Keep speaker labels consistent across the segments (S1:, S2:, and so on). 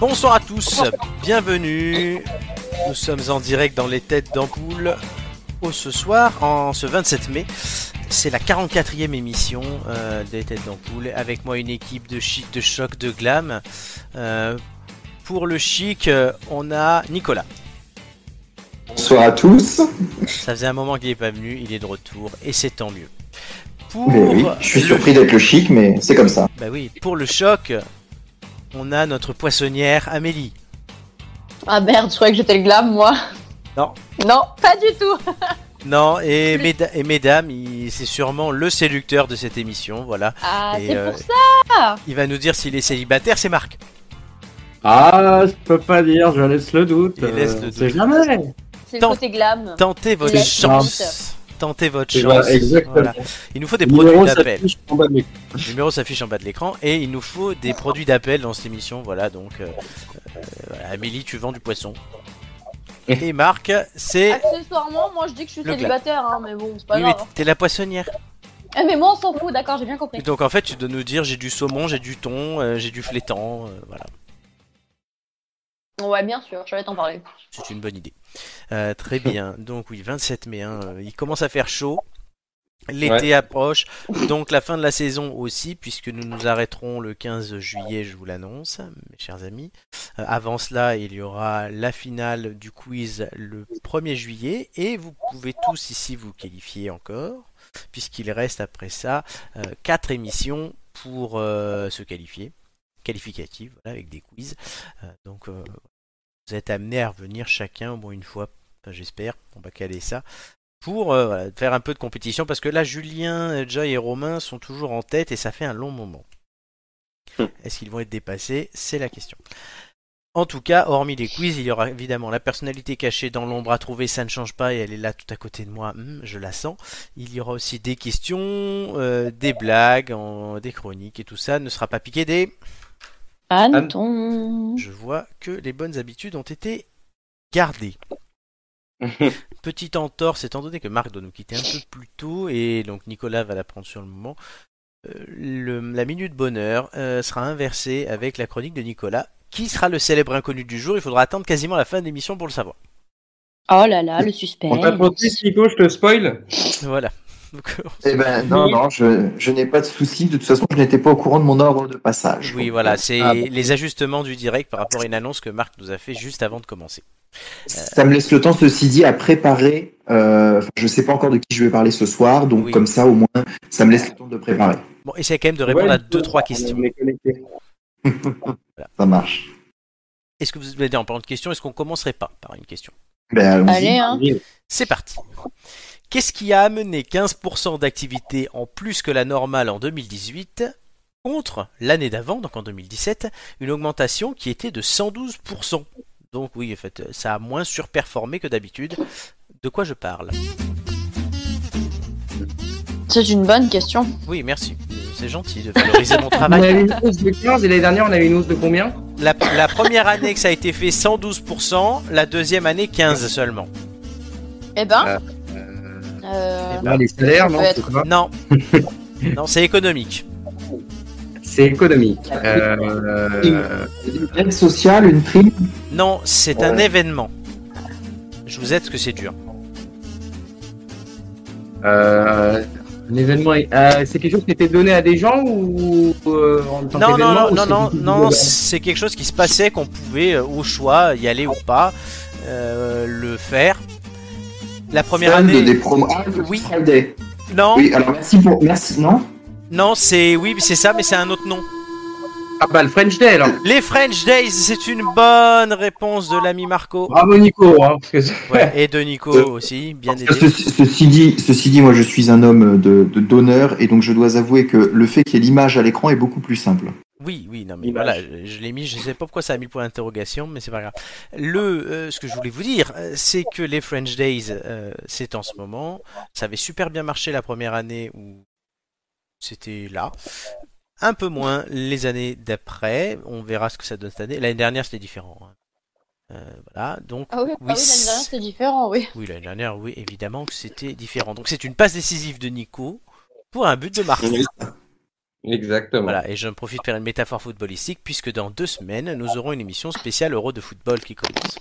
S1: Bonsoir à tous, bienvenue. Nous sommes en direct dans les têtes d'ampoule. Au ce soir, en ce 27 mai, c'est la 44e émission euh, des têtes d'ampoule. Avec moi une équipe de chic, de choc, de glam. Euh, pour le chic, euh, on a Nicolas.
S2: Bonsoir à tous.
S1: Ça faisait un moment qu'il n'est pas venu, il est de retour et c'est tant mieux. Pour
S2: Mais Eh oui, je suis surpris d'être le chic, mais c'est comme ça.
S1: Bah oui, pour le choc, on a notre poissonnière Amélie.
S3: Ah merde, je croyais que j'étais le glam, moi.
S1: Non.
S3: Non, pas du tout.
S1: Non, et, meda- et mesdames, il- c'est sûrement le séducteur de cette émission, voilà.
S3: Ah,
S1: Et,
S3: c'est
S1: euh,
S3: pour ça.
S1: Il va nous dire s'il est célibataire, c'est Marc.
S4: Ah, je peux pas dire, je laisse le doute.
S1: Il laisse le
S4: euh, C'est
S1: doute.
S4: jamais.
S3: C'est le
S1: tant-
S3: côté glam.
S1: Tentez votre
S3: Laisse
S1: chance. Tentez votre
S4: C'est
S1: chance.
S4: vrai, Eh ben, exactement.
S1: Voilà. Il nous faut des
S4: Numéro
S1: produits d'appel.
S4: s'affiche en bas de l'écran.
S1: Le numéro s'affiche en bas de l'écran et il nous faut des produits d'appel dans cette émission. Voilà, donc euh, euh, voilà, Amélie, tu vends du poisson. Et Marc, c'est.
S3: Accessoirement, moi je dis que je suis
S1: Le glam.
S3: célibataire, hein, mais bon, c'est Ah, pas
S1: Oui, mais
S3: grave.
S1: t'es la poissonnière.
S3: Eh, mais moi on s'en fout, d'accord, j'ai bien compris.
S1: Donc en fait, tu dois nous dire j'ai du saumon, j'ai du thon, euh, j'ai du flétan. euh, voilà,
S3: Ouais, bien sûr, je vais t'en parler.
S1: c'est une bonne idée. Euh, très bien. Donc oui, 27 mai. hein, euh, il commence à faire chaud. L'été approche, donc la fin de la saison aussi, puisque nous nous arrêterons le 15 juillet, je vous l'annonce, mes chers amis. Euh, avant cela, il y aura la finale du quiz le 1er juillet, et vous pouvez tous ici vous qualifier encore, puisqu'il reste après ça euh, quatre émissions pour euh, se qualifier, qualificatives, voilà, avec des quiz. Euh, donc euh, vous êtes amenés à revenir chacun au moins une fois, Enfin, j'espère, on va caler ça pour euh, voilà, faire un peu de compétition parce que là Julien, euh, Joy et Romain sont toujours en tête et ça fait un long moment. Est-ce qu'ils vont être dépassés C'est la question. En tout cas, hormis les quiz, il y aura évidemment la personnalité cachée dans l'ombre à trouver, ça ne change pas et elle est là tout à côté de moi, Hmm, je la sens. Il y aura aussi des questions, euh, des blagues, en- des chroniques et tout ça ne sera pas piqué des...
S3: Anton.
S1: Je vois que les bonnes habitudes ont été gardées. Petite entorse, étant donné que Marc doit nous quitter un peu plus tôt, et donc Nicolas va la prendre sur le moment, euh, le- la minute bonheur euh, sera inversée avec la chronique de Nicolas. Qui sera le célèbre inconnu du jour Il faudra attendre quasiment la fin de l'émission pour le savoir.
S3: Oh là là, le
S4: On t'a
S3: suspense.
S4: promis, Nico, je te spoil.
S1: Voilà. Donc,
S2: Eh ben, non, non, je, je n'ai pas de souci. De toute façon, je n'étais pas au courant de mon ordre de passage.
S1: oui,
S2: Donc,
S1: voilà,
S2: euh,
S1: c'est
S4: Ah bon.
S1: les ajustements du direct par rapport à une annonce que Marc nous a fait juste avant de commencer.
S2: Ça me laisse le temps, ceci dit, à préparer. euh, je ne sais pas encore de qui je vais parler ce soir, donc
S1: Oui.
S2: comme ça, au moins, ça me laisse le temps de préparer.
S1: Bon, essaye quand même de répondre
S4: Ouais,
S1: à
S4: Nico,
S1: deux, trois
S4: on
S1: questions.
S4: est connectés.
S2: Ça marche.
S1: Est-ce que vous voulez dire en parlant de questions, est-ce qu'on commencerait pas par une question
S2: Ben, allons-y.
S3: Allez, hein.
S1: C'est parti. Qu'est-ce qui a amené 15% d'activité en plus que la normale en 2018 contre l'année d'avant, donc en 2017, une augmentation qui était de 112% Donc oui, en fait, ça a moins surperformé que d'habitude. De quoi je parle
S3: C'est une bonne question.
S1: Oui, merci. C'est gentil de valoriser mon
S4: On a
S1: travail.
S4: eu une hausse de 15 et l'année dernière, on a eu une hausse de combien
S1: La, la première année que ça a été fait, 112%. La deuxième année, 15 seulement.
S3: Eh ben,
S4: euh,
S1: Eh ben.
S3: euh,
S4: bah, Les salaires, non
S3: Ça peut
S4: c'est pas-
S1: Non. Non, c'est économique.
S4: C'est économique. Euh,
S2: Une aide sociale, une prime.
S1: Non, c'est un
S2: Ouais.
S1: événement. Je vous aide parce que c'est dur.
S4: euh, un événement. euh, c'est quelque chose qui était donné à des gens ou euh, en tant
S1: Non, non,
S4: qu'événement,
S1: non,
S4: ou
S1: non,
S4: c'est
S1: non,
S4: du-
S1: non, c'est quelque chose qui se passait, qu'on pouvait euh, au choix y aller ou pas, euh, le faire. La première
S2: solde
S1: année.
S2: Des promos. Ah, le
S1: Oui.
S2: Friday.
S1: Non,
S2: Oui, alors merci pour. Merci, non
S1: non, c'est. Oui, c'est ça, mais c'est un autre nom.
S4: Ah bah le French Day alors.
S1: Les French Days, c'est une bonne réponse de l'ami Marco.
S4: Bravo Nico. Hein, parce que c'est-
S1: Ouais, et de Nico
S2: Euh,
S1: aussi, bien
S2: Parce que
S1: aidé.
S2: ce- ceci, dit, ceci dit, moi je suis un homme de, de d'honneur et donc je dois avouer que le fait qu'il y ait l'image à l'écran est beaucoup plus simple.
S1: Oui, oui, non, mais
S4: Image.
S1: voilà, je, je l'ai mis, je sais pas pourquoi ça a mis le point d'interrogation, mais c'est pas grave. Le, euh, ce que je voulais vous dire, euh, c'est que les French Days, euh, c'est en ce moment. Ça avait super bien marché la première année où c'était là. Un peu moins les années d'après. On verra ce que ça donne cette année. L'année dernière, c'était différent. hein. Euh, voilà, donc
S3: ah oui, ah oui, l'année
S1: c'est-
S3: dernière c'était différent, oui.
S1: oui, l'année dernière, oui, évidemment que c'était différent. Donc c'est une passe décisive de Nico pour un but de Marc.
S4: Exactement.
S1: Voilà, et j'en profite pour faire une métaphore footballistique, puisque dans deux semaines, nous aurons une émission spéciale Euro de football qui commence.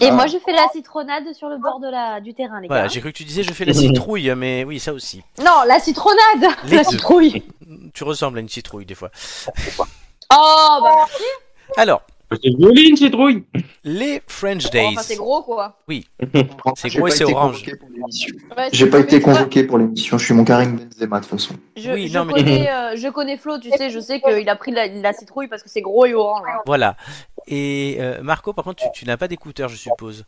S5: Et
S4: Ah.
S5: moi, je fais la citronnade sur le bord de la, du terrain, les
S1: Voilà,
S5: gars.
S1: j'ai cru que tu disais je fais la citrouille, mais oui, ça aussi.
S5: Non, la citronnade
S1: Les
S5: La
S1: deux.
S5: citrouille
S1: Tu ressembles à une citrouille des fois.
S3: Oh, bah, merci.
S1: Alors,
S4: C'est joli une citrouille.
S1: les French
S3: Oh,
S1: Days.
S3: enfin, c'est gros, quoi.
S1: C'est
S2: J'ai
S1: gros
S2: pas
S1: et c'est
S2: été
S1: orange.
S2: convoqué pour l'émission.
S3: Ouais,
S2: J'ai
S3: c'est-
S2: pas été
S3: mais tu vois,
S2: convoqué pour l'émission, je suis mon Karim Benzema de toute façon.
S3: Je,
S1: Oui,
S3: je
S1: non, mais-
S3: connais, euh, je connais Flo, tu sais, je sais qu'il a pris la, la citrouille parce que c'est gros et orange. hein.
S1: Voilà. Et euh, Marco, par contre, tu, tu n'as pas d'écouteurs, je suppose.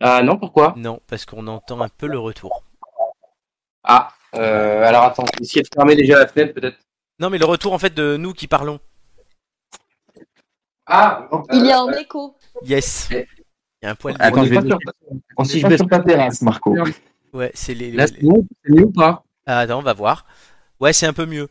S4: Ah non, pourquoi
S1: Non, parce qu'on entend un peu le retour.
S4: Ah, euh, alors attends, essayez de fermer déjà la fenêtre peut-être.
S1: Non, mais le retour en fait de nous qui parlons.
S4: Ah,
S3: Il est en écho.
S1: Yes. Il y a un poil.
S2: Attends,
S1: De...
S4: on
S2: je
S4: est
S2: vais
S4: pas
S2: dire-
S4: sur-
S2: On
S4: on
S2: si
S4: est
S2: je
S4: pas
S2: baisse
S4: sur
S2: ta terrasse, Marco.
S1: Ouais, c'est les. les-
S4: Là, c'est mieux, c'est mieux ou pas
S1: Ah, attends, on va voir. Ouais, c'est un peu mieux.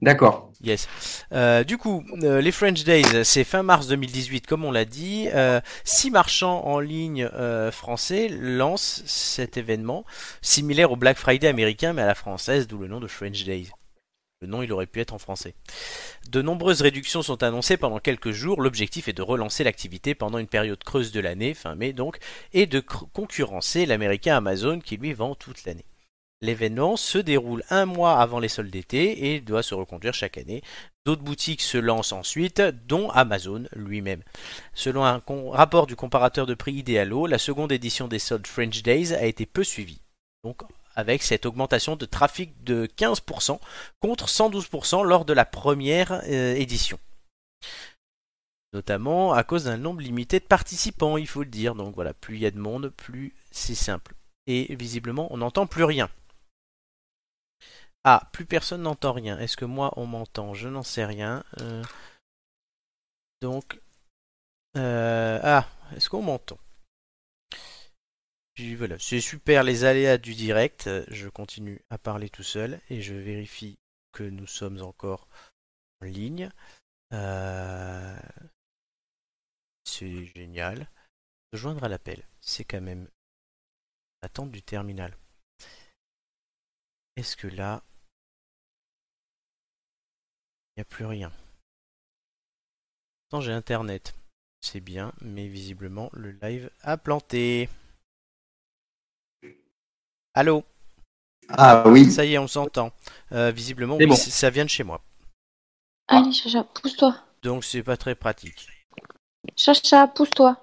S4: D'accord.
S1: Yes. Euh, du coup, euh, les French Days, c'est fin mars 2018, comme on l'a dit. Euh, six marchands en ligne euh, français lancent cet événement, similaire au Black Friday américain, mais à la française, d'où le nom de French Days. Le nom, il aurait pu être en français. De nombreuses réductions sont annoncées pendant quelques jours. L'objectif est de relancer l'activité pendant une période creuse de l'année, fin mai donc, et de cr- concurrencer l'américain Amazon qui lui vend toute l'année. L'événement se déroule un mois avant les soldes d'été et doit se reconduire chaque année. D'autres boutiques se lancent ensuite, dont Amazon lui-même. Selon un con- rapport du comparateur de prix Idealo, la seconde édition des soldes French Days a été peu suivie. Donc avec cette augmentation de trafic de 15% contre 112% lors de la première euh, édition. Notamment à cause d'un nombre limité de participants, il faut le dire. Donc voilà, plus il y a de monde, plus c'est simple. Et visiblement, on n'entend plus rien. Ah, plus personne n'entend rien. Est-ce que moi on m'entend Je n'en sais rien. Euh, Donc. euh, Ah, est-ce qu'on m'entend Puis voilà, c'est super les aléas du direct. Euh, Je continue à parler tout seul et je vérifie que nous sommes encore en ligne. Euh, C'est génial. Se joindre à l'appel, c'est quand même l'attente du terminal. Est-ce que là, il n'y a plus rien Pourtant, j'ai internet. C'est bien, mais visiblement, le live a planté. Allô
S2: Ah oui,
S1: Ça y est, on s'entend. Euh, visiblement,
S4: C'est
S1: oui,
S4: bon.
S1: c- ça vient de chez moi.
S3: Ah. Allez, Chacha, pousse-toi.
S1: Donc, c'est pas très pratique.
S3: Chacha, pousse-toi.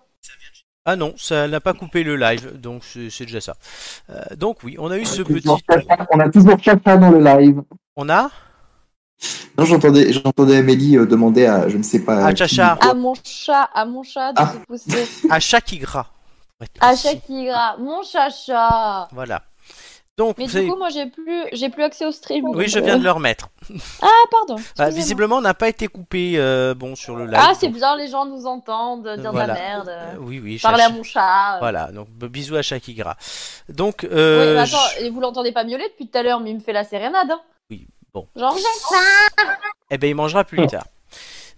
S1: Ah non, ça n'a pas coupé le live, donc c'est c'est déjà ça. Euh, donc oui, on
S4: Ah,
S1: a eu ce petit...
S2: Toujours Chacha- on a toujours Chacha dans le live.
S1: On a
S2: Non, j'entendais, j'entendais Amélie euh, demander à, je ne sais pas.
S1: À
S2: qui-
S1: Ah, Chacha.
S3: À mon chat, à mon chat de
S2: Ah.
S3: se pousser.
S1: À Shakira. pour être
S3: À
S1: précis.
S3: Shakira, mon chacha.
S1: Voilà. Donc,
S3: Mais
S1: c'est-
S3: du coup, moi, j'ai plus, j'ai plus accès au stream.
S1: oui,
S3: donc,
S1: je
S3: euh,
S1: viens de le remettre.
S3: Ah, pardon.
S1: Ah,
S3: excusez-moi.
S1: visiblement, on n'a pas été coupé euh, bon, sur le live.
S3: Ah, c'est
S1: donc,
S3: bien, les gens nous entendent dire
S1: Voilà.
S3: de la merde.
S1: euh, oui, oui.
S3: Parler
S1: Chacha-
S3: à mon chat. euh.
S1: Voilà, donc b- bisous à Shakira. Donc,
S3: Oui, mais
S1: euh,
S3: attends,
S1: je-
S3: et vous l'entendez pas miauler depuis tout à l'heure, mais il me fait la sérénade. hein.
S1: Oui, bon.
S3: Genre,
S1: eh ben, il mangera plus tard.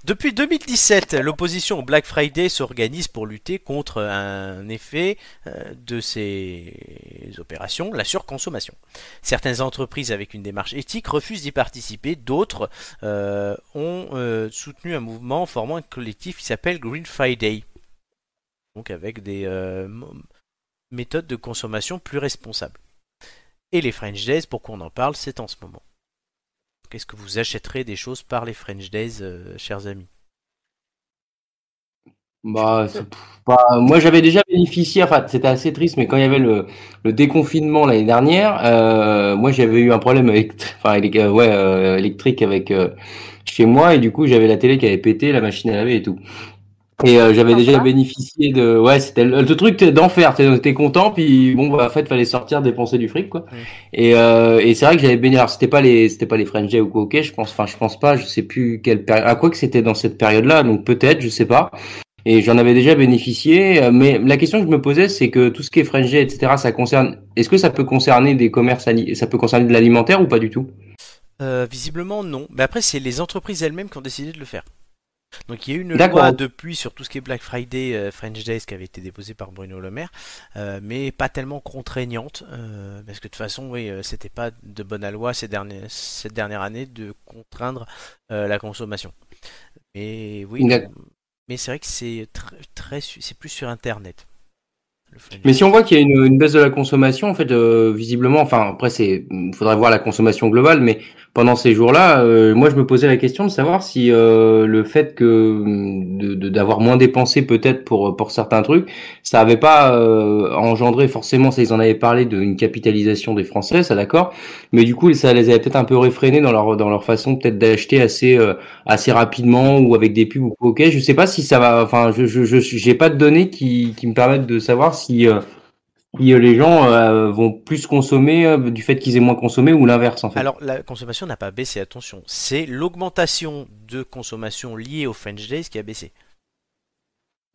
S1: Depuis 2017, l'opposition au Black Friday s'organise pour lutter contre un effet euh, de ces opérations, la surconsommation. Certaines entreprises avec une démarche éthique refusent d'y participer, d'autres euh, ont euh, soutenu un mouvement formant un collectif qui s'appelle Green Friday, donc avec des euh, m- méthodes de consommation plus responsables. Et les French Days, pourquoi on en parle, c'est en ce moment. Qu'est-ce que vous achèterez des choses par les French Days, euh, chers amis
S4: Bah, c'est pff, pas- moi j'avais déjà bénéficié, enfin c'était assez triste, mais quand il y avait le, le déconfinement l'année dernière, euh, moi j'avais eu un problème avec, enfin, élec- euh, ouais, euh, électrique avec euh, chez moi, et du coup j'avais la télé qui avait pété, la machine à laver et tout. Et euh, j'avais déjà
S5: Sympa.
S4: bénéficié de, ouais, c'était le, le truc t'es d'enfer, t'es t'es content, puis bon, bah, en fait fallait sortir, dépenser du fric, quoi.
S1: Ouais.
S4: Et, euh, et c'est vrai que j'avais bénéficié, alors c'était pas les, c'était pas les French Day ou quoi, ok, je pense, enfin je pense pas, je sais plus quelle période, à quoi que c'était dans cette période-là, donc peut-être, je sais pas. Et j'en avais déjà bénéficié, euh, mais la question que je me posais, c'est que tout ce qui est French Day, etc., ça concerne. Est-ce que ça peut concerner des commerces, ali- ça peut concerner de l'alimentaire ou pas du tout
S1: Euh, Visiblement, non. Mais après, c'est les entreprises elles-mêmes qui ont décidé de le faire. Donc il y a eu une
S4: D'accord.
S1: loi depuis sur tout ce qui est Black Friday, euh, French Days qui avait été déposée par Bruno Le Maire, euh, mais pas tellement contraignante, euh, parce que de toute façon, oui, euh, c'était pas de bonne loi ces derniers, cette dernière année de contraindre euh, la consommation. Mais oui,
S4: D'ac-
S1: mais c'est vrai que c'est très, très, su- c'est plus sur Internet. le French
S4: Mais
S1: Day.
S4: si on voit qu'il y a une, une baisse de la consommation, en fait, euh, visiblement, enfin, après, c'est, il faudrait voir la consommation globale, mais pendant ces jours-là, euh, moi, je me posais la question de savoir si euh, le fait que de- de- d'avoir moins dépensé peut-être pour pour certains trucs, ça avait pas euh, engendré forcément, ça, ils en avaient parlé d'une capitalisation des Français, ça d'accord, mais du coup, ça les avait peut-être un peu réfrénés dans leur dans leur façon peut-être d'acheter assez euh, assez rapidement ou avec des pubs ou quoi, ok. Je sais pas si ça va. Enfin, je je je j'ai pas de données qui qui me permettent de savoir si euh, si, euh, les gens euh, vont plus consommer euh, du fait qu'ils aient moins consommé ou l'inverse en fait.
S1: Alors, la consommation n'a pas baissé, attention. C'est l'augmentation de consommation liée au French Days qui a baissé.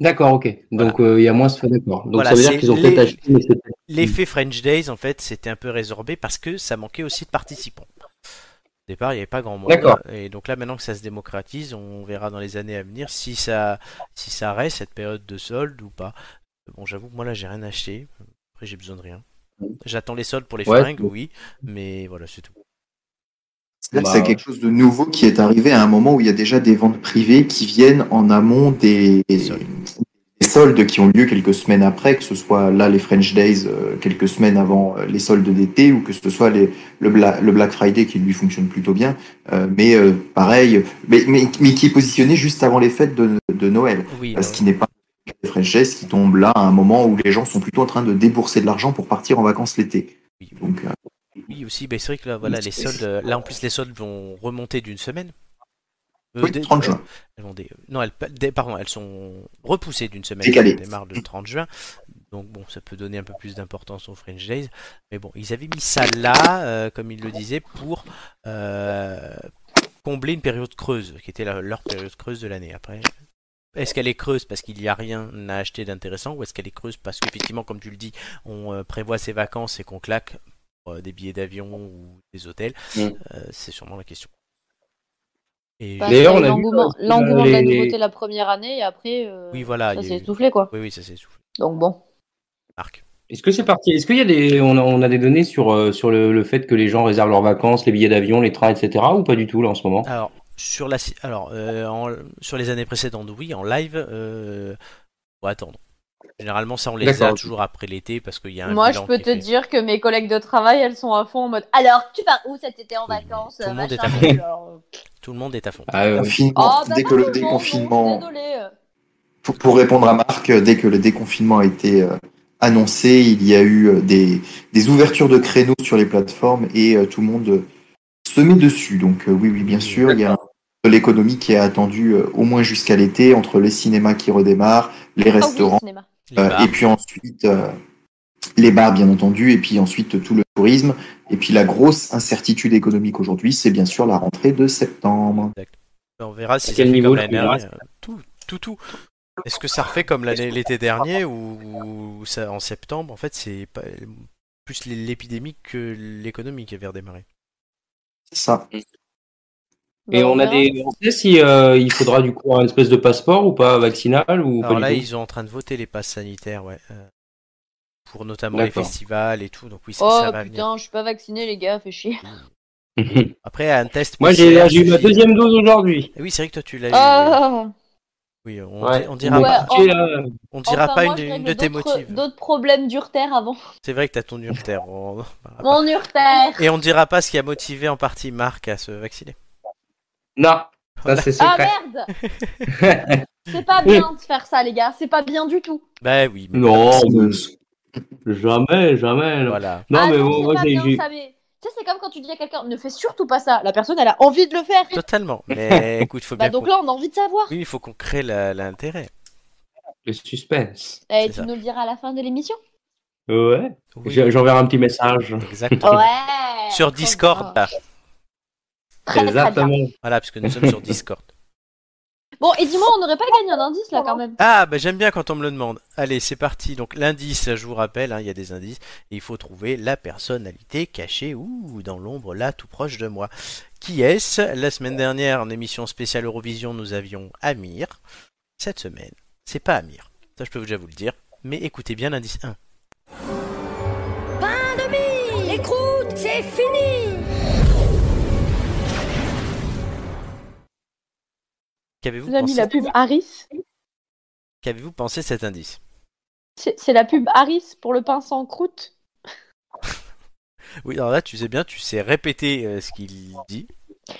S4: D'accord, ok. Donc euh, il y a moins ce fait d'accord. Donc
S1: Voilà,
S4: ça veut
S1: c'est
S4: dire qu'ils ont
S1: les-
S4: peut-être acheté. mais c'est- Mm.
S1: L'effet French Days, en fait, c'était un peu résorbé parce que ça manquait aussi de participants. Au départ, il n'y avait pas grand monde.
S4: D'accord.
S1: Et donc là, maintenant que ça se démocratise, on verra dans les années à venir si ça, si ça reste cette période de solde ou pas. Bon, j'avoue que moi là, j'ai rien acheté. Après, j'ai besoin de rien. J'attends les soldes pour les
S4: Mm. Ouais.
S1: fringues, oui, mais voilà, c'est tout.
S2: Là,
S4: Bah,
S2: c'est
S4: ouais.
S2: quelque chose de nouveau qui est arrivé à un moment où il y a déjà des ventes privées qui viennent en amont des,
S1: Des soldes.
S2: des soldes qui ont lieu quelques semaines après, que ce soit là les French Days euh, quelques semaines avant euh, les soldes d'été ou que ce soit les, le, Bla- le Black Friday qui lui fonctionne plutôt bien, euh, mais euh, pareil, mais, mais, mais qui est positionné juste avant les fêtes de, de Noël,
S1: Oui,
S2: euh, ce qui n'est pas le cas des French Days qui tombe là à un moment où les gens sont plutôt en train de débourser de l'argent pour partir en vacances l'été.
S1: oui.
S2: Donc, euh,
S1: Oui, aussi, ben, c'est vrai que là, voilà, les soldes, euh, là en plus, les soldes vont remonter d'une semaine. Euh,
S2: oui,
S1: dès-
S2: 30 juin.
S1: Elles vont dé- Non, elles... pa- dé- pardon, elles sont repoussées d'une semaine.
S2: Décalées.
S1: Elles démarrent le 30 juin. Donc bon, ça peut donner un peu plus d'importance aux French Days. Mais bon, ils avaient mis ça là, euh, comme ils le disaient, pour euh, combler une période creuse, qui était la- leur période creuse de l'année. Après, est-ce qu'elle est creuse parce qu'il n'y a rien à acheter d'intéressant, ou est-ce qu'elle est creuse parce qu'effectivement, comme tu le dis, on euh, prévoit ses vacances et qu'on claque pour, euh, des billets d'avion ou des hôtels
S4: Mm.
S1: Euh, C'est sûrement la question. Et
S3: Bah,
S4: D'ailleurs,
S3: c'est
S4: on a vu,
S3: l'engouement
S4: euh,
S3: l'engouement de la
S4: les-
S3: nouveauté la première année et après euh,
S1: oui, voilà.
S3: ça
S1: il y
S3: s'est
S1: a eu-
S3: essoufflé quoi.
S1: Oui, oui, ça s'est soufflé.
S3: Donc bon.
S1: Marc.
S4: Est-ce que c'est parti Est-ce qu'il y a des on a, on a des données sur euh, sur le, le fait que les gens réservent leurs vacances, les billets d'avion, les trains, etc. Ou pas du tout là en ce moment
S1: Alors, sur, la, si- alors euh, en- sur les années précédentes, oui, en live, euh, on va attendre. Généralement, ça, on les a
S4: D'accord.
S1: toujours après l'été parce qu'il y a un
S3: Moi je
S1: bilan
S3: peux
S1: qui est
S3: te
S1: fait.
S3: dire que mes collègues de travail elles sont à fond en mode alors tu vas où cet été en
S1: Oui,
S3: vacances
S1: tout le monde
S3: machin,
S1: est à fond.
S3: genre, euh,
S1: Tout le monde est à fond.
S4: Ah, euh,
S2: Confinement,
S3: Oh, bah
S2: dès
S3: non,
S2: que
S3: non,
S2: le
S3: non,
S2: déconfinement.
S3: non, désolé.
S2: pour, pour répondre à Marc, euh, dès que le déconfinement a été euh, annoncé, il y a eu euh, des, des ouvertures de créneaux sur les plateformes et euh, tout le monde euh, se met dessus. Donc euh, oui, oui, bien sûr, il y a de l'économie qui est attendue euh, au moins jusqu'à l'été, entre les cinémas qui redémarrent, les
S3: Ah oui, le
S2: restaurants,
S3: cinéma.
S1: Les
S2: euh,
S1: bars.
S2: et puis ensuite euh, les bars, bien entendu, et puis ensuite euh, tout le tourisme. Et puis la grosse incertitude économique aujourd'hui, c'est bien sûr la rentrée de septembre.
S1: Exact. On verra si
S4: À
S1: ça
S4: quel
S1: fait
S4: niveau
S1: comme
S4: le
S1: l'année
S4: climat
S1: dernière. Tout, tout, tout. Est-ce que ça refait comme l'année- l'été dernier ou ou ça, en septembre En fait, c'est pas- plus l'épidémie que l'économie qui avait redémarré.
S2: C'est ça.
S4: Et
S3: Bah,
S4: on a
S3: verra.
S4: des. On sait si euh, il faudra du coup un espèce de passeport ou pas vaccinal ou
S1: Alors
S4: pas
S1: là,
S4: du tout.
S1: ils sont en train de voter les passes sanitaires, ouais. euh, pour notamment les
S4: D'accord.
S1: festivals et tout. Donc oui, ça,
S3: Oh
S1: ça va venir.
S3: putain, je suis pas vacciné les gars, fait chier.
S1: Après, un test.
S4: Moi
S1: PCR
S4: j'ai j'ai eu ma
S1: suffit.
S4: deuxième dose aujourd'hui.
S1: Eh Oui, c'est vrai que toi, tu l'as eu. euh,
S3: Ah.
S1: Oui, on, di- on dira
S3: Ouais.
S1: pas,
S4: J'ai, euh,
S1: on dira
S3: Enfin,
S1: pas
S3: moi,
S1: une,
S3: je
S1: une
S3: règle
S1: de tes
S3: d'autres-
S1: motives. Ah,
S3: D'autres problèmes d'urtère avant.
S1: C'est vrai que t'as ton urtère. on-
S3: Mon urtère.
S1: Et on dira pas ce qui a motivé en partie Marc à se vacciner.
S4: Non, ça c'est
S3: Ah
S4: secret.
S3: merde C'est pas bien de faire ça les gars, c'est pas bien du tout.
S1: Bah oui, mais
S4: non,
S1: euh,
S4: mais
S2: Ce-
S4: jamais, jamais. Non,
S1: voilà.
S4: Non,
S3: ah
S4: mais
S3: non,
S4: bon,
S3: c'est
S4: moi
S3: pas
S4: j'ai
S3: bien,
S4: j'ai-
S3: ça, mais- Tu sais, c'est comme quand tu dis à quelqu'un, ne fais surtout pas ça. La personne, elle a envie de le faire.
S1: Totalement. Mais écoute, faut
S3: Bah
S1: bien.
S3: donc
S1: qu'on-
S3: là, on a envie de savoir.
S1: Oui, il faut qu'on crée la- l'intérêt.
S4: le suspense.
S3: Eh,
S1: c'est
S3: tu
S1: ça.
S3: nous le diras à la fin de l'émission.
S4: Ouais.
S1: Oui,
S4: J'ai- J'enverrai un petit message.
S3: Ah,
S1: exactement.
S3: Ouais.
S1: Sur Discord. bah,
S3: Très, très bien.
S4: Exactement.
S1: Voilà, puisque nous sommes sur Discord.
S5: Bon, et dis-moi, on n'aurait pas gagné un indice là quand même.
S1: Ah, bah j'aime bien quand on me le demande. Allez, c'est parti. Donc l'indice, je vous rappelle, hein, il y a des indices. Il faut trouver la personnalité cachée ou dans l'ombre, là, tout proche de moi. Qui est-ce La semaine dernière, en émission spéciale Eurovision, nous avions Amir. Cette semaine, c'est pas Amir. Ça, je peux déjà vous le dire. Mais écoutez bien l'indice 1.
S6: Pain de mie Les croûtes, c'est fini
S1: Qu'avez-vous
S5: Vous avez mis
S1: pensé,
S5: la pub Harris.
S1: qu'avez-vous pensé de cet indice
S5: C'est c'est la pub Harris pour le pain sans croûte.
S1: Oui, alors là, tu sais bien, tu sais répéter euh, ce qu'il dit.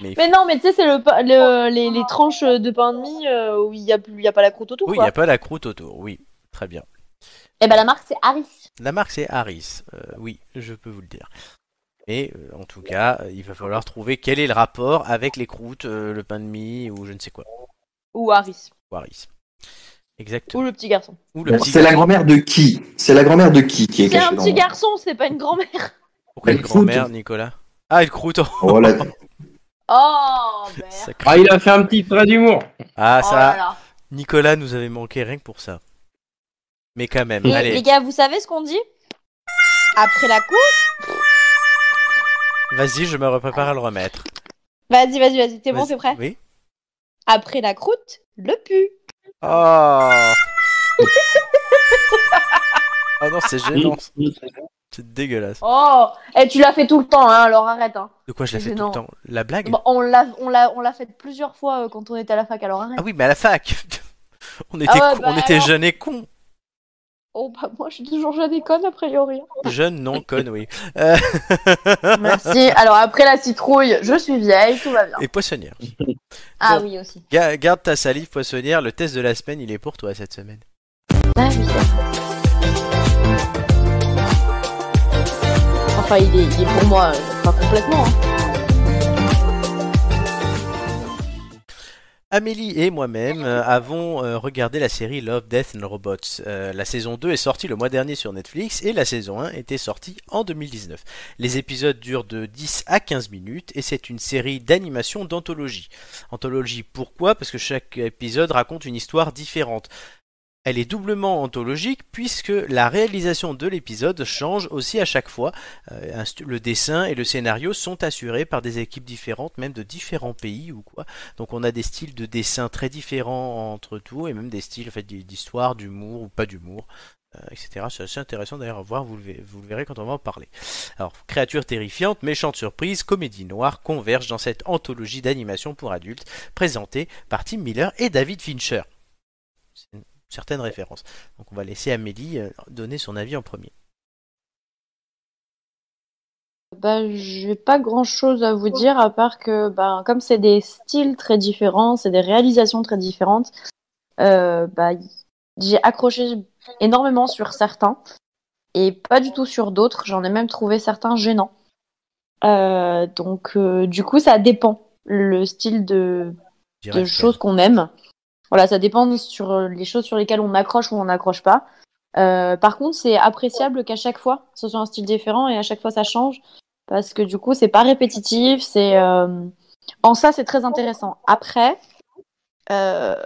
S1: Mais,
S5: Mais non, mais tu sais, c'est le, pa- le- les, les tranches de pain de mie euh, où il n'y a, plus- il y a pas la croûte autour.
S1: oui, il
S5: quoi.
S1: n'y a pas la croûte autour. Oui, très bien.
S5: Et ben la marque c'est Harris.
S1: La marque c'est Harris, Euh, oui, je peux vous le dire. Mais euh, en tout cas, euh, il va falloir trouver quel est le rapport avec les croûtes, euh, le pain de mie ou je ne sais quoi.
S5: Ou Harris.
S1: ou Harris. Exactement.
S5: Ou le petit garçon.
S1: Ou le petit
S2: C'est la grand-mère de qui C'est la grand-mère de qui qui est
S5: C'est
S2: cachée
S5: un
S2: dans
S5: petit garçon, c'est pas une grand-mère.
S1: Pourquoi
S2: La
S1: une
S2: croûte.
S1: grand-mère, Nicolas Ah, une croûte oh,
S2: Oh là,
S5: Oh, merde.
S1: sacré-
S4: Ah, il a fait un petit trait d'humour.
S1: Ah,
S5: Oh là
S1: ça,
S5: là.
S1: Nicolas nous avait manqué rien que pour ça. Mais quand même,
S5: Et
S1: allez,
S5: les gars, vous savez ce qu'on dit Après la coupe
S1: vas-y, je me prépare à le remettre.
S5: Vas-y, vas-y, vas-y, t'es bon,
S1: Vas-y.
S5: t'es prêt
S1: Oui.
S5: Après la croûte, le pu.
S1: Oh Ah non, c'est gênant, c'est dégueulasse.
S5: Oh Et tu l'as fait tout le temps, hein, alors arrête. Hein.
S1: De quoi je l'ai
S5: C'est
S1: fait tout
S5: gênant.
S1: le temps La blague
S5: Bon, on l'a on l'a- on l'a fait plusieurs fois euh, quand on était à la fac, alors arrête.
S1: Ah oui, mais à la fac On était,
S5: Ah ouais,
S1: con-
S5: bah
S1: on était
S5: alors.
S1: jeunes et cons.
S5: Oh bah moi je suis toujours jeune et conne a priori. hein.
S1: Jeunes, non con, oui.
S5: Merci. Alors après la citrouille, je suis vieille, tout va bien.
S1: Et poissonnière.
S5: Ah
S1: Bon.
S5: oui aussi.
S1: Ga- garde ta salive, poissonnière. Le test de la semaine, il est pour toi cette semaine.
S5: Ah oui. Enfin il est, il est pour moi euh, pas complètement. hein.
S1: Amélie et moi-même euh, avons euh, regardé la série Love, Death and Robots. Euh, la saison 2 est sortie le mois dernier sur Netflix et la saison 1 était sortie en 2019. Les épisodes durent de 10 à 15 minutes et c'est une série d'animation d'anthologie. Anthologie pourquoi Parce que chaque épisode raconte une histoire différente. Elle est doublement anthologique puisque la réalisation de l'épisode change aussi à chaque fois. Euh, un stu- le dessin et le scénario sont assurés par des équipes différentes, même de différents pays ou quoi. Donc on a des styles de dessin très différents entre tout et même des styles en fait, d'histoire, d'humour ou pas d'humour. euh, etc. C'est assez intéressant d'ailleurs à voir, vous le, verrez, vous le verrez quand on va en parler. Alors, créatures terrifiantes, méchantes surprises, comédie noire convergent dans cette anthologie d'animation pour adultes présentée par Tim Miller et David Fincher. C'est une certaine référence. Donc on va laisser Amélie euh, donner son avis en premier.
S5: Bah, j'ai pas grand chose à vous dire à part que, bah, comme c'est des styles très différents, c'est des réalisations très différentes, euh, bah, y- j'ai accroché énormément sur certains et pas du tout sur d'autres. J'en ai même trouvé certains gênants. Euh, donc, euh, du coup, ça dépend le style de,
S1: Je dirais
S5: de
S1: que-
S5: choses qu'on aime. Voilà, ça dépend sur euh, les choses sur lesquelles on accroche ou on n'accroche pas. Euh, par contre, c'est appréciable qu'à chaque fois, ce soit un style différent et à chaque fois ça change parce que du coup, c'est pas répétitif. C'est euh, en ça, c'est très intéressant. Après, euh,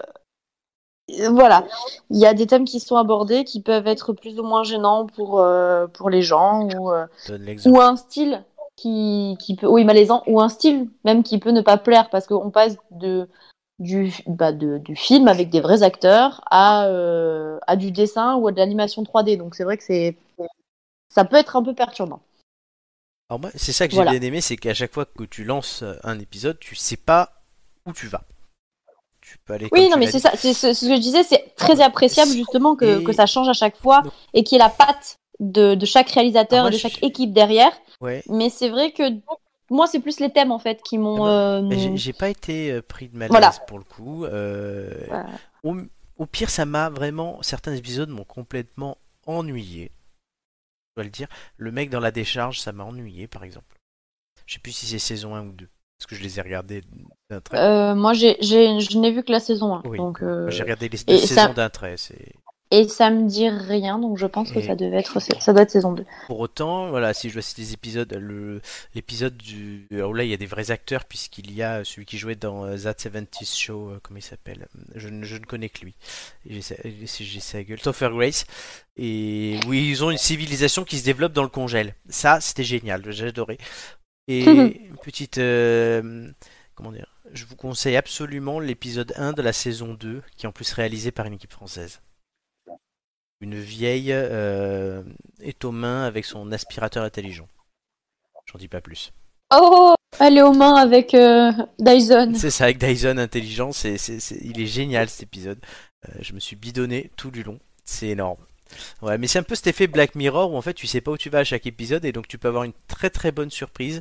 S5: voilà, il y a des thèmes qui sont abordés qui peuvent être plus ou moins gênants pour euh, pour les gens ou euh,
S1: Donne l'exemple.
S5: ou un style qui, qui peut, oui, malaisant, ou un style même qui peut ne pas plaire parce qu'on passe de, du, bah, de- du film avec des vrais acteurs à, euh, à du dessin ou à de l'animation 3D. Donc c'est vrai que c'est, ça peut être un peu perturbant.
S1: Alors moi, c'est ça que j'ai
S5: Voilà.
S1: bien aimé, c'est qu'à chaque fois que tu lances euh, un épisode, tu sais pas où tu vas. Tu peux aller. comme
S5: Oui, non,
S1: tu
S5: mais
S1: l'as
S5: c'est
S1: dit.
S5: ça, c'est ce, ce que je disais, c'est très appréciable justement que,
S1: Et-
S5: que ça change à chaque fois
S1: Donc-
S5: et qu'il y ait la patte de, de chaque
S1: Ah,
S5: réalisateur
S1: moi,
S5: et de
S1: je-
S5: chaque équipe derrière.
S1: Ouais.
S5: Mais c'est vrai que moi, c'est plus les thèmes en fait qui m'ont.
S1: Mais Eh ben, j'ai-
S5: euh,
S1: J'ai pas été euh, pris de malaise
S5: Voilà.
S1: pour le coup. euh,
S5: Voilà.
S1: au, au pire, ça m'a vraiment. Certains épisodes m'ont complètement ennuyé. Je dois le dire. Le mec dans la décharge, ça m'a ennuyé, par exemple. Je sais plus si c'est saison 1 ou 2. Parce que je les ai regardés d'un trait.
S5: euh, moi, j'ai, j'ai, je n'ai vu que la saison 1.
S1: Oui.
S5: Donc, euh,
S1: J'ai regardé les deux
S5: et ça-
S1: saisons d'un trait. C'est
S5: Et ça me dit rien, donc je pense que
S1: Et-
S5: ça devait être ça doit être saison 2.
S1: Pour autant, voilà, si je dois citer les épisodes, le- l'épisode du. Alors là, il y a des vrais acteurs, puisqu'il y a celui qui jouait dans euh, That 70 Show, euh, comment il s'appelle je, ne- je ne connais que lui. J'ai sa- J'ai j'ai sa gueule. Topher Grace. Et oui, ils ont une civilisation qui se développe dans le congèle. Ça, c'était génial, j'ai adoré. Et une petite. euh, comment dire Je vous conseille absolument l'épisode 1 de la saison 2, qui est en plus réalisé par une équipe française. Une vieille. euh, est aux mains avec son aspirateur intelligent. J'en dis pas plus.
S5: Oh, elle est aux mains avec euh, Dyson.
S1: C'est ça, avec Dyson intelligent, c'est, c'est- c'est- il est génial cet épisode. Euh, je me suis bidonné tout du long. C'est énorme. Ouais, mais c'est un peu cet effet Black Mirror où en fait tu sais pas où tu vas à chaque épisode et donc tu peux avoir une très très bonne surprise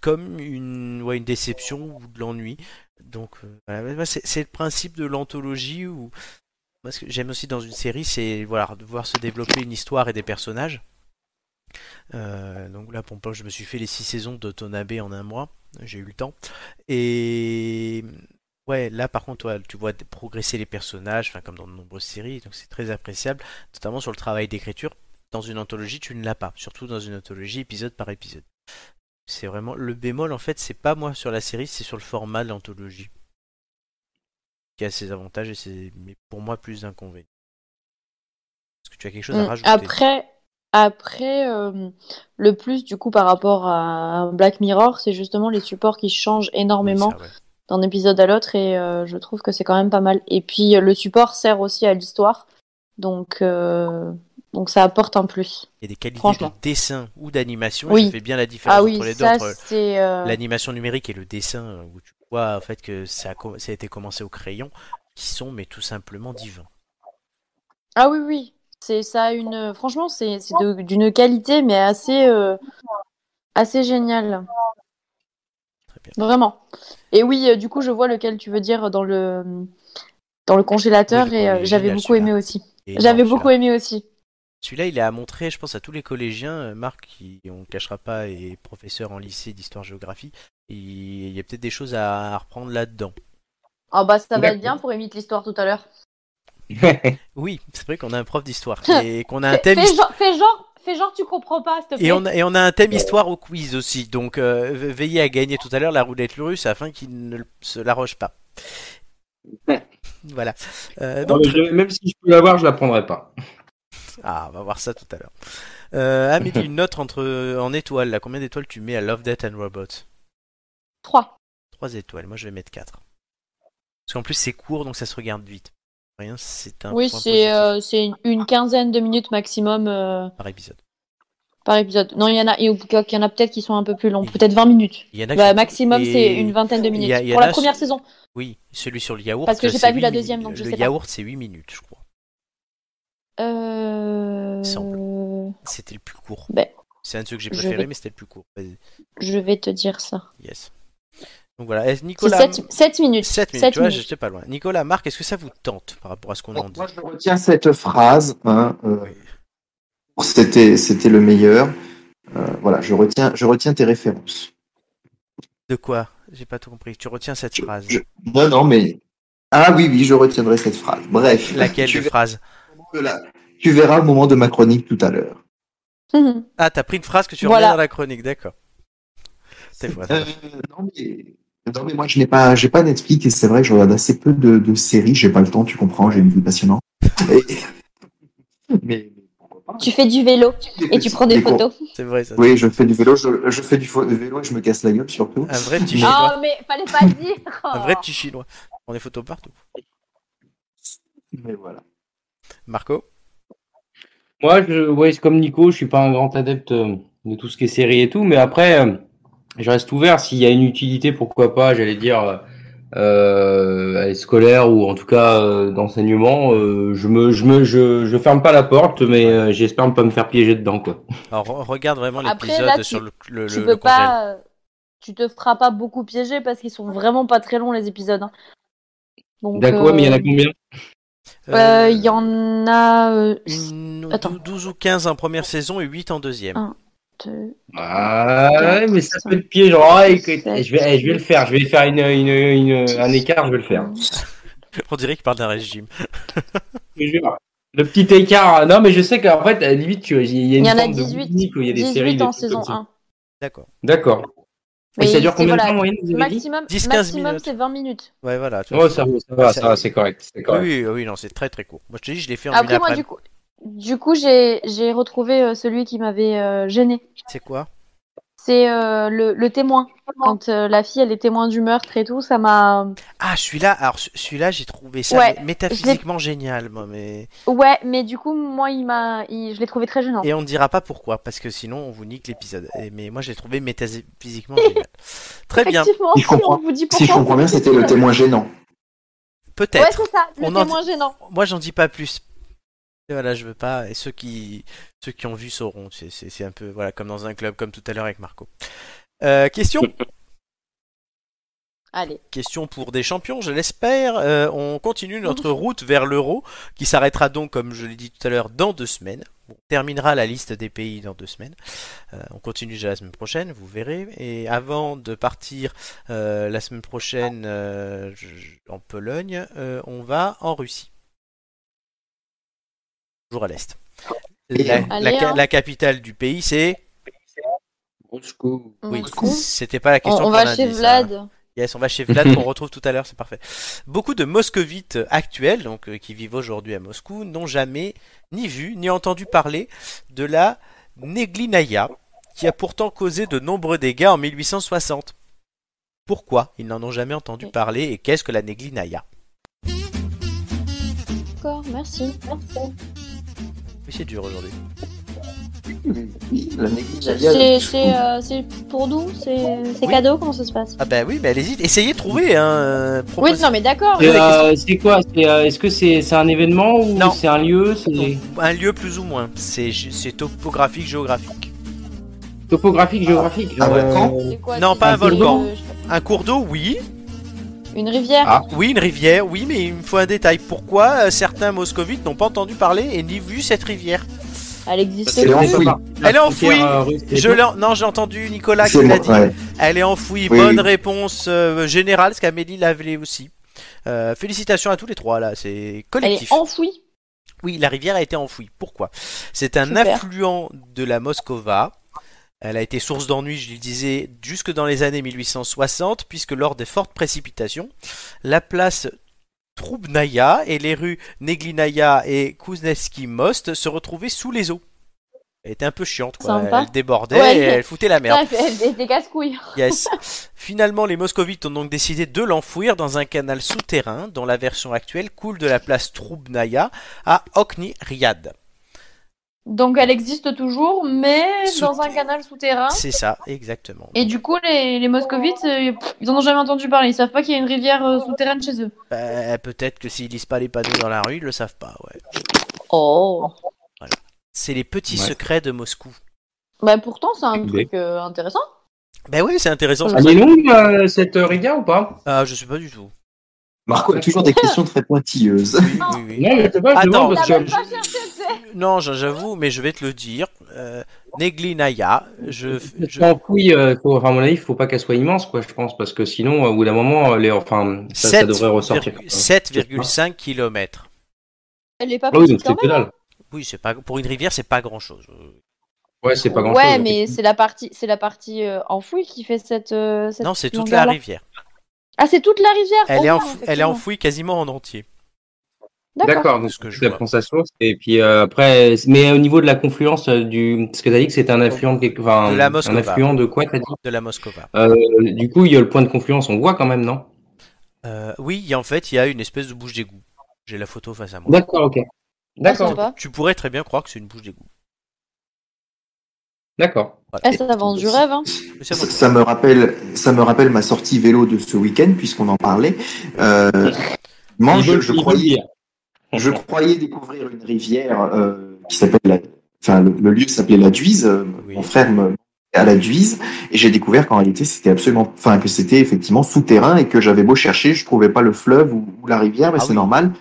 S1: comme une, ouais, une déception ou de l'ennui. Donc euh, voilà, mais moi, c'est, c'est le principe de l'anthologie où moi ce que j'aime aussi dans une série c'est voilà, de voir se développer une histoire et des personnages. Euh, donc là pour moi je me suis fait les six saisons de Tonabe en un mois, j'ai eu le temps. Et ouais, là par contre, ouais, tu vois progresser les personnages, enfin comme dans de nombreuses séries, donc c'est très appréciable, notamment sur le travail d'écriture. Dans une anthologie, tu ne l'as pas, surtout dans une anthologie épisode par épisode. C'est vraiment le bémol en fait, c'est pas moi sur la série, c'est sur le format de l'anthologie qui a ses avantages et ses mais pour moi plus d'inconvénients. Est-ce que tu as quelque chose à
S5: Mm.
S1: rajouter
S5: Après, après euh, le plus du coup par rapport à Black Mirror, c'est justement les supports qui changent
S1: Oui,
S5: énormément
S1: ça, ouais.
S5: d'un épisode à l'autre et euh, je trouve que c'est quand même pas mal. Et puis euh, le support sert aussi à l'histoire, donc euh, donc ça apporte un plus.
S1: Il y a des qualités
S5: Franchement.
S1: de dessin ou d'animation,
S5: Oui.
S1: je fais bien la différence
S5: Ah oui,
S1: entre les deux
S5: ça
S1: entre-
S5: c'est euh,
S1: l'animation numérique et le dessin euh, où tu vois en fait que ça a, com- ça a été commencé au crayon qui sont mais tout simplement divins.
S5: ah oui oui, c'est ça a une franchement c'est c'est de- d'une qualité mais assez euh, assez géniale.
S1: Très bien.
S5: Vraiment. Et oui, euh, du coup, je vois lequel tu veux dire dans le dans le congélateur
S1: Oui, le
S5: et euh,
S1: premier,
S5: j'avais
S1: génial,
S5: beaucoup aimé
S1: celui-là.
S5: aussi.
S1: Et
S5: J'avais
S1: non,
S5: beaucoup
S1: celui-là-
S5: aimé aussi.
S1: Celui-là, il est à montrer, je pense, à tous les collégiens. euh, Marc, qui, on ne cachera pas, est professeur en lycée d'histoire-géographie. Il il y a peut-être des choses à à reprendre là-dedans.
S5: Ah bah ça va
S4: D'accord.
S5: être bien pour imiter l'histoire tout à l'heure.
S1: Oui, c'est vrai qu'on a un prof d'histoire et qu'on a un
S5: Fais,
S1: thème
S5: fais
S1: histoire.
S5: genre, fais genre, fais genre tu comprends pas, s'il te plaît.
S1: Et on, a, et on a un thème histoire au quiz aussi, donc euh, ve- veillez à gagner tout à l'heure la roulette russe afin qu'il ne le- se l'arroche pas. Voilà. Euh,
S4: Non,
S1: donc,
S4: mais je- même si je peux l'avoir, je la prendrai pas.
S1: Ah, on va voir ça tout à l'heure. Euh, Amélie, une note entre, euh, en étoiles. Là. Combien d'étoiles tu mets à Love, Death and Robots
S5: Trois.
S1: 3 étoiles. Moi, je vais mettre 4. Parce qu'en plus, c'est court, donc ça se regarde vite. Rien, c'est un
S5: Oui,
S1: point
S5: c'est
S1: positif
S5: euh, c'est une- une quinzaine de minutes maximum euh,
S1: par épisode.
S5: par épisode. Non, il y en a, il y en a peut-être qui sont un peu plus longs, peut-être 20 minutes.
S1: Il y en a
S5: Bah,
S1: qui-
S5: maximum,
S1: et-
S5: c'est une vingtaine de
S1: il
S5: minutes
S1: y a- il y en
S5: pour la
S1: a
S5: première
S1: sur-
S5: saison.
S1: Oui, celui sur le yaourt. euh,
S5: Parce que j'ai
S1: c'est
S5: pas vu la
S1: huit
S5: deuxième,
S1: minutes.
S5: donc
S1: Le
S5: je sais pas.
S1: yaourt, c'est 8 minutes, je crois.
S5: Euh...
S1: C'était le plus court.
S5: Ben,
S1: c'est un de ceux que j'ai
S5: je
S1: préféré,
S5: vais-
S1: mais c'était le plus court. Vas-y.
S5: Je vais te dire ça.
S1: Yes. Donc voilà. Eh,
S5: C'est
S1: Nicolas.
S5: 7, minutes.
S1: 7 minutes,
S5: Sept
S1: tu vois,
S5: minutes.
S1: j'étais pas loin. Nicolas, Marc, est-ce que ça vous tente par rapport à ce qu'on
S4: Oh.
S1: en dit
S2: Moi, je retiens cette phrase. hein, euh,
S1: Oui.
S2: C'était, c'était le meilleur. Euh, voilà, je retiens, je retiens tes références.
S1: De quoi J'ai pas tout compris. Tu retiens cette phrase.
S2: Je- Non, non, mais ah oui, oui, je retiendrai cette phrase. Bref,
S1: Laquelle
S2: tu,
S1: de
S2: verras,
S1: phrase
S2: au moment de la- tu verras au moment de ma chronique tout à l'heure.
S5: Mhm.
S1: Ah, t'as pris une phrase que tu
S5: Voilà.
S1: reviens dans la chronique, d'accord. C'est vrai.
S2: Euh, non, mais... non, mais moi, je n'ai pas, j'ai pas Netflix et c'est vrai que je regarde assez peu de, de séries. J'ai pas le temps, tu comprends. J'ai une vie passionnante. Et- mais pourquoi pas hein.
S5: Tu fais du vélo et tu prends des
S2: Des cours-
S5: photos.
S1: C'est vrai, ça.
S2: Oui, je fais du vélo, je, je fais du fo- vélo et je me casse la gueule surtout.
S1: Un vrai petit
S2: Mais-
S1: chinois.
S5: Oh, mais fallait pas le dire.
S1: Un vrai petit chinois. On est photos partout.
S2: Mais voilà.
S1: Marco
S4: Moi, je, ouais, c'est comme Nico, je suis pas un grand adepte euh, de tout ce qui est série et tout, mais après, euh, je reste ouvert. S'il y a une utilité, pourquoi pas, j'allais dire, euh, allez, scolaire ou en tout cas euh, d'enseignement, euh, je me, je me, je, je ferme pas la porte, mais euh, j'espère ne pas me faire piéger dedans, quoi.
S1: Alors, re- regarde vraiment
S5: Après,
S1: l'épisode
S5: là, tu-
S1: sur le, le,
S5: tu
S1: le-
S5: peux
S1: le congèle.
S5: pas. euh, Tu te feras pas beaucoup piéger parce qu'ils sont vraiment pas très longs les épisodes. hein. Donc,
S4: D'accord, ouais, mais il y en a combien
S5: euh, il y en a. euh,
S1: une-
S5: Attends.
S1: 12 ou 15 en première saison et 8 en deuxième.
S5: Un. deux.
S4: Ah, ouais, mais ça peut être piégeant. Ah, écoute, je vais, eh, je vais le faire. Je vais faire une, une, une- un écart. Je vais le faire.
S5: Ah.
S1: On dirait qu'il parle d'un régime.
S4: Mais je vais voir. Le petit écart. euh, Non, mais je sais qu'en fait, à la limite, tu vois, il y
S5: Il
S4: a une
S5: y en a
S4: forme de
S5: 18,
S4: boutique où il y a des
S5: 18
S4: séries. des
S5: en
S4: trucs
S5: saison
S4: comme ça.
S5: 1.
S1: D'accord.
S4: D'accord. Et
S5: Mais
S4: ça dure
S5: c'est-
S4: combien de
S5: voilà,
S4: temps en moyenne, vous avez dit
S5: Maximum,
S1: 10-15
S5: maximum
S1: minutes.
S5: c'est 20 minutes.
S1: Ouais, voilà. tu vois.
S4: Oh, ça, va, ça va, ça va, c'est correct. C'est correct.
S1: oui, oui, oui, non, c'est très très court. Moi, je te dis, je l'ai fait en une
S5: Après, moi,
S1: après
S5: du coup, du coup j'ai j'ai retrouvé euh, celui qui m'avait euh, gêné.
S1: C'est quoi
S5: C'est euh, le, le témoin. Quand euh, la fille, elle est témoin du meurtre et tout, ça m'a.
S1: Ah, celui-là, alors ce- celui-là, j'ai trouvé ça
S5: Ouais,
S1: mais- métaphysiquement génial, moi, mais.
S5: Ouais, mais du coup, moi, il m'a, il- je l'ai trouvé très gênant.
S1: Et on ne dira pas pourquoi, parce que sinon, on vous nique l'épisode. Et- Mais moi, je l'ai trouvé métaphysiquement génial. Très bien,
S5: Effectivement,
S2: Si je
S5: si
S2: comprends-
S5: on vous dit
S2: Si je
S5: pourquoi,
S2: comprends bien,
S5: on vous dit
S2: c'était le
S5: pourquoi.
S2: témoin gênant.
S1: peut-être.
S5: Ouais, c'est ça, le
S1: On en-
S5: témoin gênant.
S1: Moi, j'en dis pas plus. Et Voilà, je veux pas. Et ceux qui, ceux qui ont vu sauront. C'est- C'est c'est un peu voilà, comme dans un club, comme tout à l'heure avec Marco. Euh, question
S5: Allez.
S1: Question pour des champions, je l'espère. Euh, on continue notre route vers l'euro, qui s'arrêtera donc, comme je l'ai dit tout à l'heure, dans deux semaines. On terminera la liste des pays dans deux semaines. Euh, on continue déjà la semaine prochaine, vous verrez. Et avant de partir euh, la semaine prochaine euh, je- je- en Pologne, euh, on va en Russie. Toujours à l'est. La, la-
S5: Allez, hein.
S1: la capitale du pays, c'est.
S5: On
S1: Oui,
S5: se trouve.
S1: c'était pas la
S5: On,
S1: question.
S5: on
S1: pour
S5: va
S1: l'indice,
S5: chez
S1: hein.
S5: Vlad.
S1: Yes, on va chez Vlad qu'on retrouve tout à l'heure, c'est parfait. Beaucoup de moscovites actuels, donc euh, qui vivent aujourd'hui à Moscou, n'ont jamais ni vu ni entendu parler de la Neglinaya, qui a pourtant causé de nombreux dégâts en 1860. Pourquoi ils n'en ont jamais entendu parler et qu'est-ce que la Neglinaya
S5: D'accord, merci.
S1: Oui, c'est dur aujourd'hui.
S5: C'est, c'est, euh, c'est pour nous, c'est, c'est
S1: Oui.
S5: cadeau, comment ça se passe
S1: Ah bah oui, mais allez-y, essayez de trouver. Hein,
S5: Oui,
S1: proposez-
S5: non, mais d'accord.
S4: Et, euh, c'est quoi C'est, euh, Est-ce que c'est c'est un événement ou
S1: Non.
S4: c'est un lieu C'est
S1: Un lieu plus ou moins. C'est c'est topographique, géographique.
S4: topographique, géographique
S2: Ah, ouais, quand
S5: C'est quoi,
S1: Non,
S5: c'est-
S1: pas un
S5: c'est-
S1: volcan.
S5: euh, je sais pas,
S1: Un cours d'eau, oui.
S5: Une rivière.
S4: Ah.
S1: Oui, une rivière, oui, mais il me faut un détail. Pourquoi euh, certains moscovites n'ont pas entendu parler et ni vu cette rivière
S5: Elle
S2: C'est
S5: existait
S2: là,
S5: plus.
S2: enfouie.
S1: Elle est enfouie.
S4: euh,
S1: Je l'ai en- Non, j'ai entendu Nicolas qui l'a dit.
S2: ouais.
S1: Elle est enfouie.
S2: Oui,
S1: Bonne
S2: oui.
S1: réponse euh, générale, ce qu'Amélie l'avait aussi. Euh, félicitations à tous les trois, là, c'est
S5: Elle
S1: collectif.
S5: est enfouie.
S1: Oui, la rivière a été enfouie. Pourquoi C'est un
S5: Super.
S1: affluent de la Moscova. Elle a été source d'ennui, je le disais, jusque dans les années 1860, puisque lors des fortes précipitations, la place Troubnaya et les rues Neglinaya et Kuznetsky Most se retrouvaient sous les eaux. Elle était un peu chiante, quoi.
S5: Sympa.
S1: Elle débordait
S5: Ouais.
S1: et elle foutait la merde.
S5: Putain, Elle fait elle fait des casse-couilles.
S1: Yes. Finalement, les moscovites ont donc décidé de l'enfouir dans un canal souterrain dont la version actuelle coule de la place Troubnaya à Okni Riad.
S5: Donc elle existe toujours, mais
S1: Sous-
S5: dans un canal souterrain.
S1: C'est ça, exactement.
S5: Hein Et du coup, les, les moscovites, euh, pff, ils en ont jamais entendu parler. Ils savent pas qu'il y a une rivière euh, souterraine chez eux.
S1: Bah, Peut-être que s'ils lisent pas les panneaux dans la rue, ils le savent pas. Ouais.
S5: Oh.
S1: C'est les petits
S4: Ouais.
S1: secrets de Moscou.
S5: Bah pourtant, c'est un
S4: Oui.
S5: truc euh, intéressant.
S1: Ben oui, c'est intéressant.
S5: Ouais.
S4: Elle est longue euh, cette euh, rivière ou pas
S1: Ah, je sais pas du tout.
S2: Marco a toujours des questions très pointilleuses.
S1: Oui, oui, oui.
S4: Non, je sais pas, je
S1: Attends.
S4: demande parce que.
S1: Je- Non, je- j'avoue, mais je vais te le dire. Euh, Neglinaya, je, je-
S4: Je... Enfouie, euh, faut- enfin, à mon avis, faut pas qu'elle soit immense, quoi, je pense, parce que sinon, euh, au bout d'un moment, euh, les, enfin, ça, ça
S1: sept
S4: devrait ressortir.
S1: virgule- 7,5 km.
S5: Elle est pas
S4: Ah oui, donc
S5: petite
S4: c'est
S5: quand
S4: que
S5: même.
S4: dalle.
S1: Oui, c'est pas pour une rivière, c'est pas grand chose.
S4: Ouais, c'est pas grand
S5: ouais,
S4: chose.
S5: mais c'est la partie, c'est la partie euh, enfouie qui fait cette. euh, cette
S1: Non, c'est toute la
S5: longueur-là.
S1: rivière.
S5: Ah, c'est toute la rivière.
S1: Elle est,
S5: Oh,
S1: enfou- elle est
S5: effectivement.
S1: enfouie quasiment en entier.
S5: D'accord.
S4: D'accord, donc
S1: ce que je
S4: tu
S1: vois.
S4: prends sa source, et puis euh, après, mais au niveau de la confluence euh, du. Parce que t'as dit que c'était un affluent de quelque. Enfin,
S1: De la
S4: un
S1: Moscova.
S4: affluent de quoi, t'as dit
S1: De la Moscova.
S4: Euh, Du coup, il y a le point de confluence, on voit quand même, non
S1: Euh, oui, et en fait, il y a une espèce de bouche d'égout. J'ai la photo face à moi.
S4: D'accord, ok.
S5: Ah,
S4: D'accord,
S5: sympa.
S1: Tu pourrais très bien croire que c'est une bouche d'égout.
S4: d'accord.
S5: Elle, Eh, ça avance du rêve. Hein.
S1: Mais c'est
S2: Ça,
S1: bon.
S2: ça me rappelle, ça me rappelle ma sortie vélo de ce week-end puisqu'on en parlait. Euh, moi,
S4: Ils
S2: je,
S4: veulent-
S2: je
S4: ils veulent
S2: croyais,
S4: dire.
S2: je croyais découvrir une rivière euh, qui s'appelle, la- enfin, le, le lieu s'appelait la Duise. Euh,
S1: Oui.
S2: Mon frère me à la Duise et j'ai découvert qu'en réalité c'était absolument, enfin que c'était effectivement souterrain et que j'avais beau chercher, je trouvais pas le fleuve ou, ou la rivière, mais
S1: Ah
S2: c'est
S1: oui.
S2: normal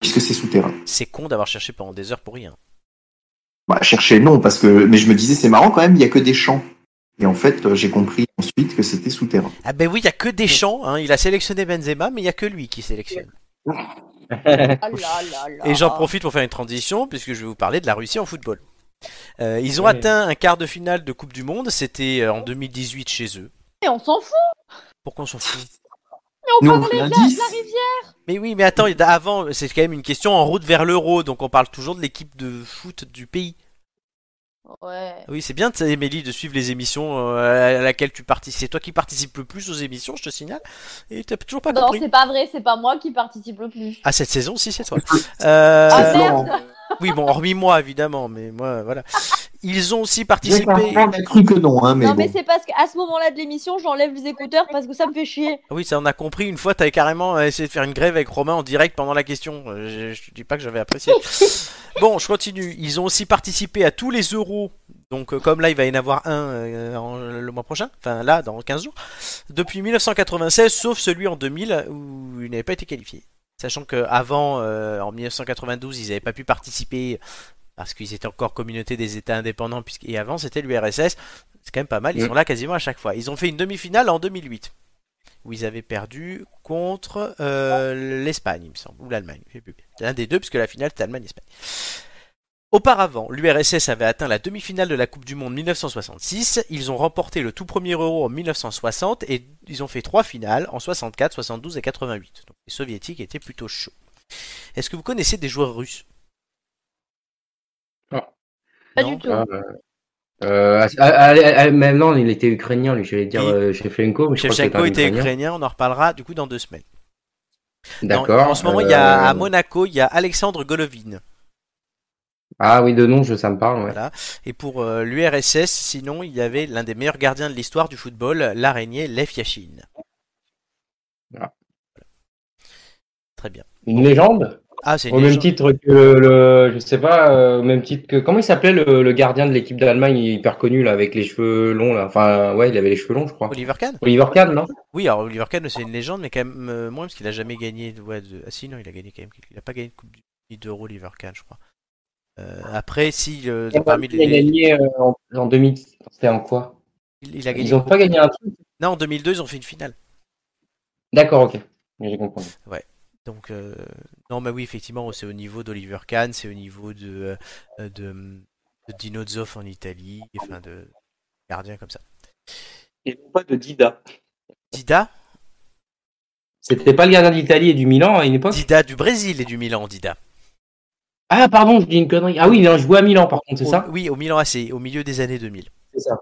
S2: puisque c'est souterrain.
S1: C'est con d'avoir cherché pendant des heures pour rien.
S2: Bah, chercher non parce que, mais je me disais c'est marrant quand même, il y a que des champs. Et en fait, euh, j'ai compris ensuite que c'était souterrain.
S1: Ah ben oui, il y a que Deschamps. Hein. Il a sélectionné Benzema, mais il y a que lui qui sélectionne.
S3: Ah là là là.
S1: Et j'en profite pour faire une transition puisque je vais vous parler de la Russie en football. Euh, ils ont
S4: Ouais.
S1: atteint un quart de finale de Coupe du Monde, c'était euh, en 2018 chez eux.
S3: Mais on s'en fout.
S1: Pourquoi on s'en fout
S2: Nous, on fait un 10.
S1: Mais oui, mais attends, il y a- avant, c'est quand même une question en route vers l'euro, donc on parle toujours de l'équipe de foot du pays. Ah
S3: Ouais.
S1: Oui, c'est bien, tu sais, Émilie, de suivre les émissions euh, à laquelle tu participes. C'est toi qui participes le plus aux émissions, je te signale, et t'as toujours pas
S3: Non,
S1: compris.
S3: c'est pas vrai, c'est pas moi qui participe le plus.
S1: Ah, cette saison, si, c'est toi. Euh,
S3: Ah
S2: C'est
S3: merde
S1: oui, bon, hormis moi, évidemment, mais moi, voilà. Ils ont aussi participé.
S2: On a cru que non, hein, mais,
S3: Non, mais
S2: bon.
S3: c'est parce qu'à ce moment-là de l'émission, j'enlève les écouteurs parce que ça me fait chier.
S1: Ah Oui, ça on a compris. Une fois, t'avais carrément euh, essayé de faire une grève avec Romain en direct pendant la question. Euh, Je, je te dis pas que j'avais apprécié. bon, je continue. Ils ont aussi participé à tous les euros. Donc, euh, comme là, il va y en avoir un euh, en- le mois prochain, enfin là, dans 15 jours, depuis 1996, sauf celui en 2000 où ils n'avaient pas été qualifiés. Sachant qu'avant, en 1992, ils n'avaient pas pu participer parce qu'ils étaient encore communauté des États indépendants, puisque- et avant c'était l'URSS. C'est quand même pas mal, ils
S4: Mm.
S1: sont là quasiment à chaque fois. Ils ont fait une demi-finale en 2008 où ils avaient perdu contre euh, l'Espagne, il me semble, ou l'Allemagne, je sais plus. L'un des deux, puisque la finale c'était Allemagne-Espagne. Auparavant, l'URSS avait atteint la demi-finale de la Coupe du Monde 1966. Ils ont remporté le tout premier Euro en 1960 et ils ont fait trois finales en 64, 72 et 88. Donc les Soviétiques étaient plutôt chauds. Est-ce que vous connaissez des joueurs russes
S4: Non.
S3: Pas
S1: Non
S3: du tout.
S4: Ah, Euh, à- à- à- à- même non, il était ukrainien, lui, j'allais dire
S1: Oui.
S4: euh, Shevchenko, mais je crois que
S1: Shevchenko
S4: c'était
S1: était
S4: un ukrainien.
S1: ukrainien, on en reparlera du coup dans deux semaines. Dans-
S4: D'accord.
S1: en ce moment, il y a
S4: Euh,
S1: à Monaco, il y a Alexandre Golovin.
S4: Ah oui, de nom, je, ça me parle, ouais.
S1: Voilà. Et pour euh, l'URSS, sinon, il y avait l'un des meilleurs gardiens de l'histoire du football, l'araignée Lev Yashin.
S4: Voilà.
S1: Très bien.
S4: Une légende
S1: Ah, c'est
S4: Au
S1: une
S4: même
S1: légende.
S4: titre que le, je sais pas, euh, au même titre que comment il s'appelait le, le gardien de l'équipe d'Allemagne hyper connu là avec les cheveux longs là. Enfin ouais, il avait les cheveux longs je crois.
S1: Oliver Kahn
S4: Oliver Kahn non
S1: Oui, alors Oliver Kahn, c'est une légende, mais quand même euh, moins, parce qu'il a jamais gagné. de- ouais, de... Ah si, non, il a gagné quand même. quelques- Il a pas gagné de Coupe du ni d'Euro, Oliver Kahn, je crois. Euh, après, si, euh, parmi
S4: Il a
S1: les.
S4: gagné euh, en, en 2000. C'était en quoi
S1: Il, il a gagné.
S4: Ils ont pas gagné un truc.
S1: Non, en 2002, ils ont fait une finale.
S4: D'accord, ok. J'ai compris.
S1: Donc, euh, non, mais oui, effectivement, c'est au niveau d'Oliver Kahn, c'est au niveau de, euh, de, de Dino Zoff en Italie, enfin de gardiens comme ça.
S7: Et non pas de Dida.
S1: Dida
S4: C'était pas le gardien d'Italie et du Milan à une époque
S1: Dida du Brésil et du Milan, Dida.
S4: Ah pardon, je dis une connerie. Ah oui, il a joué à Milan par contre, c'est
S1: Au-
S4: ça
S1: Oui, au Milan AC, au milieu des années 2000.
S4: C'est ça.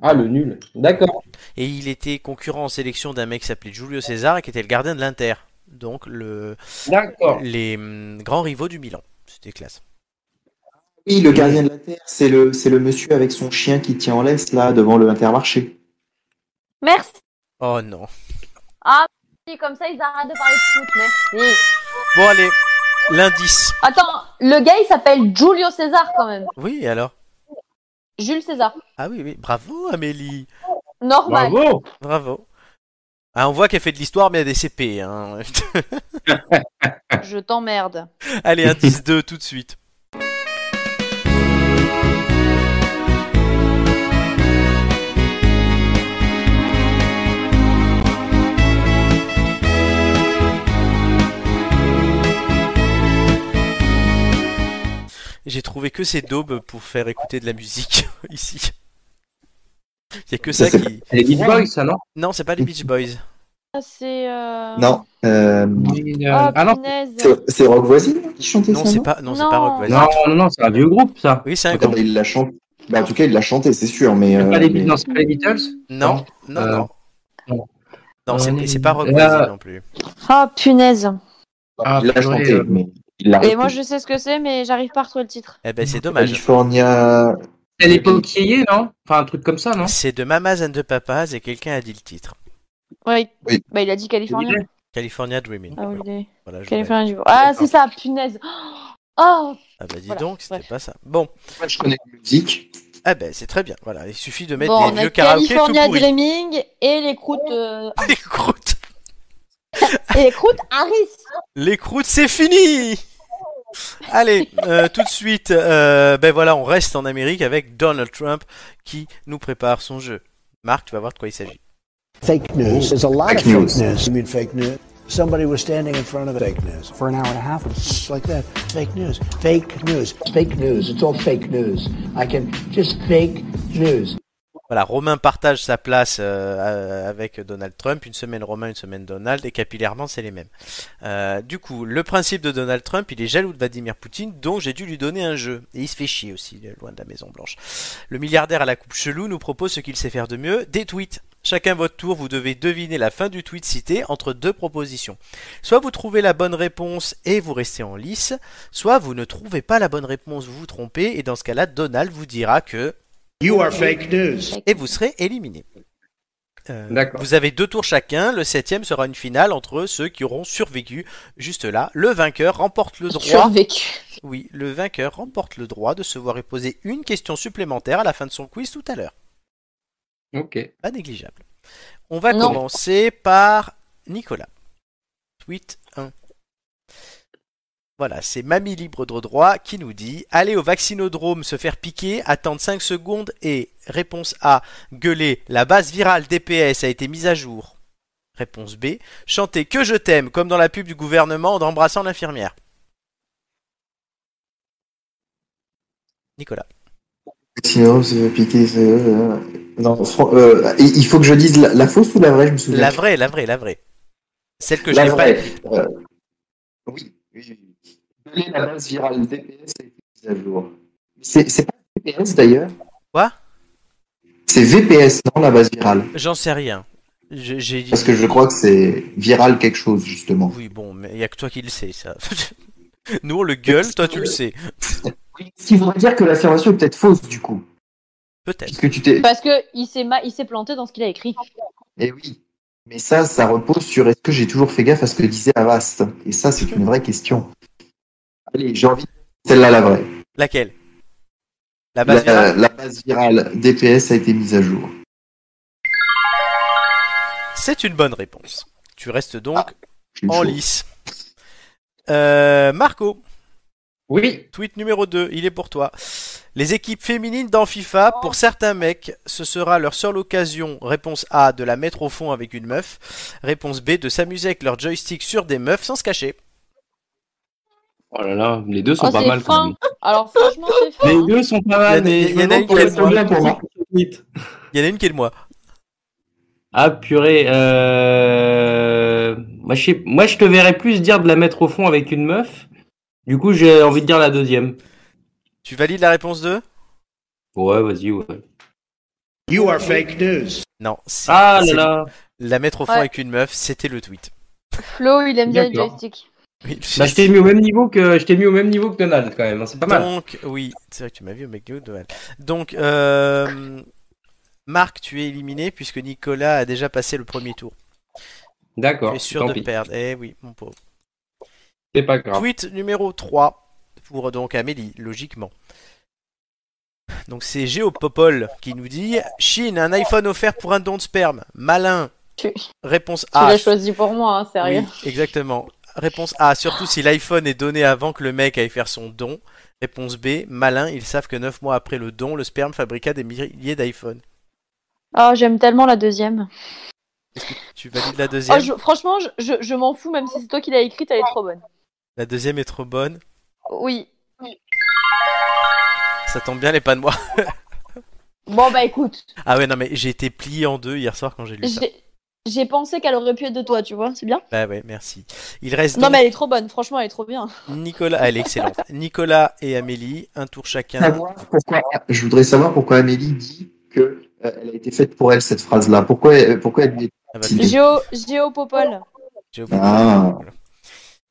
S4: Ah le nul. D'accord.
S1: Et il était concurrent en sélection d'un mec qui s'appelait Julio César et qui était le gardien de l'Inter. Donc, le,
S4: D'accord.
S1: les hum, grands rivaux du Milan. C'était classe.
S2: Oui, le gardien de la Terre, c'est le, c'est le monsieur avec son chien qui tient en laisse, là, devant le intermarché.
S3: Merci.
S1: Oh non.
S3: Comme ça, ils arrêtent de parler de foot. Merci.
S1: Bon, allez, l'indice.
S3: Attends, le gars, il s'appelle Julio César quand même.
S1: Oui, et alors
S3: Jules César.
S1: Ah oui, oui. Bravo, Amélie.
S3: Normal.
S4: Bravo.
S1: Bravo. Ah, on voit qu'elle fait de l'histoire, mais elle est CP. Hein.
S2: Bah
S3: Je t'emmerde.
S1: Allez, indice 2 tout de suite. J'ai trouvé que ces daubes pour faire écouter de la musique ici. Il y a que ça
S2: Ça, c'est-
S1: qui.
S4: C'est les Beach Boys ça non
S1: Non, c'est pas les Beach Boys.
S3: C'est. euh,
S2: Non, euh,
S3: Oh,
S4: Ah non.
S3: punaise.
S2: c'est- c'est Rock Voisine qui chantait
S1: Non,
S2: ça
S1: c'est pas. Non, c'est
S3: Non.
S1: pas Rock Voisine.
S4: Non, non, non, c'est un vieux groupe ça.
S1: Oui, c'est un
S2: Ah, bah,
S1: groupe.
S2: il l'a chanté. Bah, en tout cas, il l'a chanté, c'est sûr, mais.
S4: C'est
S2: euh,
S4: pas les
S2: mais-
S4: Beatles, c'est pas les Beatles
S1: Non, non,
S4: Euh,
S1: non. Non,
S4: non.
S1: c'est,
S4: Euh,
S1: c'est pas Rock
S4: euh,
S1: Voisine non plus.
S3: Oh,
S5: Ah, punaise.
S4: Ah,
S2: il l'a
S4: purée,
S2: chanté,
S4: euh.
S2: mais il l'a
S5: Et moi,
S2: repris.
S5: je sais ce que c'est, mais j'arrive pas à retrouver le titre.
S1: Eh ben, c'est dommage.
S2: California.
S4: C'est les Poquiers, non Enfin, un truc comme ça, non
S1: C'est de Mamas and de Papas et quelqu'un a dit le titre.
S5: Ouais.
S2: Oui.
S5: Bah, il a dit Californie.
S1: California Dreaming.
S5: Ah oui, il est-
S1: Voilà, je l'avais.
S5: Californie.
S3: Ah, c'est ça, punaise. Oh,
S1: Ah bah dis
S3: Voilà,
S1: donc, c'était
S3: bref.
S1: pas ça. Bon,
S2: Moi, je connais la musique.
S1: ah ben c'est très bien. Voilà, il suffit de mettre
S3: bon,
S1: des
S3: on a
S1: vieux karaokés tout
S3: California
S1: pourris.
S3: Dreaming et les croûtes. euh,
S1: Les croûtes,
S3: et les croûtes Harris.
S1: les croûtes, c'est fini. Allez, euh, tout de suite. euh, ben voilà, on reste en Amérique avec Donald Trump qui nous prépare son jeu. Marc, tu vas voir de quoi il s'agit.
S8: Fake news. There's a lot
S2: Fake
S8: of fake
S2: news.
S8: news. You mean fake news? Somebody was standing in front of fake news for an hour and a half, it's like that. Fake news, fake news, fake news. It's all fake news. I can just fake news.
S1: Voilà, Romain partage sa place euh, à- avec Donald Trump, une semaine Romain, une semaine Donald, et capillairement c'est les mêmes. Euh, du coup, le principe de Donald Trump, il est jaloux de Vladimir Poutine, dont j'ai dû lui donner un jeu. Et il se fait chier aussi, il est loin de la Maison Blanche. Le milliardaire à la coupe chelou nous propose ce qu'il sait faire de mieux, des tweets. Chacun votre tour, vous devez deviner la fin du tweet cité entre deux propositions. Soit vous trouvez la bonne réponse et vous restez en lice, soit vous ne trouvez pas la bonne réponse, vous vous trompez, et dans ce cas-là, Donald vous dira que
S8: You are fake news.
S1: et vous serez éliminé. Euh,
S4: D'accord.
S1: vous avez deux tours chacun, le septième sera une finale entre ceux qui auront survécu juste là. Le vainqueur remporte le droit.
S5: Survécu.
S1: Oui, le vainqueur remporte le droit de se voir poser une question supplémentaire à la fin de son quiz tout à l'heure.
S4: Ok.
S1: Pas négligeable. On va
S5: Non.
S1: commencer par Nicolas. Tweet 1. Voilà, c'est Mamie Libre de Droit qui nous dit Aller au vaccinodrome, se faire piquer, attendre 5 secondes et réponse A, gueuler, la base virale DPS a été mise à jour. Réponse B, chanter que je t'aime, comme dans la pub du gouvernement en embrassant l'infirmière. Nicolas.
S2: Sinon, ça va piquer. ça- euh, Non, fran- euh, il il faut que je dise la, la fausse ou la vraie, je me souviens.
S1: La vraie, la vraie, la vraie. Celle que je
S2: La
S1: n'ai pas
S2: vraie. euh, oui, oui, oui. Quelle est la base virale DPS a été mise à jour C'est c'est pas VPS d'ailleurs
S1: Quoi
S2: C'est VPS, non, la base virale.
S1: J'en sais rien. Je- J'ai
S2: Parce que je crois que c'est viral quelque chose, justement.
S1: Oui, bon, mais il y a que toi qui le sais, ça. Nous, on le gueule, toi, tu le sais.
S2: Ce qui voudrait dire que l'affirmation est peut-être fausse, du coup.
S1: Peut-être.
S2: Puisque tu t'es.
S5: Parce que il s'est ma- il s'est planté dans ce qu'il a écrit.
S2: Eh oui. Mais ça, ça repose sur est-ce que j'ai toujours fait gaffe à ce que disait Avast Et ça, c'est une vraie question. Allez, j'ai envie. de- Celle-là, la vraie.
S1: Laquelle La
S2: La,
S1: base virale
S2: la base virale DPS a été mise à jour.
S1: C'est une bonne réponse. Tu restes donc
S2: Je suis
S1: en
S2: chaud.
S1: lice. Euh, Marco,
S4: Oui.
S1: tweet numéro 2, il est pour toi. Les équipes féminines dans FIFA, pour certains mecs, ce sera leur seule occasion, réponse A, de la mettre au fond avec une meuf, réponse B, de s'amuser avec leur joystick sur des meufs sans se cacher.
S4: Oh là là, les deux sont
S5: Oh,
S4: pas
S5: c'est
S4: mal quand
S5: fin.
S4: même.
S5: Alors franchement, c'est fin.
S4: Les
S5: hein.
S4: deux sont pas mal,
S1: Il y en a-
S4: mais
S1: il y en
S4: je
S1: a
S4: me
S1: une
S4: demande
S1: qui est
S4: pourquoi
S1: de
S4: ils sont
S2: moi.
S4: là pour moi.
S1: Il y en a une qui est de moi.
S4: Ah purée, euh... moi, je sais- moi je te verrais plus dire de la mettre au fond avec une meuf. Du coup j'ai envie de dire la deuxième.
S1: Tu valides la réponse 2
S4: Ouais vas-y ouais.
S8: You are fake news.
S1: Non. c'est-
S4: Ah là
S1: c'est-
S4: là.
S1: La mettre au fond
S5: Ouais.
S1: avec une meuf, c'était le tweet.
S5: Flo, il aime bien les
S4: D'accord.
S5: joysticks.
S1: Oui.
S4: Bah, je t'ai mis au même niveau que je t'ai mis au même niveau que Donald quand même. hein, C'est pas mal.
S1: Donc, oui, c'est vrai que tu m'as vu au McDonald's. Donc, euh, Marc, tu es éliminé puisque Nicolas a déjà passé le premier tour.
S4: D'accord.
S1: tu es sûr
S4: tant
S1: de
S4: pis.
S1: perdre. Eh oui, mon pauvre.
S4: C'est pas grave.
S1: Tweet numéro 3 pour donc Amélie, logiquement. Donc, c'est Géopopol qui nous dit Chine, un iPhone offert pour un don de sperme. Malin.
S5: Tu-
S1: Réponse
S5: Tu
S1: A.
S5: l'as choisi pour moi, hein, sérieux.
S1: Ah, Oui, exactement. Réponse A, surtout si l'iPhone est donné avant que le mec aille faire son don. Réponse B, malin, ils savent que 9 mois après le don, le sperme fabriqua des milliers d'iPhone. Ah,
S5: Oh, j'aime tellement la deuxième.
S1: Tu valides la deuxième
S5: Oh, je- franchement, je, je- je m'en fous, même si c'est toi qui l'as écrite, elle est trop bonne.
S1: La deuxième est trop bonne.
S5: Oui.
S1: Ça tombe bien, elle est pas de moi.
S5: Bon, bah écoute,
S1: Ah ouais, non, mais j'ai été plié en deux hier soir quand j'ai lu ça.
S5: j'ai j'ai pensé qu'elle aurait pu être de toi, tu vois, c'est bien.
S1: Bah ouais, merci. Il reste
S5: Non,
S1: donc
S5: mais elle est trop bonne, franchement, elle est trop bien.
S1: Nicolas. ah, elle est excellente. Nicolas et Amélie, un tour chacun.
S2: Savoir pourquoi- je voudrais savoir pourquoi Amélie dit que euh, elle a été faite pour elle cette phrase-là. Pourquoi, euh, pourquoi elle lui est...
S1: Ah bah,
S2: Oui.
S5: Géo, Géo Popol.
S1: j'ai oublié.
S2: Ah.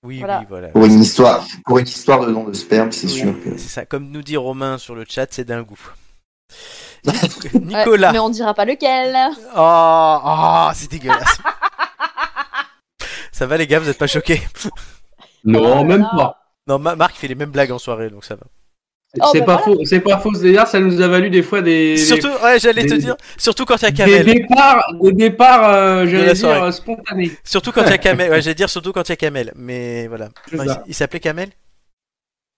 S1: Oui,
S5: Voilà.
S1: oui, voilà.
S2: pour une histoire pour une histoire de don de sperme, c'est
S1: Oui,
S2: sûr que.
S1: C'est ça. Comme nous dit Romain sur le chat, c'est d'un goût. Nicolas.
S5: Ouais, mais on dira pas lequel.
S1: Oh, oh, c'est dégueulasse. ça va les gars, vous êtes pas choqués
S5: Oh là
S4: Non même
S5: là.
S4: pas.
S1: Non, Ma- Marc fait les mêmes blagues en soirée, donc ça va.
S5: Oh,
S4: C'est
S5: bah
S4: pas faux. C'est pas faux. D'ailleurs ça nous a valu des fois des. des-
S1: surtout, ouais, j'allais te
S4: des-
S1: dire, surtout quand il y a
S4: Des
S1: Kamel.
S4: départs, des départs,
S1: De la
S4: euh, j'allais dire
S1: soirée.
S4: euh, spontanés.
S1: Surtout quand il y a Kamel. Ouais, j'allais dire surtout quand il y a Kamel, mais voilà.
S4: C'est
S1: Non,
S4: ça.
S1: il il s'appelait Kamel
S4: Oh.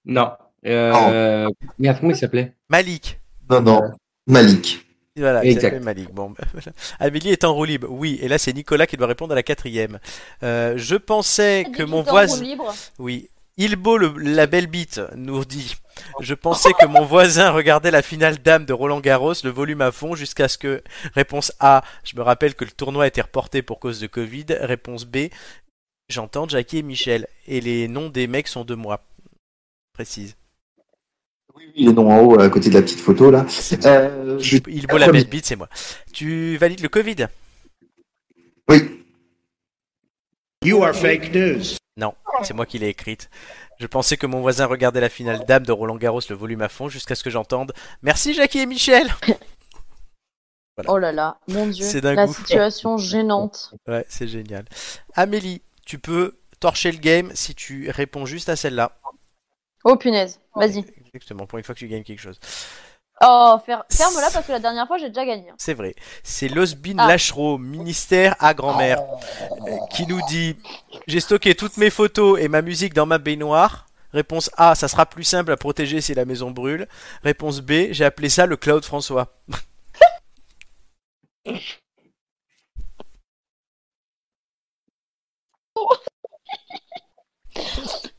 S4: Non. Euh... Merde, comment il s'appelait
S1: Malik.
S2: Non, non. Malik.
S1: Voilà,
S4: Exact.
S1: exact. Malik. Bon, bah, voilà. Amélie est en roue libre. Oui, et là c'est Nicolas qui doit répondre à la quatrième. Euh, je pensais que mon voisin, oui, Ilbo le, la belle bite nous dit. Je pensais que mon voisin regardait la finale dame de Roland Garros, le volume à fond, jusqu'à ce que réponse A. Je me rappelle que le tournoi a été reporté pour cause de Covid. Réponse B. J'entends Jackie et Michel et les noms des mecs sont de moi. Précise.
S2: Oui, oui, les noms en haut à côté de la petite photo là. Euh, je-
S1: Ilbo la belle bite, c'est moi. Tu valides le Covid
S2: Oui,
S8: You are fake news.
S1: Non, c'est moi qui l'ai écrite. Je pensais que mon voisin regardait la finale dame de Roland Garros le volume à fond jusqu'à ce que j'entende Merci Jackie et Michel
S5: Oh là là, mon dieu,
S1: C'est d'un
S5: la
S1: coup.
S5: situation gênante.
S1: Ouais, c'est génial. Amélie, tu peux torcher le game si tu réponds juste à celle-là.
S5: Oh punaise, vas-y.
S1: Exactement, pour une fois que tu gagnes quelque chose.
S5: Oh, fer- ferme-la parce que la dernière fois j'ai déjà gagné.
S1: C'est vrai. C'est Losbin
S5: Ah.
S1: Lachereau, ministère à grand-mère, euh, qui nous dit J'ai stocké toutes mes photos et ma musique dans ma baignoire. Réponse A, ça sera plus simple à protéger si la maison brûle. Réponse B, j'ai appelé ça le Cloud François.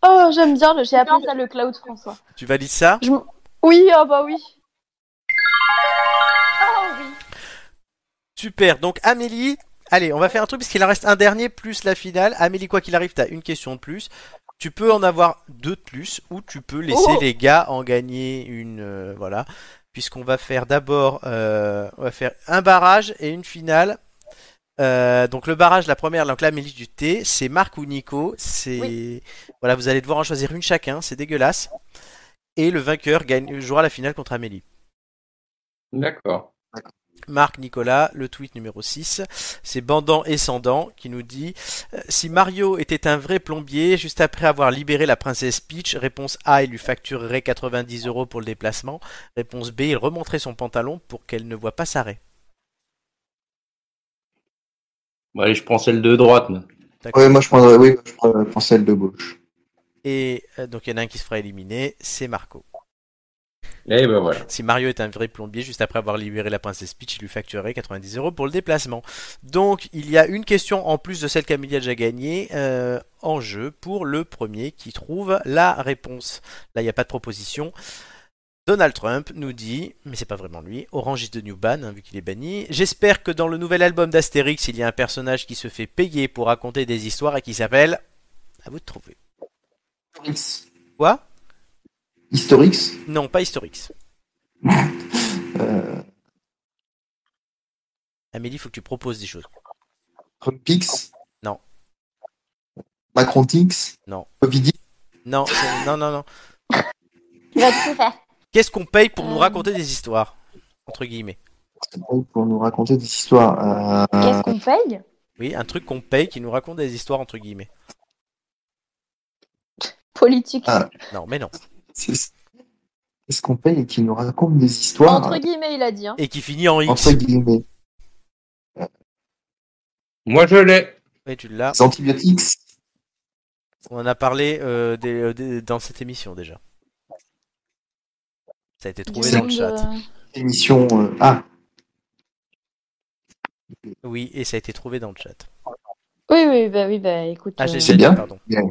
S5: Oh, j'aime bien, le- j'ai appelé ça le cloud François.
S1: Tu valides ça
S5: Je m- Oui, ah bah oui. Ah oui.
S1: Super. Donc Amélie, allez, on va faire un truc puisqu'il en reste un dernier plus la finale. Amélie, quoi qu'il arrive, t'as une question de plus. Tu peux en avoir deux de plus ou tu peux laisser
S5: Oh
S1: les gars en gagner une. euh, voilà. Puisqu'on va faire d'abord, euh, on va faire un barrage et une finale. Euh, donc le barrage, la première, donc là Amélie du thé, c'est Marc ou Nico. C'est voilà, vous allez devoir en choisir une chacun. C'est dégueulasse. Et le vainqueur gagne, jouera la finale contre Amélie.
S4: D'accord.
S1: Marc Nicolas, le tweet numéro 6, c'est Bandant et Sandan qui nous dit euh, Si Mario était un vrai plombier, juste après avoir libéré la princesse Peach, réponse A, il lui facturerait 90 euros pour le déplacement. Réponse B, il remonterait son pantalon pour qu'elle ne voit pas sa raie.
S4: Bon, Bah, allez, je prends celle de droite. moi.
S1: D'accord.
S2: ouais, moi je prendrais, oui, je prends- prends celle de gauche.
S1: Et euh, donc il y en a un qui se fera éliminer, c'est Marco.
S4: Eh ben voilà.
S1: Si Mario est un vrai plombier, juste après avoir libéré la princesse Peach, il lui facturerait 90 euros pour le déplacement. Donc il y a une question en plus de celle qu'Amélie a déjà gagnée euh, en jeu pour le premier qui trouve la réponse. Là il n'y a pas de proposition. Donald Trump nous dit, mais c'est pas vraiment lui, Orange is the New Ban, hein, vu qu'il est banni. J'espère que dans le nouvel album d'Astérix, il y a un personnage qui se fait payer pour raconter des histoires et qui s'appelle. À vous de trouver.
S2: Historix.
S1: Quoi
S2: Historix.
S1: Non, pas Historix.
S2: Euh,
S1: Amélie, faut que tu proposes des choses.
S2: Trumpix.
S1: Non.
S2: Macrontix.
S1: Non.
S2: Covidix.
S1: Non, c'est- non, non, non.
S3: Tu vas tout faire.
S1: Qu'est-ce qu'on paye pour nous
S5: Euh.
S1: raconter des histoires Entre guillemets.
S2: Pour nous raconter des histoires. euh,
S5: Qu'est-ce qu'on paye
S1: Oui, un truc qu'on paye qui nous raconte des histoires, entre guillemets.
S5: Politique.
S2: Ah.
S1: Non, mais non.
S2: c'est- Qu'est-ce qu'on paye et qui nous raconte des histoires
S5: Entre guillemets, il a dit. Hein.
S1: Et qui finit en X.
S2: entre guillemets.
S4: Moi, je l'ai.
S1: Oui, tu l'as.
S2: Les antibiotiques.
S1: On en a parlé euh, des- euh, des- dans cette émission déjà. Ça a été trouvé
S5: Du
S1: dans le
S5: monde,
S1: chat.
S5: euh,
S2: Émission. euh, Ah,
S1: Oui, et ça a été trouvé dans le chat.
S5: Oui, oui, bah oui, bah écoute.
S1: Ah,
S5: euh,
S1: j'ai
S2: C'est
S1: j'ai-
S2: bien.
S1: pardon.
S2: mais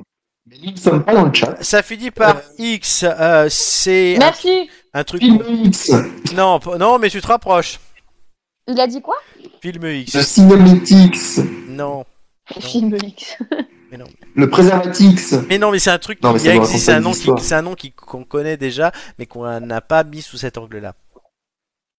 S2: nous ne sommes pas dans le chat.
S1: Ça finit par X. euh, c'est un,
S5: Merci.
S1: un truc.
S2: Film X,
S1: Non, p- non, mais tu te rapproches.
S5: Il a dit quoi
S1: Film X.
S2: le Cinematix,
S1: Non.
S5: Film X.
S2: le Préservatix.
S1: Mais non, mais c'est un truc
S2: Non, mais
S1: qui
S2: ça
S1: a
S2: nous
S1: existé,
S2: raconte
S1: c'est
S2: pas
S1: un
S2: des
S1: nom qui,
S2: histoires.
S1: c'est un nom qui- qu'on connaît déjà, mais qu'on n'a pas mis sous cet angle-là.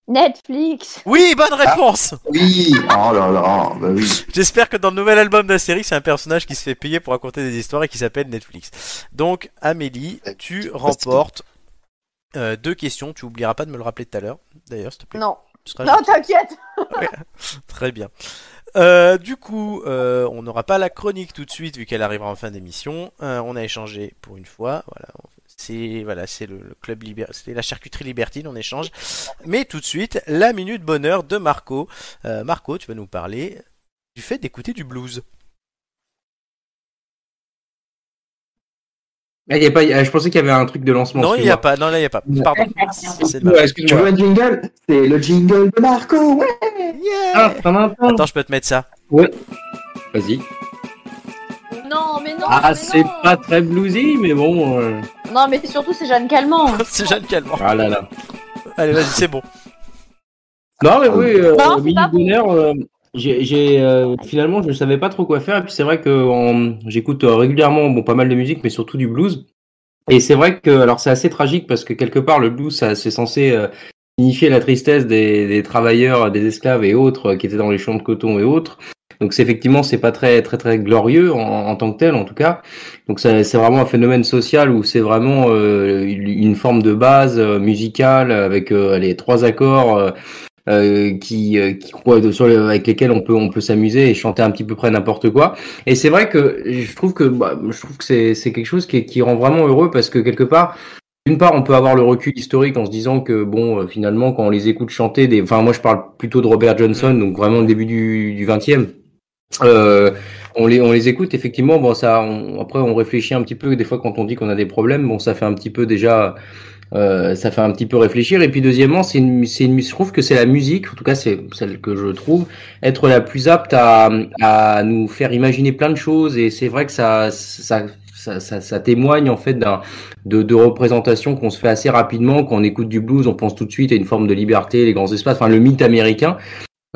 S5: Netflix.
S1: Oui, bonne
S2: Ah.
S1: réponse.
S2: Oui, oh là là, bah oui.
S1: J'espère que dans le nouvel album de la série, c'est un personnage qui se fait payer pour raconter des histoires et qui s'appelle Netflix. Donc, Amélie, tu remportes euh, deux questions. Tu oublieras pas de me le rappeler tout à l'heure. D'ailleurs, s'il te plaît.
S5: Non.
S1: Tu seras
S5: Non, t'inquiète.
S1: Très bien. Euh, du coup, euh, on n'aura pas la chronique tout de suite vu qu'elle arrivera en fin d'émission. Euh, on a échangé pour une fois. Voilà, On- c'est voilà, c'est le, le club liber- c'est la charcuterie libertine, on échange. Mais tout de suite, la minute bonheur de Marco. Euh, Marco, tu vas nous parler du fait d'écouter du blues.
S4: Ah, il y a pas, ah, je pensais qu'il y avait un truc de lancement.
S1: Non, il n'y a
S4: excuse-moi.
S1: pas. Non, là, il n'y a pas. Pardon. C'est de ma faute.
S4: Ouais,
S2: Tu
S4: excuse-moi.
S2: veux un jingle C'est le jingle de Marco ouais
S4: Ah, t'en as un peu.
S1: Attends, je peux te mettre ça.
S4: Vas-y.
S3: Non, mais non.
S4: Ah,
S3: mais
S4: c'est
S3: non.
S4: pas très bluesy, mais bon. euh,
S5: Non, mais surtout, c'est Jeanne Calment.
S1: c'est Jeanne Calment.
S4: Ah là là.
S1: Allez, vas-y, c'est bon.
S4: Non, mais oui, euh,
S5: Non, c'est
S4: Mini
S5: pas bon.
S4: Bonheur, euh, j'ai, j'ai, euh, finalement, je ne savais pas trop quoi faire. Et puis c'est vrai que en- j'écoute euh, régulièrement bon, pas mal de musique, mais surtout du blues. Et c'est vrai que, alors c'est assez tragique parce que quelque part, le blues, ça, c'est censé euh, signifier la tristesse des, des travailleurs, euh, des esclaves et autres euh, qui étaient dans les champs de coton et autres. Donc c'est effectivement, c'est pas très très très glorieux en, en tant que tel, en tout cas. Donc ça- c'est vraiment un phénomène social où c'est vraiment euh, une une forme de base euh, musicale avec euh, les trois accords euh, euh, qui, euh, qui quoi, sur le- avec lesquels on peut on peut s'amuser et chanter un petit peu près n'importe quoi. Et c'est vrai que je trouve que bah, je trouve que c'est c'est quelque chose qui qui rend vraiment heureux parce que quelque part d'une part, on peut avoir le recul historique en se disant que bon, euh, finalement, quand on les écoute chanter, des, enfin moi je parle plutôt de Robert Johnson, donc vraiment le début du, du 20e. Euh, on les on les écoute effectivement. Bon ça, on- après on réfléchit un petit peu. Des fois quand on dit qu'on a des problèmes, bon ça fait un petit peu déjà euh, ça fait un petit peu réfléchir. Et puis deuxièmement, c'est une, c'est une, je trouve que c'est la musique, en tout cas c'est celle que je trouve être la plus apte à, à nous faire imaginer plein de choses. Et c'est vrai que ça, ça, ça, ça, ça témoigne en fait d'un de, de représentations qu'on se fait assez rapidement quand on écoute du blues. On pense tout de suite à une forme de liberté, les grands espaces, enfin le mythe américain.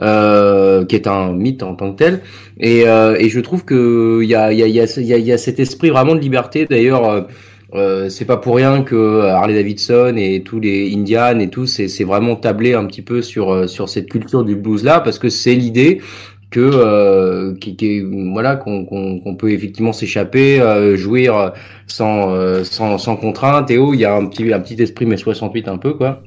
S4: Euh, qui est un mythe en tant que tel et, euh, et je trouve que il y a, il y, a, il y, a, ce- il y, a, il y a cet esprit vraiment de liberté d'ailleurs euh, euh, c'est pas pour rien que Harley Davidson et tous les Indians et tout, c'est c'est vraiment tablé un petit peu sur euh, sur cette culture du blues là, parce que c'est l'idée que euh, qui, qui- voilà qu'on qu'on qu'on peut effectivement s'échapper, euh, jouir sans euh, sans sans contrainte. Et oh, il y a un petit un petit esprit mais 68 un peu quoi.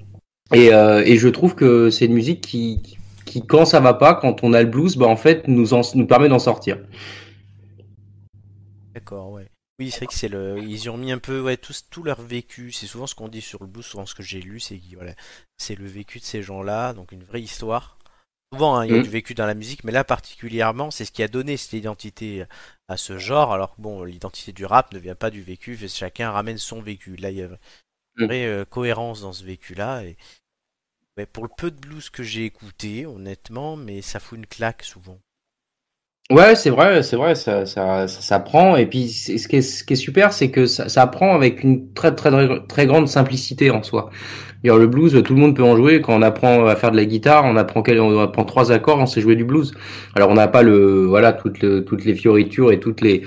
S4: Et euh, et je trouve que c'est une musique qui qui quand ça va pas, quand on a le blues, bah en fait nous en, nous permet d'en sortir.
S1: D'accord, ouais. Oui, c'est vrai que c'est le. Ils y ont mis un peu, ouais, tous, tout leur vécu. C'est souvent ce qu'on dit sur le blues, souvent ce que j'ai lu, c'est que, voilà, c'est le vécu de ces gens-là, donc une vraie histoire. Souvent, hein, il y a
S4: Mhm.
S1: du vécu dans la musique, mais là particulièrement, c'est ce qui a donné cette identité à ce genre. Alors que bon, l'identité du rap ne vient pas du vécu, mais chacun ramène son vécu. Là, il y a une
S4: Mhm.
S1: vraie euh, cohérence dans ce vécu-là. Et... ouais, pour le peu de blues que j'ai écouté, honnêtement, mais ça fout une claque souvent.
S4: Ouais, c'est vrai, c'est vrai, ça, ça, ça, ça prend. Et puis, c'est- ce qui est, ce qui est super, c'est que ça, ça prend avec une très, très, très, très grande simplicité en soi. D'ailleurs, le blues, tout le monde peut en jouer. Quand on apprend à faire de la guitare, on apprend, quel- on apprend trois accords, on sait jouer du blues. Alors, on n'a pas le, voilà, toutes, le- toutes les fioritures et toutes les,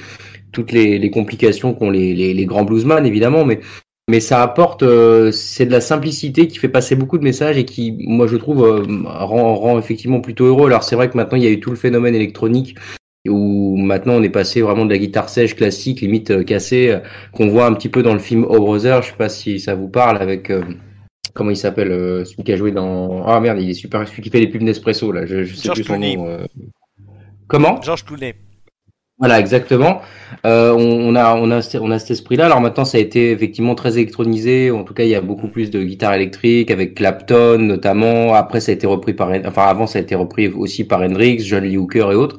S4: toutes les, les complications qu'ont les, les, les grands bluesman, évidemment, mais, mais ça apporte, euh, c'est de la simplicité qui fait passer beaucoup de messages et qui, moi, je trouve, euh, rend, rend effectivement plutôt heureux. Alors, c'est vrai que maintenant, il y a eu tout le phénomène électronique où maintenant on est passé vraiment de la guitare sèche classique, limite euh, cassée, euh, qu'on voit un petit peu dans le film Oh Brother, je sais pas si ça vous parle avec euh, comment il s'appelle euh, celui qui a joué dans ah merde il est super celui qui fait les pubs Nespresso là, je, je sais
S1: George
S4: plus son
S1: Clooney.
S4: nom. euh. Comment
S1: Georges Clooney.
S4: voilà, exactement. Euh, on, on a, on a, ce- on a cet esprit-là. Alors maintenant, ça a été effectivement très électronisé. En tout cas, il y a beaucoup plus de guitares électriques avec Clapton notamment. Après, ça a été repris par, enfin avant, ça a été repris aussi par Hendrix, John Lee Hooker et autres.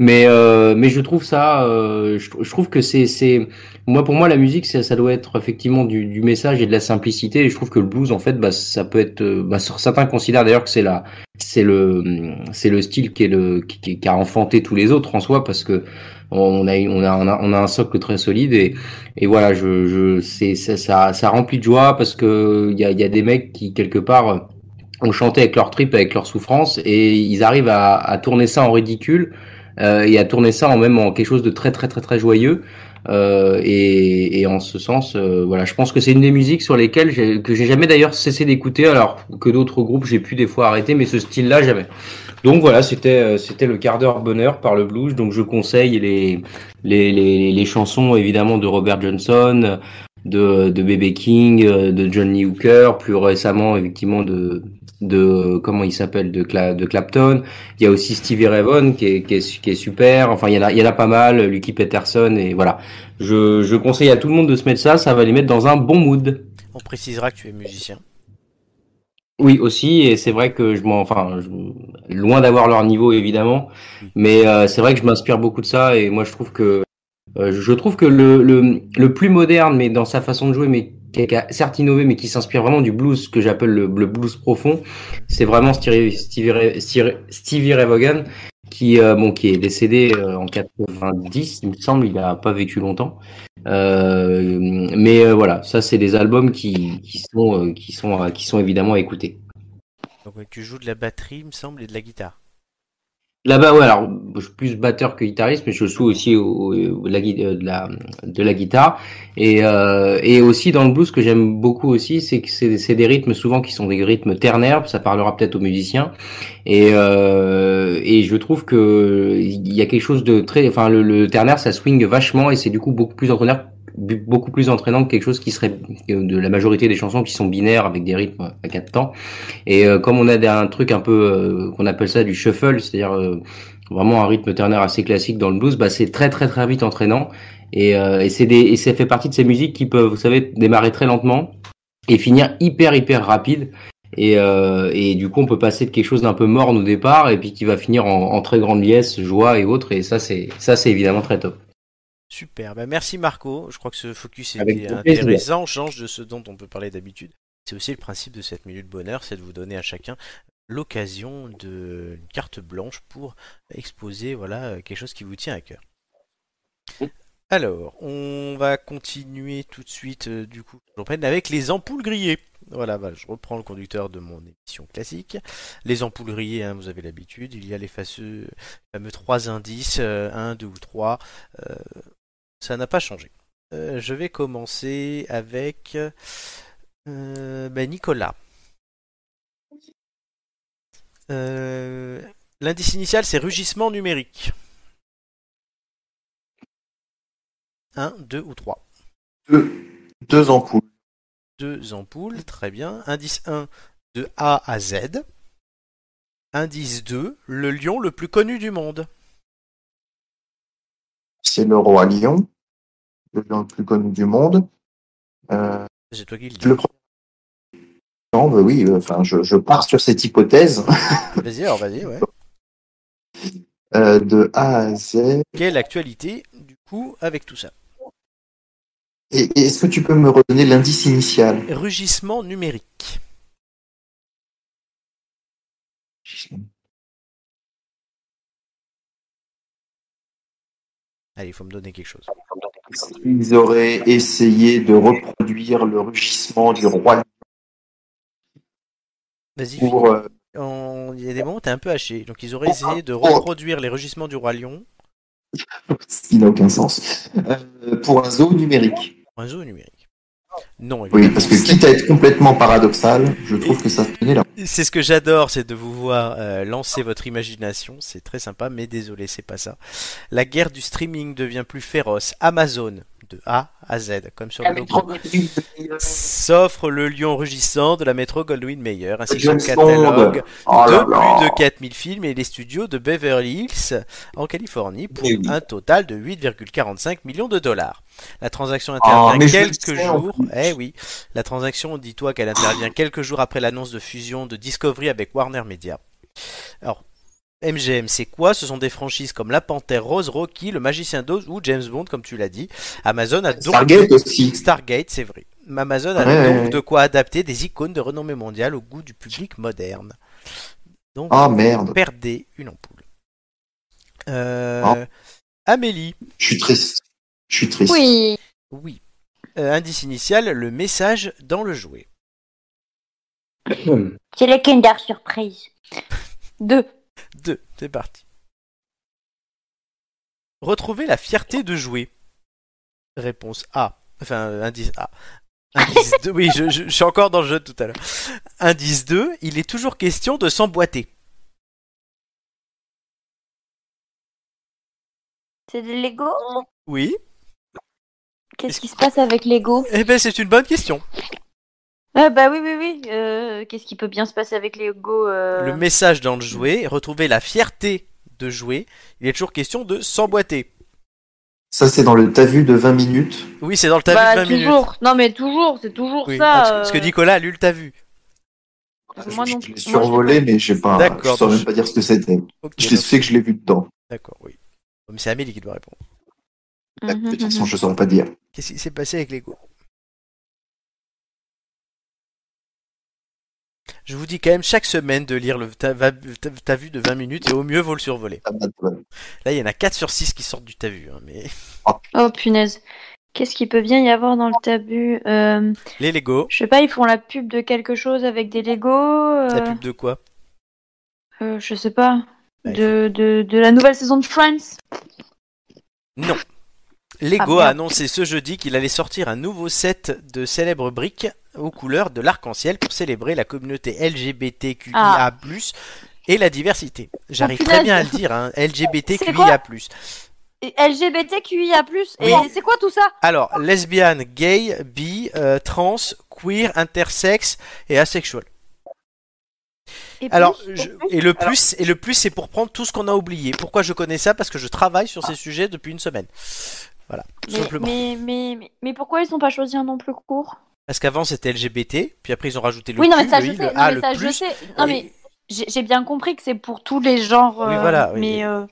S4: Mais, euh, mais je trouve ça, euh, je, tr- je trouve que c'est, c'est, moi pour moi, la musique, ça, ça doit être effectivement du, du message et de la simplicité. Et je trouve que le blues, en fait, bah, ça peut être, euh, bah, certains considèrent d'ailleurs que c'est la, c'est le, c'est le style qui est le, qui, qui- qui a enfanté tous les autres en soi parce que on a, on a, on a, on a un socle très solide et, et voilà, je, je, c'est, ça, ça, ça remplit de joie parce que il y a, il y a des mecs qui quelque part euh, ont chanté avec leur trip, avec leur souffrance et ils arrivent à, à tourner ça en ridicule euh, et à tourner ça en même en quelque chose de très très très très joyeux. Euh, et, et en ce sens, euh, voilà, je pense que c'est une des musiques sur lesquelles j'ai, que j'ai jamais d'ailleurs cessé d'écouter, alors que d'autres groupes j'ai pu des fois arrêter, mais ce style-là jamais. Donc voilà, c'était euh, c'était le quart d'heure bonheur par le blues. Donc je conseille les les, les, les chansons évidemment de Robert Johnson, de de B.B. King, euh, de John Lee Hooker, plus récemment effectivement de de comment il s'appelle de Cla- de Clapton. Il y a aussi Stevie Ray Vaughan qui est, qui est su- qui est super. Enfin il y en a il y en a pas mal. Lucky Peterson et voilà. Je je conseille à tout le monde de se mettre ça. Ça va les mettre dans un bon mood.
S1: On précisera que tu es musicien.
S4: Oui, aussi, et c'est vrai que je m'en, enfin, je- loin d'avoir leur niveau évidemment, mais euh, c'est vrai que je m'inspire beaucoup de ça, et moi je trouve que Euh, je trouve que le, le, le plus moderne, mais dans sa façon de jouer, mais qui a certes innové, mais qui s'inspire vraiment du blues, ce que j'appelle le, le blues profond, c'est vraiment Stevie, Stevie, Ray- Stevie- Stevie Ray Vaughan, qui, euh, bon, qui est décédé euh, en 90, il me semble, il n'a pas vécu longtemps. Euh, mais euh, voilà, ça c'est des albums qui, qui, sont, euh, qui, sont, euh, qui sont évidemment à écouter.
S1: Donc, ouais, tu joues de la batterie, il me semble, et de la guitare.
S4: Là-bas, ouais, alors je suis plus batteur que guitariste, mais je joue aussi au, au- de, la, gui- euh, de, la, de la guitare. Et, euh, et aussi dans le blues, ce que j'aime beaucoup aussi, c'est que c'est c'est des rythmes souvent qui sont des rythmes ternaires, ça parlera peut-être aux musiciens. Et, euh, et je trouve que il y a quelque chose de très... Enfin, le, le ternaire, ça swing vachement et c'est du coup beaucoup plus entraînant bu- beaucoup plus entraînant que quelque chose qui serait euh, de la majorité des chansons qui sont binaires avec des rythmes à quatre temps et euh, comme on a des- un truc un peu euh, qu'on appelle ça du shuffle c'est-à-dire euh, vraiment un rythme ternaire assez classique dans le blues, bah c'est très très très vite entraînant et, euh, et c'est des et ça fait partie de ces musiques qui peuvent vous savez démarrer très lentement et finir hyper hyper rapide et, euh, et du coup on peut passer de quelque chose d'un peu morne au départ et puis qui va finir en, en très grande liesse, joie et autres et ça c'est ça c'est évidemment très top.
S1: Super. Bah, merci Marco. Je crois que ce focus
S4: Avec
S1: était
S4: grand plaisir.
S1: intéressant. On change de ce dont on peut parler d'habitude. C'est aussi le principe de cette minute bonheur, c'est de vous donner à chacun l'occasion d'une carte blanche pour exposer voilà quelque chose qui vous tient à cœur. Alors, on va continuer tout de suite euh, du coup je reprenne avec les ampoules grillées. Voilà, bah, je reprends le conducteur de mon émission classique. Les ampoules grillées, hein, vous avez l'habitude. Il y a les faceux- fameux trois indices, euh, un, deux ou trois. Euh, ça n'a pas changé. Euh, je vais commencer avec euh, bah, Nicolas. Euh, L'indice initial, c'est rugissement numérique. 1, 2 ou 3.
S2: Deux, deux ampoules.
S1: Deux ampoules, très bien. Indice 1, de A à Z. Indice 2, le lion le plus connu du monde.
S2: C'est le roi Lion, le lion le plus connu du monde. Euh,
S1: C'est toi qui le dis.
S2: le premier. Non, bah oui, euh, enfin, je, je pars sur cette hypothèse
S1: Vas-y, alors vas-y, ouais.
S2: euh, de A à Z.
S1: Quelle actualité, du coup, avec tout ça
S2: Et, et est-ce que tu peux me redonner l'indice initial
S1: Rugissement numérique. Allez, il faut me donner quelque chose.
S2: Ils auraient essayé de reproduire le rugissement du roi Lion
S1: Vas-y,
S2: pour
S1: finis.
S2: euh,
S1: On- Il y a des moments où t'es un peu haché. Donc ils auraient essayé de
S2: oh.
S1: reproduire les rugissements du roi lion
S2: ce qui n'a aucun sens, Euh, pour un zoo numérique.
S1: en un zoo numérique. Non,
S2: Oui,
S1: évidemment.
S2: parce que quitte à être complètement paradoxal, je trouve que ça tenait là.
S1: C'est ce que j'adore, c'est de vous voir euh, lancer votre imagination. C'est très sympa, mais désolé, c'est pas ça. La guerre du streaming devient plus féroce. Amazon, de A à Z, comme
S5: Ah,
S1: sur le logo, euh, s'offre le lion rugissant de la métro Goldwyn Mayer, ainsi que son
S2: James Bond.
S1: catalogue
S2: Oh
S1: de
S2: là là.
S1: plus de 4000 films et les studios de Beverly Hills en Californie pour
S2: Mais Eh oui.
S1: un total de 8,45 millions de dollars. La transaction intervient
S2: Ah, mais je le
S1: quelques
S2: sais, en
S1: jours.
S2: plus.
S1: Eh oui, la transaction, dis-toi qu'elle intervient quelques jours après l'annonce de fusion de Discovery avec Warner Media. Alors, MGM, c'est quoi Ce sont des franchises comme La Panthère, Rose, Rocky, Le Magicien d'Oz ou James Bond, comme tu l'as dit. Amazon a donc
S2: Stargate aussi.
S1: Stargate, c'est vrai. Amazon a
S2: Ouais,
S1: donc
S2: ouais.
S1: de quoi adapter des icônes de renommée mondiale au goût du public moderne. Donc,
S2: Ah merde,
S1: perdez une ampoule. Euh,
S2: Ah.
S1: Amélie,
S2: je suis triste. Je suis triste.
S5: Oui.
S1: oui. Euh, indice initial, le message dans le jouet.
S6: C'est le Kinder Surprise.
S5: Deux.
S1: 2, c'est parti. Retrouvez la fierté de jouer. Réponse A. Enfin, euh, indice A. Indice 2, oui, je, je- je suis encore dans le jeu de tout à l'heure. Indice 2, il est toujours question de s'emboîter.
S6: C'est de Lego
S1: Oui,
S5: Qu'est-ce qui se passe avec l'ego
S1: eh ben c'est une bonne question.
S5: Ah bah oui oui oui. Euh, Qu'est-ce qui peut bien se passer avec l'ego euh,
S1: Le message dans le jouet, retrouvez la fierté de jouer, il est toujours question de s'emboîter.
S2: Ça, c'est dans le t'as vu de 20 minutes.
S1: Oui, c'est dans le t'as
S5: Bah
S1: vu de 20 minutes.
S5: toujours. Non mais toujours, c'est toujours
S1: Oui,
S5: ça.
S1: parce que- parce que
S5: euh,
S1: Nicolas, lui, le t'as vu.
S5: Moi
S2: je
S5: non
S2: je l'ai
S5: plus.
S2: survolé, mais j'ai pas.
S1: D'accord,
S2: Je saurais
S1: donc
S2: même pas dire ce que c'était.
S1: Ok,
S2: Je sais que je l'ai vu dedans.
S1: D'accord, oui. Mais c'est Amélie qui doit répondre.
S5: euh. Mhm,
S2: De toute façon, je saurais pas dire.
S1: Qu'est-ce qui s'est passé avec Lego Je vous dis quand même chaque semaine de lire le ta, va- ta- ta vue de 20 minutes et au mieux vaut le survoler.
S2: Ah, ouais.
S1: Là, il y en a 4 sur 6 qui sortent du ta vue. hein, mais...
S5: Oh punaise. Qu'est-ce qu'il peut bien y avoir dans le tabu Euh,
S1: Les Lego,
S5: Je sais pas, ils font la pub de quelque chose avec des Lego. euh,
S1: la pub de quoi
S5: euh, je sais pas.
S1: Bah,
S5: De, de, de la nouvelle saison de Friends.
S1: Non. Lego
S5: merde.
S1: a annoncé ce jeudi qu'il allait sortir un nouveau set de célèbres briques aux couleurs de l'arc-en-ciel pour célébrer la communauté LGBTQIA+,
S5: Ah.
S1: et la diversité. J'arrive
S5: Oh,
S1: très
S5: punaise.
S1: bien à le dire, hein,
S5: C'est quoi
S1: LGBTQIA+.
S5: Et LGBTQIA+,
S1: Oui.
S5: et c'est quoi tout ça
S1: Alors, lesbienne, gay, bi, euh, trans, queer, intersexe et asexual.
S5: Et puis-
S1: Alors, je- et le plus, et le plus, c'est pour prendre tout ce qu'on a oublié. Pourquoi je connais ça Parce que je travaille sur
S5: Ah.
S1: ces sujets depuis une semaine. Voilà, tout
S5: mais,
S1: simplement.
S5: mais, mais, mais, mais pourquoi ils ont pas choisi un nom plus court
S1: Parce qu'avant c'était LGBT, puis après ils ont rajouté le
S5: Oui, non,
S1: Q,
S5: mais ça,
S1: le
S5: je
S1: I,
S5: sais.
S1: le
S5: Non,
S1: A,
S5: mais
S1: le
S5: ça,
S1: plus.
S5: je sais. Non,
S1: Et-
S5: mais j'ai j'ai bien compris que c'est pour tous les genres.
S1: Oui,
S5: euh,
S1: voilà, oui.
S5: Mais euh,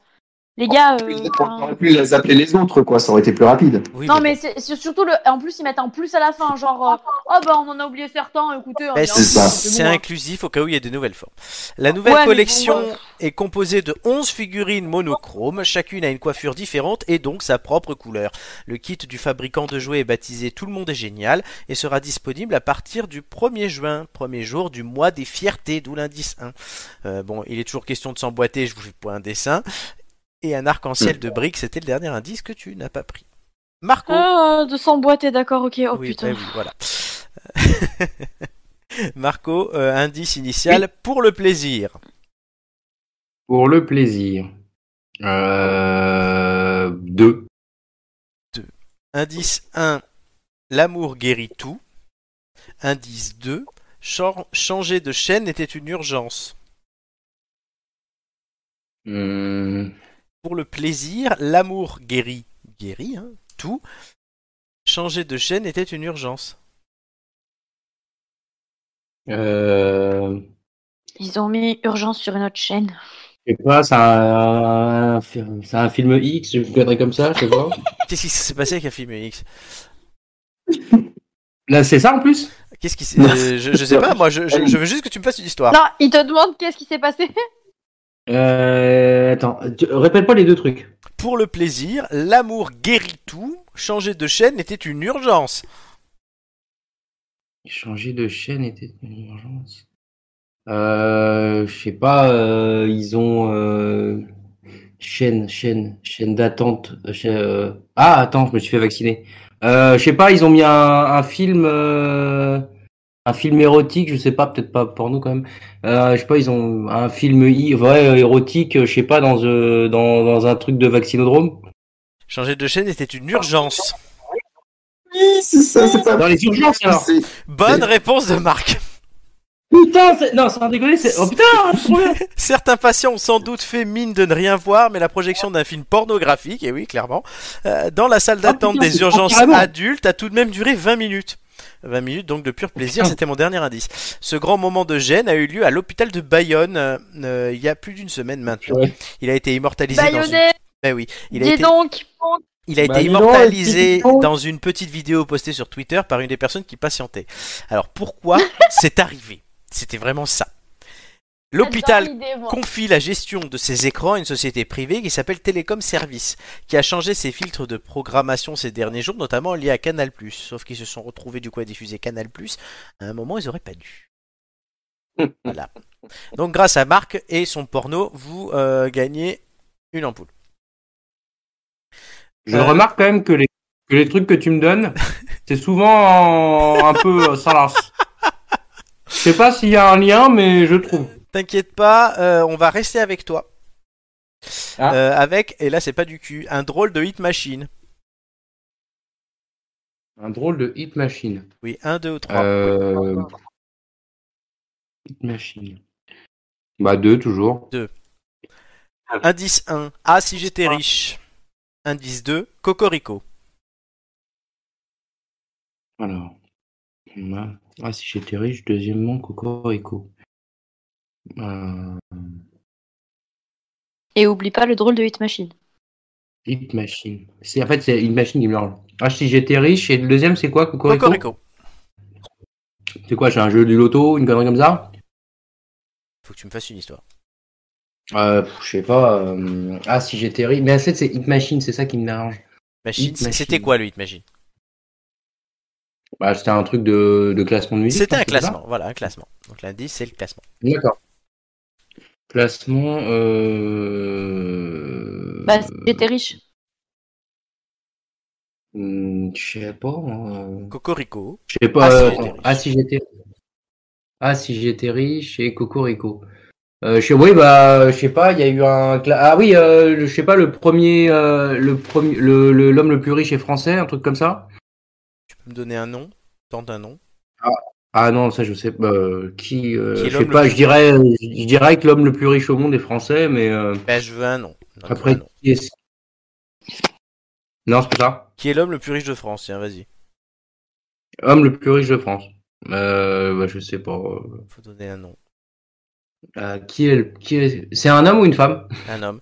S5: les gars. euh,
S2: On aurait pu les appeler les autres, quoi. Ça aurait été plus rapide.
S1: Oui,
S5: Non,
S1: mais
S5: mais c'est c'est surtout le. En plus, ils mettent un plus à la fin, genre. euh, oh, bah, on en a oublié certains, écoutez.
S1: Bah,
S5: hein,
S1: c'est
S2: ça.
S1: C'est
S5: bon, hein.
S1: inclusif au cas où il y a des nouvelles formes. La nouvelle
S5: Ouais, mais
S1: collection
S5: bon,
S1: est composée de 11 figurines monochromes, chacune a une coiffure différente et donc sa propre couleur. Le kit du fabricant de jouets est baptisé Tout le monde est génial et sera disponible à partir du 1er juin, premier jour du mois des fiertés, d'où l'indice 1. Euh, bon, il est toujours question de s'emboîter, je vous fais pas un dessin. Et un
S5: Hmm.
S1: arc-en-ciel de briques, c'était le dernier indice que tu n'as pas pris. Marco
S5: Ah, de s'emboîter, d'accord, ok. Oh
S1: oui,
S5: putain.
S1: bah oui, voilà. Euh, Marco, euh, indice initial pour le plaisir.
S4: Pour le plaisir. Euh... Deux.
S1: Indice 1, l'amour guérit tout. Indice 2, chan- changer de chaîne était une urgence.
S4: Hum,
S1: Pour le plaisir, l'amour guérit, guérit, hein, tout. Changer de chaîne était une urgence.
S4: Euh...
S5: Ils ont mis urgence sur une autre chaîne.
S4: Je sais pas, c'est un... c'est un film X, je regarderai comme ça, je sais pas.
S1: Qu'est-ce qui s'est passé avec un film X
S4: Là, c'est ça en plus
S1: Qu'est-ce qui s'est- euh, je, je sais pas, moi, je, je- je veux juste que tu me fasses une histoire.
S5: Non, ils te demandent qu'est-ce qui s'est passé.
S4: euh... Attends, tu- répète pas les deux trucs.
S1: Pour le plaisir, l'amour guérit tout. Changer de chaîne était une urgence.
S4: Changer de chaîne était une urgence. Euh, je sais pas, euh, ils ont euh, chaîne, chaîne, chaîne d'attente. euh, cha- euh, Ah, attends, je me suis fait vacciner. Euh, je sais pas, ils ont mis un, un film, euh, un film érotique, je sais pas, peut-être pas pour nous quand même. Euh, je sais pas, ils ont un film i- ouais, euh, érotique, je sais pas, dans, euh, dans, dans un truc de vaccinodrome.
S1: Changer de chaîne était une urgence.
S2: Oui, c'est ça, c'est ça.
S4: Dans les urgences alors.
S2: C'est-
S1: Bonne réponse de Marc.
S4: Putain, c'est- non, sans déconner, c'est oh putain, trop bien.
S1: Certains patients ont sans doute fait mine de ne rien voir, mais la projection d'un film pornographique, et oui, clairement, euh, dans la salle d'attente
S4: Ah, putain,
S1: des
S4: c'est
S1: urgences
S4: carrément.
S1: adultes a tout de même duré 20 minutes. 20 minutes, donc de pur plaisir,
S4: Putain.
S1: c'était mon dernier indice. Ce grand moment de gêne a eu lieu à l'hôpital de Bayonne euh, euh, il y a plus d'une semaine maintenant.
S4: Ouais.
S1: Il a été immortalisé dans une...
S5: Bayonnet,
S1: Eh oui, il a
S5: dis
S1: été
S5: donc.
S1: Il a
S4: Bah,
S1: été
S4: dis donc,
S1: immortalisé
S4: dis donc.
S1: dans une petite vidéo postée sur Twitter par une des personnes qui patientait. Alors pourquoi c'est arrivé C'était vraiment ça. L'hôpital
S5: J'adore l'idée, moi.
S1: confie la gestion de ses écrans à une société privée qui s'appelle Telecom Service, qui a changé ses filtres de programmation ces derniers jours, notamment liés à Canal+. Sauf qu'ils se sont retrouvés du coup à diffuser Canal+. À un moment, ils auraient pas dû. voilà. Donc grâce à Marc et son porno, vous euh, gagnez une ampoule.
S4: Je
S1: Euh,
S4: remarque quand même que les, que les trucs que tu me donnes, c'est souvent en- un peu euh, sans lance. Je sais pas s'il y a un lien, mais je trouve.
S1: T'inquiète pas, euh, on va rester avec toi.
S4: Ah.
S1: Euh, avec, et là c'est pas du cul, un drôle de hit machine.
S4: Un drôle de hit machine.
S1: Oui, 1, 2 ou 3.
S4: Euh... Hit machine. Bah deux toujours.
S1: Indice 1, Ah si j'étais riche. Indice 2, Cocorico.
S4: Alors. Ouais. Ah si j'étais riche, deuxièmement Cocorico. Euh...
S5: Et oublie pas le drôle de Hit Machine.
S4: Flip Machine. C'est, en fait, c'est une machine qui mélange. Ah, si j'étais riche, et le deuxième, c'est quoi, Cocorico
S1: Cocorico.
S4: C'est quoi, c'est un jeu du loto, une connerie comme ça
S1: Faut que tu me fasses une histoire.
S4: euh, pff, Je sais pas. euh, Ah, si j'étais riche. Mais en fait, c'est Hit Machine, c'est ça qui me dérange.
S1: Machine,
S4: Hit
S1: c'est- c'était
S4: Machine.
S1: quoi le hit machine
S4: Bah, c'était un truc de, de classement de musique. hein,
S1: C'était un
S4: c'est ça
S1: classement, voilà, un classement. Donc l'indice, c'est le classement.
S4: D'accord. Classement. Euh...
S5: Bah, si j'étais riche.
S4: hmm, je sais pas. hein.
S1: Cocorico.
S4: Je sais pas.
S1: Ah, si
S4: euh,
S1: j'étais riche.
S4: Ah si j'étais. Ah si j'étais riche et Cocorico. Euh, je sais, oui bah je sais pas. Il y a eu un. cla- Ah oui, euh, le- je sais pas le premier, euh, le premier, le le- l'homme le plus riche est français, un truc comme ça.
S1: Tu peux me donner un nom Tente un nom.
S4: Ah non, ça je sais pas. euh, qui, euh,
S1: Qui est
S4: je sais
S1: l'homme le
S4: pas.
S1: plus
S4: Je dirais, je dirais que l'homme le plus riche au monde est français, mais euh,
S1: Ben, je veux un nom. Donne-moi un
S4: après
S1: nom.
S4: qui est. Non, c'est pas ça.
S1: Qui est l'homme le plus riche de France Tiens, vas-y.
S4: Homme le plus riche de France. Euh, bah, je sais pas. euh,
S1: Faut donner un nom.
S4: euh, qui est, le- qui est- c'est un homme ou une femme
S1: Un homme.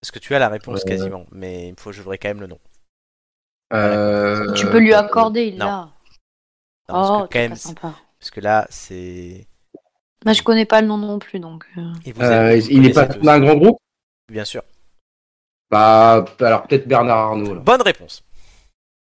S1: Parce que tu as la réponse
S4: Euh.
S1: quasiment, mais il me faut, je voudrais quand même le nom.
S4: Euh,
S5: tu peux lui accorder, il
S1: non.
S5: l'a.
S1: Non, parce
S5: Oh,
S1: que quand
S5: t'es
S1: même,
S5: pas sympa.
S1: parce que là, c'est.
S5: Bah, je connais pas le nom non plus, donc. euh.
S1: Et vous
S4: euh,
S1: avez- vous
S4: il n'est pas
S1: connaissez tous.
S4: d'un grand groupe
S1: Bien sûr.
S4: Bah, alors peut-être Bernard Arnault. là.
S1: Bonne réponse.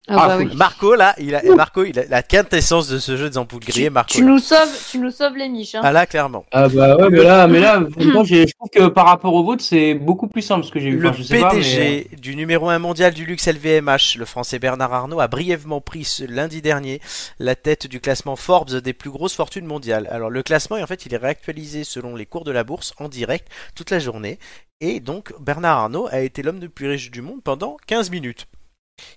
S5: Ah,
S4: Ah,
S5: bah
S4: cool.
S5: oui.
S1: Marco, là, il a, Marco, il a la quintessence de ce jeu des ampoules grillées. Marco.
S5: Tu nous sauves, tu nous sauves les miches. Hein.
S1: Ah là, clairement.
S4: Ah bah ouais, mais là, mais là, moi, j'ai- je trouve que par rapport au vôtre, c'est beaucoup plus simple ce que j'ai eu.
S1: Le
S4: Enfin, je sais pas, mais- euh,
S1: PDG du numéro 1 mondial du luxe LVMH, le français Bernard Arnault, a brièvement pris ce lundi dernier la tête du classement Forbes des plus grosses fortunes mondiales. Alors le classement, en fait, il est réactualisé selon les cours de la bourse en direct toute la journée. Et donc Bernard Arnault a été l'homme le plus riche du monde pendant 15 minutes.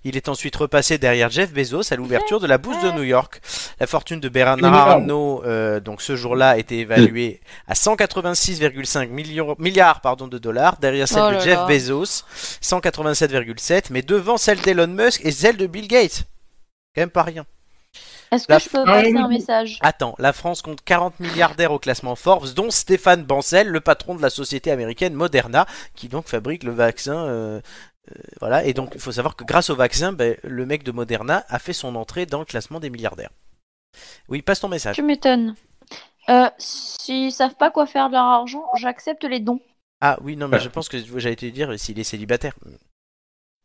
S1: Il est ensuite repassé derrière Jeff Bezos à l'ouverture de la bourse de New York. La fortune de Bernard Arnault, euh, donc ce jour-là, était évaluée à 186,5 millions- milliards pardon, de dollars, derrière celle
S5: Oh
S1: de
S5: là
S1: Jeff
S5: là.
S1: Bezos, 187,7, mais devant celle d'Elon Musk et celle de Bill Gates. Quand même pas rien.
S5: Est-ce
S1: la-
S5: que je peux passer un message
S1: Attends, la France compte 40 milliardaires au classement Forbes, dont Stéphane Bancel, le patron de la société américaine Moderna, qui donc fabrique le vaccin. euh, euh, voilà, et donc il faut savoir que grâce au vaccin, ben, le mec de Moderna a fait son entrée dans le classement des milliardaires. Oui, passe ton message.
S5: Tu m'étonnes. Euh, S'ils savent pas quoi faire de leur argent, j'accepte les dons.
S1: Ah oui, non, mais je pense que j'allais te dire s'il est célibataire.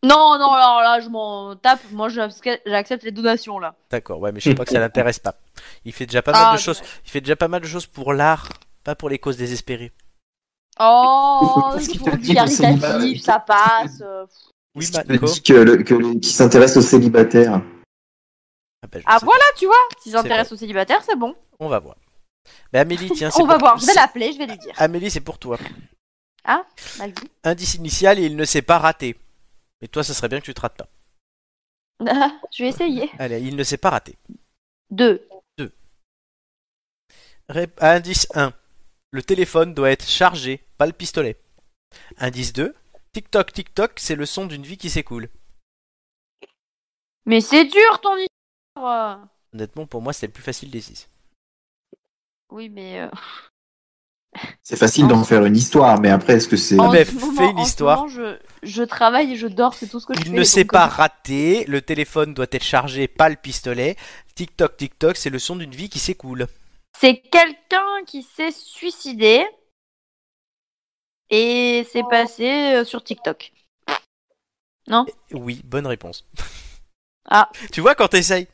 S5: Non, non, alors là, je m'en tape. Moi, j'accepte j'accepte les donations, là.
S1: D'accord, ouais, mais je sais pas que ça l'intéresse pas. Il fait déjà pas mal
S5: Ah,
S1: de choses. Il fait déjà pas mal de choses pour l'art, pas pour les causes désespérées.
S5: Oh,
S2: Qu'est-ce qu'il
S5: pour
S2: te
S5: du
S2: dit qu'on s'est dit
S5: caritatif, ça passe. euh,
S1: Oui,
S2: Qui te
S1: Marco.
S2: dit que le- que le- qui s'intéresse aux célibataires.
S1: Ah, bah, je
S5: Ah
S1: sais
S5: voilà, tu vois, s'ils
S1: C'est
S5: s'intéressent aux célibataires, c'est bon.
S1: pas. On va voir. Mais Amélie, tiens, c'est
S5: On va
S1: pour-
S5: voir, je vais l'appeler, je vais lui dire.
S1: Amélie, c'est pour toi.
S5: Vas-y.
S1: Indice initial, il ne s'est pas raté. Mais toi, ça serait bien que tu te rates pas.
S5: je vais essayer.
S1: Allez, il ne s'est pas raté.
S5: Deux.
S1: Rép- Indice 1. Le téléphone doit être chargé, pas le pistolet. Indice 2. Tic-toc, tic-toc, c'est le son d'une vie qui s'écoule.
S5: Mais c'est dur ton histoire.
S1: Honnêtement, pour moi, c'est le plus facile des 6.
S5: Oui, mais euh,
S2: C'est facile d'en faire une histoire, mais après, est-ce que c'est.
S5: en
S1: ben,
S5: ce
S1: fais
S5: moment-
S1: une
S5: en ce
S1: histoire.
S5: moment, je, je travaille et je dors, c'est tout ce que je fais.
S1: Il ne s'est
S5: donc, euh,
S1: pas raté, le téléphone doit être chargé, pas le pistolet. Tic-toc, tic-toc, c'est le son d'une vie qui s'écoule.
S6: C'est quelqu'un qui s'est suicidé
S5: Et c'est passé euh, sur TikTok.
S1: Oui, bonne réponse.
S5: Ah.
S1: Tu vois quand t'essayes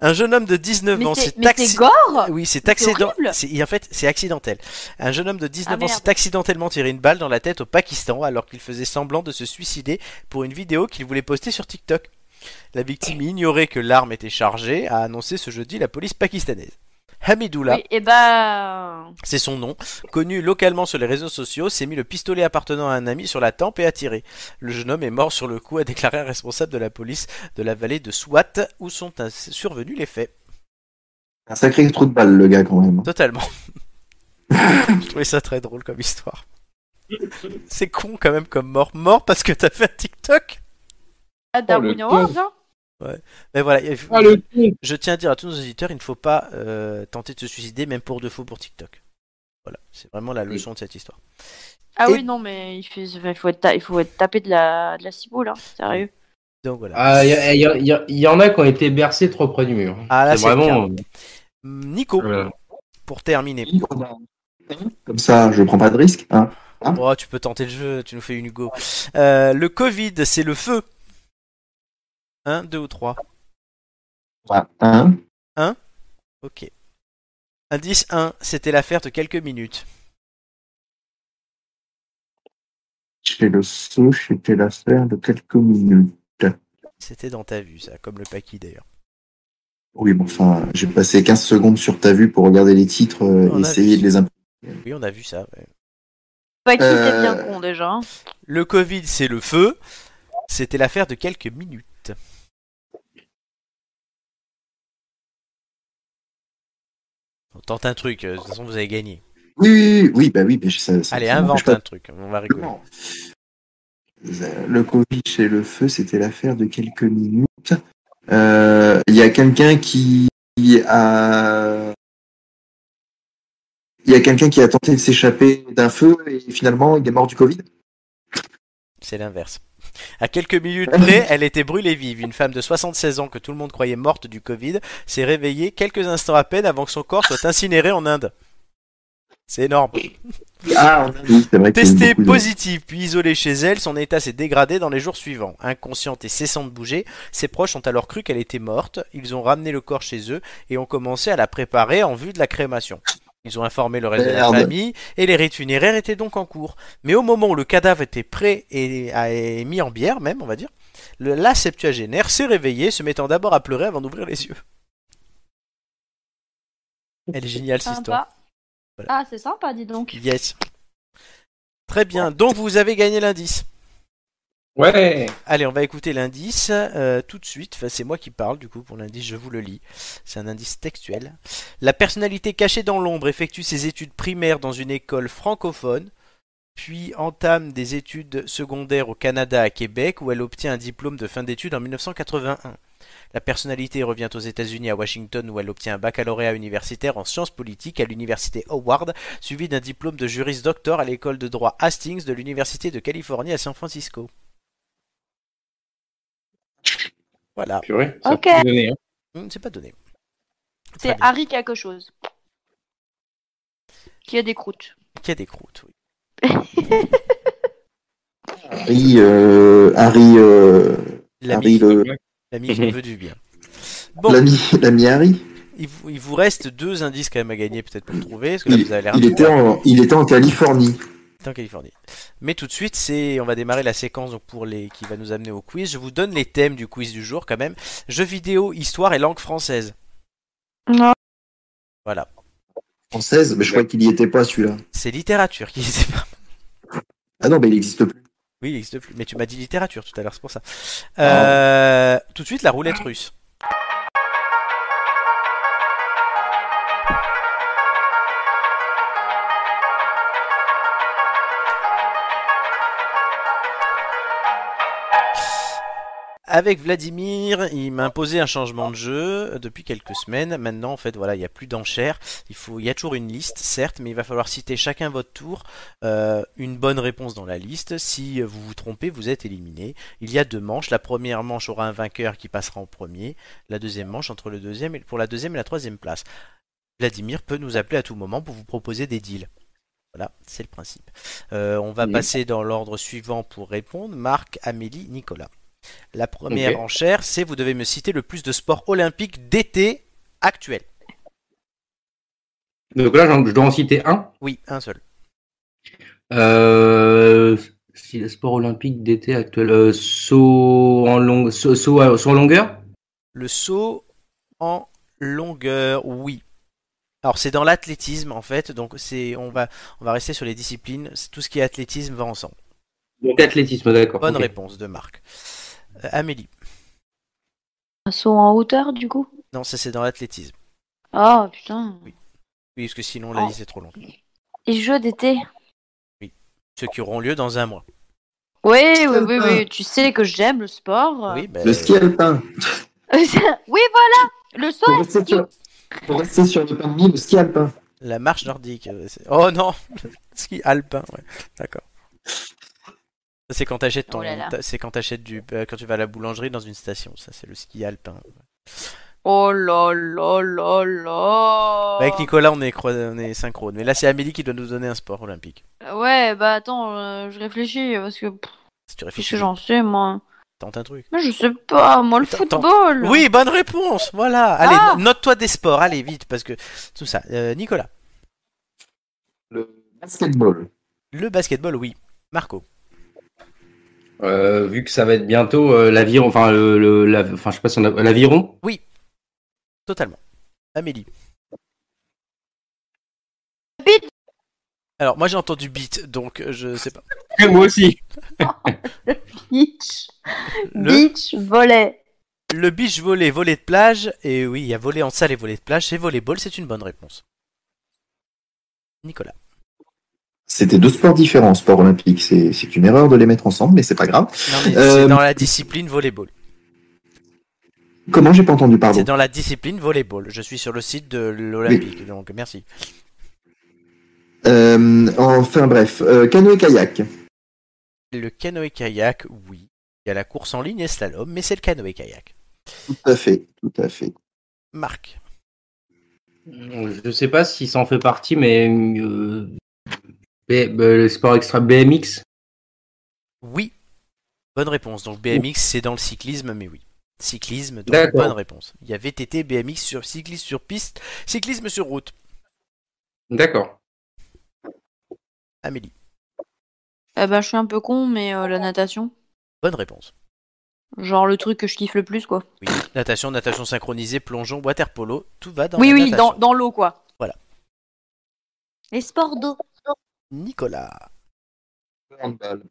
S1: Un jeune homme de 19
S5: Mais
S1: ans
S5: c'est
S1: s'est
S5: mais
S1: acci-
S5: c'est gore
S1: Oui, c'est
S5: Mais c'est
S1: accident.
S5: horrible.
S1: c'est- et En fait, c'est accidentel. Un jeune homme de 19
S5: Ah,
S1: ans
S5: merde.
S1: s'est accidentellement tiré une balle dans la tête au Pakistan alors qu'il faisait semblant de se suicider pour une vidéo qu'il voulait poster sur TikTok. La victime ignorait que l'arme était chargée, a annoncé ce jeudi la police pakistanaise. Hamidullah,
S5: Oui, eh et bah.
S1: c'est son nom, connu localement sur les réseaux sociaux, s'est mis le pistolet appartenant à un ami sur la tempe et a tiré. Le jeune homme est mort sur le coup, a déclaré un responsable de la police de la vallée de Swat où sont ins- survenus les faits.
S2: Un sacré trou de balle, le gars, quand même.
S1: Totalement. Je trouvais ça très drôle comme histoire. C'est con quand même comme mort. Mort parce que t'as fait un TikTok.
S5: Ah,
S7: le
S5: Darwin Awards, hein
S1: Mais voilà, il-
S4: Ah, le con.
S1: je tiens à dire à tous nos auditeurs, il ne faut pas euh, tenter de se suicider, même pour de faux pour TikTok. Voilà, c'est vraiment la leçon de cette histoire.
S6: Ah
S2: Et-
S6: oui, non, mais il faut, il faut, être, ta- il faut être tapé de la, de la ciboule, hein, sérieux.
S1: Donc voilà.
S4: Ah, Il y, a- il y a- il y a- il y en a qui ont été bercés trop près du mur.
S1: Ah, là,
S4: c'est
S1: c'est
S4: vraiment.
S1: Nico,
S4: euh,
S1: pour terminer.
S2: Comme ça, je prends pas de risque. Hein.
S1: Oh, tu peux tenter le jeu, tu nous fais une Hugo. Euh, le Covid, c'est le feu. Un, deux ou trois.
S2: Voilà. Hein
S1: Ok. Indice 1, c'était l'affaire de quelques minutes.
S2: Chez le saut, c'était l'affaire de quelques minutes.
S1: C'était dans ta vue, ça, comme le paquis d'ailleurs.
S2: Oui, bon, enfin, j'ai passé 15 secondes sur ta vue pour regarder les titres euh,
S1: On
S2: et
S1: a
S2: essayer
S1: vu.
S2: de les imprimer.
S1: Oui, on a vu ça. ouais.
S6: Pas qui t'es bien
S2: Euh,
S6: con déjà. hein.
S1: Le Covid, c'est le feu. C'était l'affaire de quelques minutes. On tente un truc, euh, de toute façon vous avez gagné.
S2: Oui, oui, oui, oui, bah oui, mais ça, ça-
S1: Allez,
S2: ça marche
S1: invente
S2: pas.
S1: un truc, on va rigoler.
S2: Non. Euh, Le Covid chez le feu, c'était l'affaire de quelques minutes. Euh, Il y a quelqu'un qui qui a. Il y a quelqu'un qui a tenté de s'échapper d'un feu et finalement il est mort du Covid.
S1: C'est l'inverse. À quelques minutes près, elle était brûlée vive. Une femme de 76 ans que tout le monde croyait morte du Covid s'est réveillée quelques instants à peine avant que son corps soit incinéré en Inde. C'est énorme.
S2: Ah, oui, c'est vrai. qu'il y a eu
S1: Testée
S2: beaucoup de-
S1: positive puis isolée chez elle, son état s'est dégradé dans les jours suivants. Inconsciente et cessant de bouger, ses proches ont alors cru qu'elle était morte. Ils ont ramené le corps chez eux et ont commencé à la préparer en vue de la crémation. Ils ont informé le reste de la
S2: Merde.
S1: famille et les rites funéraires étaient donc en cours. Mais au moment où le cadavre était prêt et, a- et mis en bière même, on va dire, le, la septuagénaire s'est réveillée, se mettant d'abord à pleurer avant d'ouvrir les yeux. Elle est géniale cette histoire.
S5: Sympa. Ah, c'est sympa, dis donc.
S1: Yes. Très bien. Donc vous avez gagné l'indice.
S4: euh, Ouais.
S1: Allez, on va écouter l'indice euh, tout de suite. Enfin, c'est moi qui parle du coup pour l'indice, je vous le lis. C'est un indice textuel. La personnalité cachée dans l'ombre effectue ses études primaires dans une école francophone, puis entame des études secondaires au Canada à Québec où elle obtient un diplôme de fin d'études en 1981. La personnalité revient aux États-Unis à Washington où elle obtient un baccalauréat universitaire en sciences politiques à l'université Howard, suivi d'un diplôme de juriste doctor à l'école de droit Hastings de l'université de Californie à San Francisco. Voilà,
S4: Purée. ça a
S6: Ok.
S4: tout donné, hein.
S1: Hmm, c'est pas donné. Très
S6: C'est
S1: bien.
S6: Harry quelque chose. Qui a des croûtes.
S1: Qui a des croûtes, oui.
S2: Harry, euh, Harry, euh, Harry
S1: L'ami
S2: le-
S1: l'ami qui veut du bien. Bon,
S2: l'ami, l'ami Harry.
S1: il vous, il vous reste deux indices quand même à gagner peut-être pour trouver, parce que là
S2: Il,
S1: vous avez l'air
S2: il
S1: de-
S2: était en, il était en Californie.
S1: en Californie. Mais tout de suite, c'est, on va démarrer la séquence donc pour les qui va nous amener au quiz. Je vous donne les thèmes du quiz du jour quand même. Jeux vidéo, histoire et langue française.
S6: Non.
S1: Voilà,
S2: Française, mais je crois qu'il y était pas celui-là.
S1: c'est littérature qui n'existe pas.
S2: Ah non, mais il existe plus.
S1: Oui, il n'existe plus. Mais tu m'as dit littérature tout à l'heure, c'est pour ça. Euh, Tout de suite, la roulette russe. Avec Vladimir, il m'a imposé un changement de jeu depuis quelques semaines. Maintenant, en fait, voilà, il n'y a plus d'enchères. Il, faut, il y a toujours une liste, certes, mais il va falloir citer chacun votre tour euh, une bonne réponse dans la liste. Si vous vous trompez, vous êtes éliminé. Il y a deux manches. La première manche aura un vainqueur qui passera en premier. La deuxième manche entre le deuxième et pour la deuxième et la troisième place. Vladimir peut nous appeler à tout moment pour vous proposer des deals. Voilà, c'est le principe. Euh, on va
S4: Mhm.
S1: passer dans l'ordre suivant pour répondre. Marc, Amélie, Nicolas. La première
S4: Ok.
S1: enchère, c'est vous devez me citer le plus de sports olympiques d'été actuels.
S4: Donc là, j'en- je dois en citer un.
S1: Oui, un seul.
S4: Euh, si le sport olympique d'été actuel, euh, saut en long, saut, saut à- saut en longueur.
S1: Le saut en longueur, oui. Alors c'est dans l'athlétisme en fait, donc c'est on va on va rester sur les disciplines. C'est- Tout ce qui est athlétisme va ensemble.
S4: Donc athlétisme, d'accord.
S1: Bonne
S4: ok.
S1: réponse de Marc. Euh, Amélie.
S5: Un saut en hauteur, du coup
S1: Non, ça c'est dans l'athlétisme.
S5: Oh, putain.
S1: Oui, parce que sinon la
S5: Oh.
S1: liste est trop longue.
S5: Les jeux d'été
S1: Ceux qui auront lieu dans un mois.
S5: Oui, oui, oui, oui. Tu sais que j'aime le sport.
S1: Oui, ben,
S2: Le ski alpin.
S5: oui, voilà Le saut
S2: Pour rester sur, pour rester sur le pain de mie, le ski alpin.
S1: La marche nordique. euh, c'est- Oh non Ski alpin, ouais. D'accord. Ça, C'est quand t'achètes ton,
S5: Oh là là.
S1: ta- c'est quand t'achètes du, euh, quand tu vas à la boulangerie dans une station. Ça, c'est le ski alpin.
S5: Oh là là là là
S1: Bah, Avec Nicolas, on est, croi- on est synchrone. Mais là, c'est Amélie qui doit nous donner un sport olympique.
S5: Ouais, bah attends, euh, je réfléchis parce que pff,
S1: Si tu
S5: qu'est-ce
S1: réfléchis,
S5: que j'en sais moi
S1: tente un truc.
S5: Moi je sais pas, moi le
S1: Attends, attends.
S5: football
S1: Oui, bonne réponse. Voilà. Allez,
S5: Ah
S1: no- note-toi des sports. Allez, vite, parce que tout ça. Euh, Nicolas,
S2: Le basketball.
S1: le basketball, oui. Marco,
S4: Euh, vu que ça va être bientôt euh, l'aviron, enfin le, le- la- enfin je sais pas si on a l'aviron.
S1: totalement. Amélie.
S5: Beat.
S1: Alors, moi, j'ai entendu beat, donc euh, je sais pas.
S4: Moi aussi.
S9: Beach,
S1: Le-
S9: beach, volet.
S1: Le beach volley, volley de plage, et oui, il y a volley en salle et volley de plage, c'est volleyball, c'est une bonne réponse. Nicolas.
S2: C'était deux sports différents, sport olympique. C'est c'est une erreur de les mettre ensemble, mais c'est pas grave.
S1: Non, mais c'est
S2: Euh,
S1: dans la discipline volleyball.
S2: Comment j'ai pas entendu, pardon
S1: C'est dans la discipline volleyball. Je suis sur le site de l'Olympique, donc merci.
S2: Euh, Enfin bref, euh, canoë-kayak.
S1: Le canoë-kayak, oui. Il y a la course en ligne et slalom, mais c'est le canoë-kayak.
S2: Tout à fait, tout à fait.
S1: Marc.
S4: Je sais pas si ça en fait partie, mais euh, B- bah, le sport extra BMX.
S1: Oui. Bonne réponse. Donc BMX, c'est dans le cyclisme, mais oui. Cyclisme, donc
S4: D'accord.
S1: bonne réponse. Il y a VTT, BMX sur cyclisme sur piste, cyclisme sur route.
S4: D'accord.
S1: Amélie.
S5: Eh ben je suis un peu con, mais euh, la natation,
S1: Bonne réponse.
S5: genre le truc que je kiffe le plus quoi.
S1: Oui. Natation, natation synchronisée, plongeon, water polo, tout va dans
S5: oui
S1: la
S5: oui,
S1: natation.
S5: dans, dans l'eau quoi.
S1: Voilà.
S5: Les sports d'eau.
S1: Nicolas.
S2: Handball.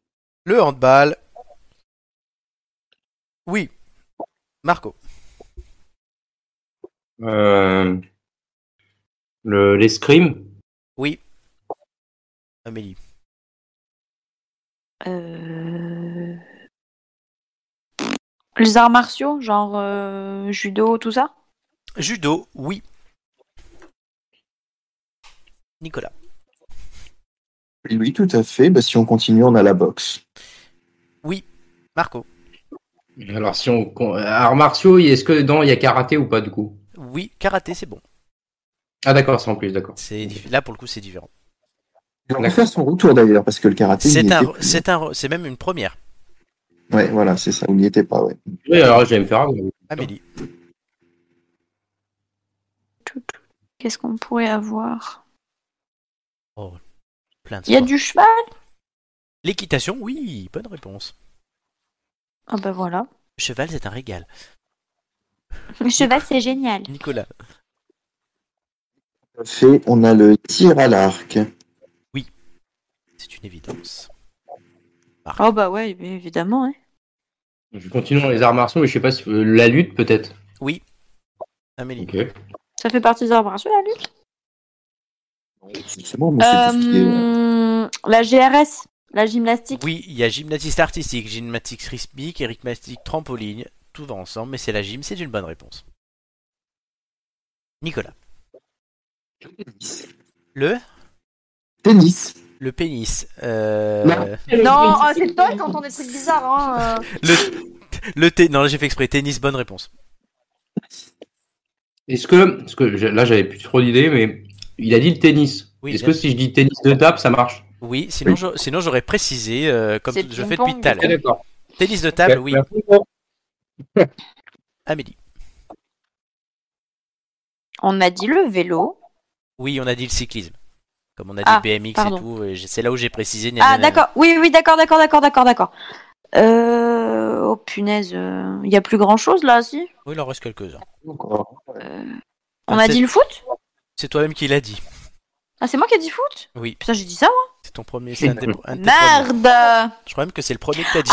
S1: Le handball. Oui. Marco.
S4: Euh, le l'escrime.
S1: Amélie.
S5: Euh... Les arts martiaux, genre euh, judo, tout ça
S1: Judo, oui. Nicolas.
S2: Oui, tout à fait. Bah, si on continue, on a la boxe.
S1: Marco.
S4: Alors si on con- arts martiaux, est-ce que dans il y a karaté ou pas du coup
S1: Oui, karaté, c'est bon.
S4: Ah d'accord, c'est en plus, d'accord.
S1: C'est diff- là pour le coup, c'est différent.
S2: Et On va
S4: D'accord.
S2: faire son retour d'ailleurs, parce que le karaté. il y
S1: C'est un,
S2: était plus.
S1: c'est un, c'est même une première.
S2: Ouais, voilà, c'est ça. On n'y était pas, ouais.
S4: Oui, alors je vais me faire avoir.
S1: Amélie.
S5: Tout, tout. Qu'est-ce qu'on pourrait avoir
S1: Plein de
S5: Il y a
S1: sports.
S5: du cheval
S1: L'équitation, oui, bonne réponse.
S5: Ah bah voilà.
S1: Le Cheval, c'est un régal.
S5: Le cheval, c'est génial.
S1: Nicolas.
S2: Tout à fait. On a le tir à l'arc.
S1: C'est une évidence.
S5: Oh bah ouais, mais évidemment. Hein.
S4: Je continue dans les arts martiaux, mais je sais pas si euh, la lutte peut-être.
S1: Amélie.
S4: Ok.
S5: Ça fait partie des arts martiaux, la lutte
S2: C'est bon, mais c'est tout ce qui est, euh,
S5: Euh, La GRS, la gymnastique.
S1: Oui, il y a gymnastique artistique, gymnastique rythmique, et rythmatique trampoline. Tout va ensemble, mais c'est la gym, c'est une bonne réponse. Nicolas. Le
S2: Tennis.
S1: Le pénis. euh,
S2: Non.
S8: Non, oh, c'est toi qui entends des trucs bizarres. Hein. euh.
S1: Le, le thé- Non, là, j'ai fait exprès. Tennis, bonne réponse.
S4: Est-ce que, parce que je- là j'avais plus trop d'idées, mais il a dit le tennis.
S1: Oui,
S4: Est-ce
S1: bien
S4: que si je dis tennis de table, ça marche
S1: Oui, sinon
S2: Oui.
S1: je- sinon j'aurais précisé, euh, comme
S5: C'est
S1: je fais depuis
S5: ping-pong,
S1: tout à l'heure.
S4: d'accord.
S1: Tennis de Ah, table, oui. Amélie.
S5: On a dit le vélo.
S1: Oui, on a dit le cyclisme. Comme on a dit
S5: Ah,
S1: BMX
S5: pardon.
S1: et tout, et j'ai- c'est là où j'ai précisé. gna,
S5: Ah
S1: gna, gna,
S5: d'accord, oui, oui, d'accord, d'accord, d'accord, d'accord, d'accord. Euh... Oh punaise, il n'y a plus grand-chose là, si
S1: gna. Oui, il en reste quelques-uns.
S2: Encore.
S5: On a
S1: Ah, C'est-
S5: dit le foot
S1: C'est toi-même qui l'a dit.
S5: Ah, c'est moi qui ai dit foot
S1: Oui.
S5: Putain, j'ai dit ça, moi
S1: C'est ton premier. C'est un des, un des premiers.
S5: Merde Ah
S1: Je crois même que c'est le premier que t'as dit.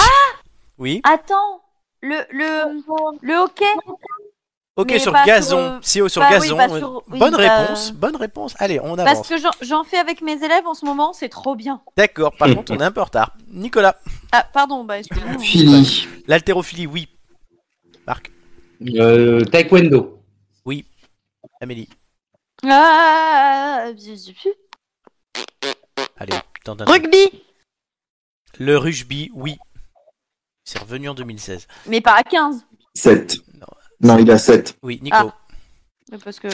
S1: oui.
S5: Attends, le, le, le hockey
S1: Ok,
S5: Ah, mais
S1: sur
S5: pas
S1: gazon. Si haut sur
S5: pas- oui,
S1: gazon. euh,
S5: pas sur- oui,
S1: bonne
S5: bah,
S1: réponse. Bonne réponse. Allez, on
S5: Parce
S1: avance.
S5: que j'en- j'en fais avec mes élèves en ce moment, c'est trop bien.
S1: D'accord. Par contre, on est un peu en retard. Nicolas.
S5: Ah, pardon, bah excusez-moi.
S2: Philly.
S1: L'haltérophilie, oui. Marc.
S4: Euh, taekwondo.
S1: Amélie.
S6: Ah, zut, zut.
S1: Allez, tente un truc.
S6: Rugby
S1: Le rugby, oui. C'est revenu en 2016.
S6: Mais pas à 15.
S2: 7. Non, il a 7.
S1: Oui,
S5: Ah.
S1: Nico.
S6: Parce que...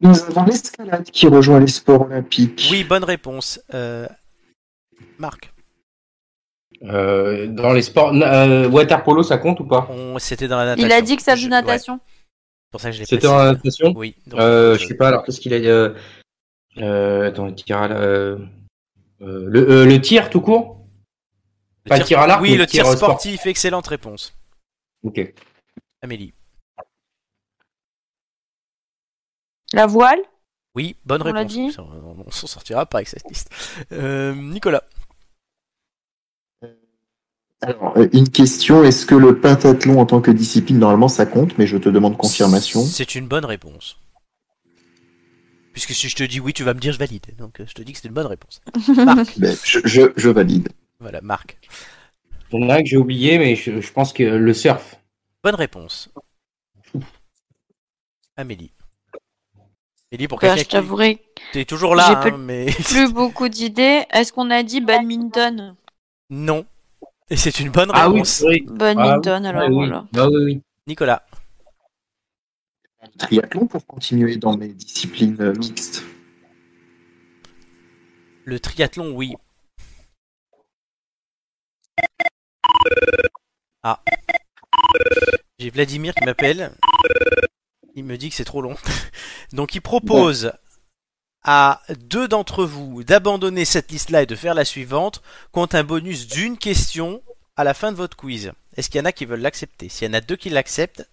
S2: Nous avons l'escalade qui rejoint les sports olympiques.
S1: Oui, bonne réponse. Euh, Marc,
S4: Euh, dans les sports, euh, water polo, ça compte ou pas
S1: on... c'était dans la natation.
S6: Il a dit que ça
S1: Je-
S6: joue
S1: ouais,
S6: natation.
S1: c'est pour ça que je l'ai
S4: C'était
S1: précisé.
S4: en natation
S1: Oui. donc,
S4: euh,
S1: euh,
S4: Je sais pas, alors qu'est-ce qu'il a euh, euh, Attends, le tir à la- euh, euh, le, euh, le tir tout court Pas le
S1: tir-
S4: tir à l'arc
S1: Oui,
S4: mais
S1: le tir
S4: au sport.
S1: sportif, excellente réponse.
S4: Ok.
S1: Amélie.
S6: La voile
S1: Oui, bonne
S6: On l'a
S1: réponse.
S6: dit.
S1: Ça, On on s'en sortira pas avec cette liste. Euh, Nicolas.
S2: Alors, euh, une question, est-ce que le pentathlon en tant que discipline, normalement, ça compte Mais je te demande confirmation.
S1: C'est une bonne réponse. Puisque si je te dis oui, tu vas me dire je valide. Donc euh, je te dis que c'est une bonne réponse. Marc.
S2: Ben, je, je- je valide.
S1: Voilà, Marc.
S4: Il y en a un que j'ai oublié, mais je, je pense que le surf.
S1: Bonne réponse. Amélie. Amélie, pour
S6: Bah,
S1: quelqu'un
S6: Je
S1: qui...
S6: t'avouerai
S1: T'es toujours là,
S6: J'ai
S1: hein,
S6: peu-
S1: mais...
S6: plus beaucoup d'idées. Est-ce qu'on a dit badminton
S1: non. Et c'est une bonne
S4: Ah oui,
S1: réponse.
S4: c'est vrai.
S6: Badminton, alors
S4: Ah oui.
S6: voilà.
S4: Ah oui, oui.
S1: Nicolas.
S2: Triathlon pour continuer dans mes disciplines euh, mixtes.
S1: Le triathlon, oui. Ah. J'ai Vladimir qui m'appelle. Il me dit que c'est trop long. Donc il propose à deux d'entre vous d'abandonner cette liste-là et de faire la suivante, compte un bonus d'une question à la fin de votre quiz. Est-ce qu'il y en a qui veulent l'accepter S'il y en a deux qui l'acceptent,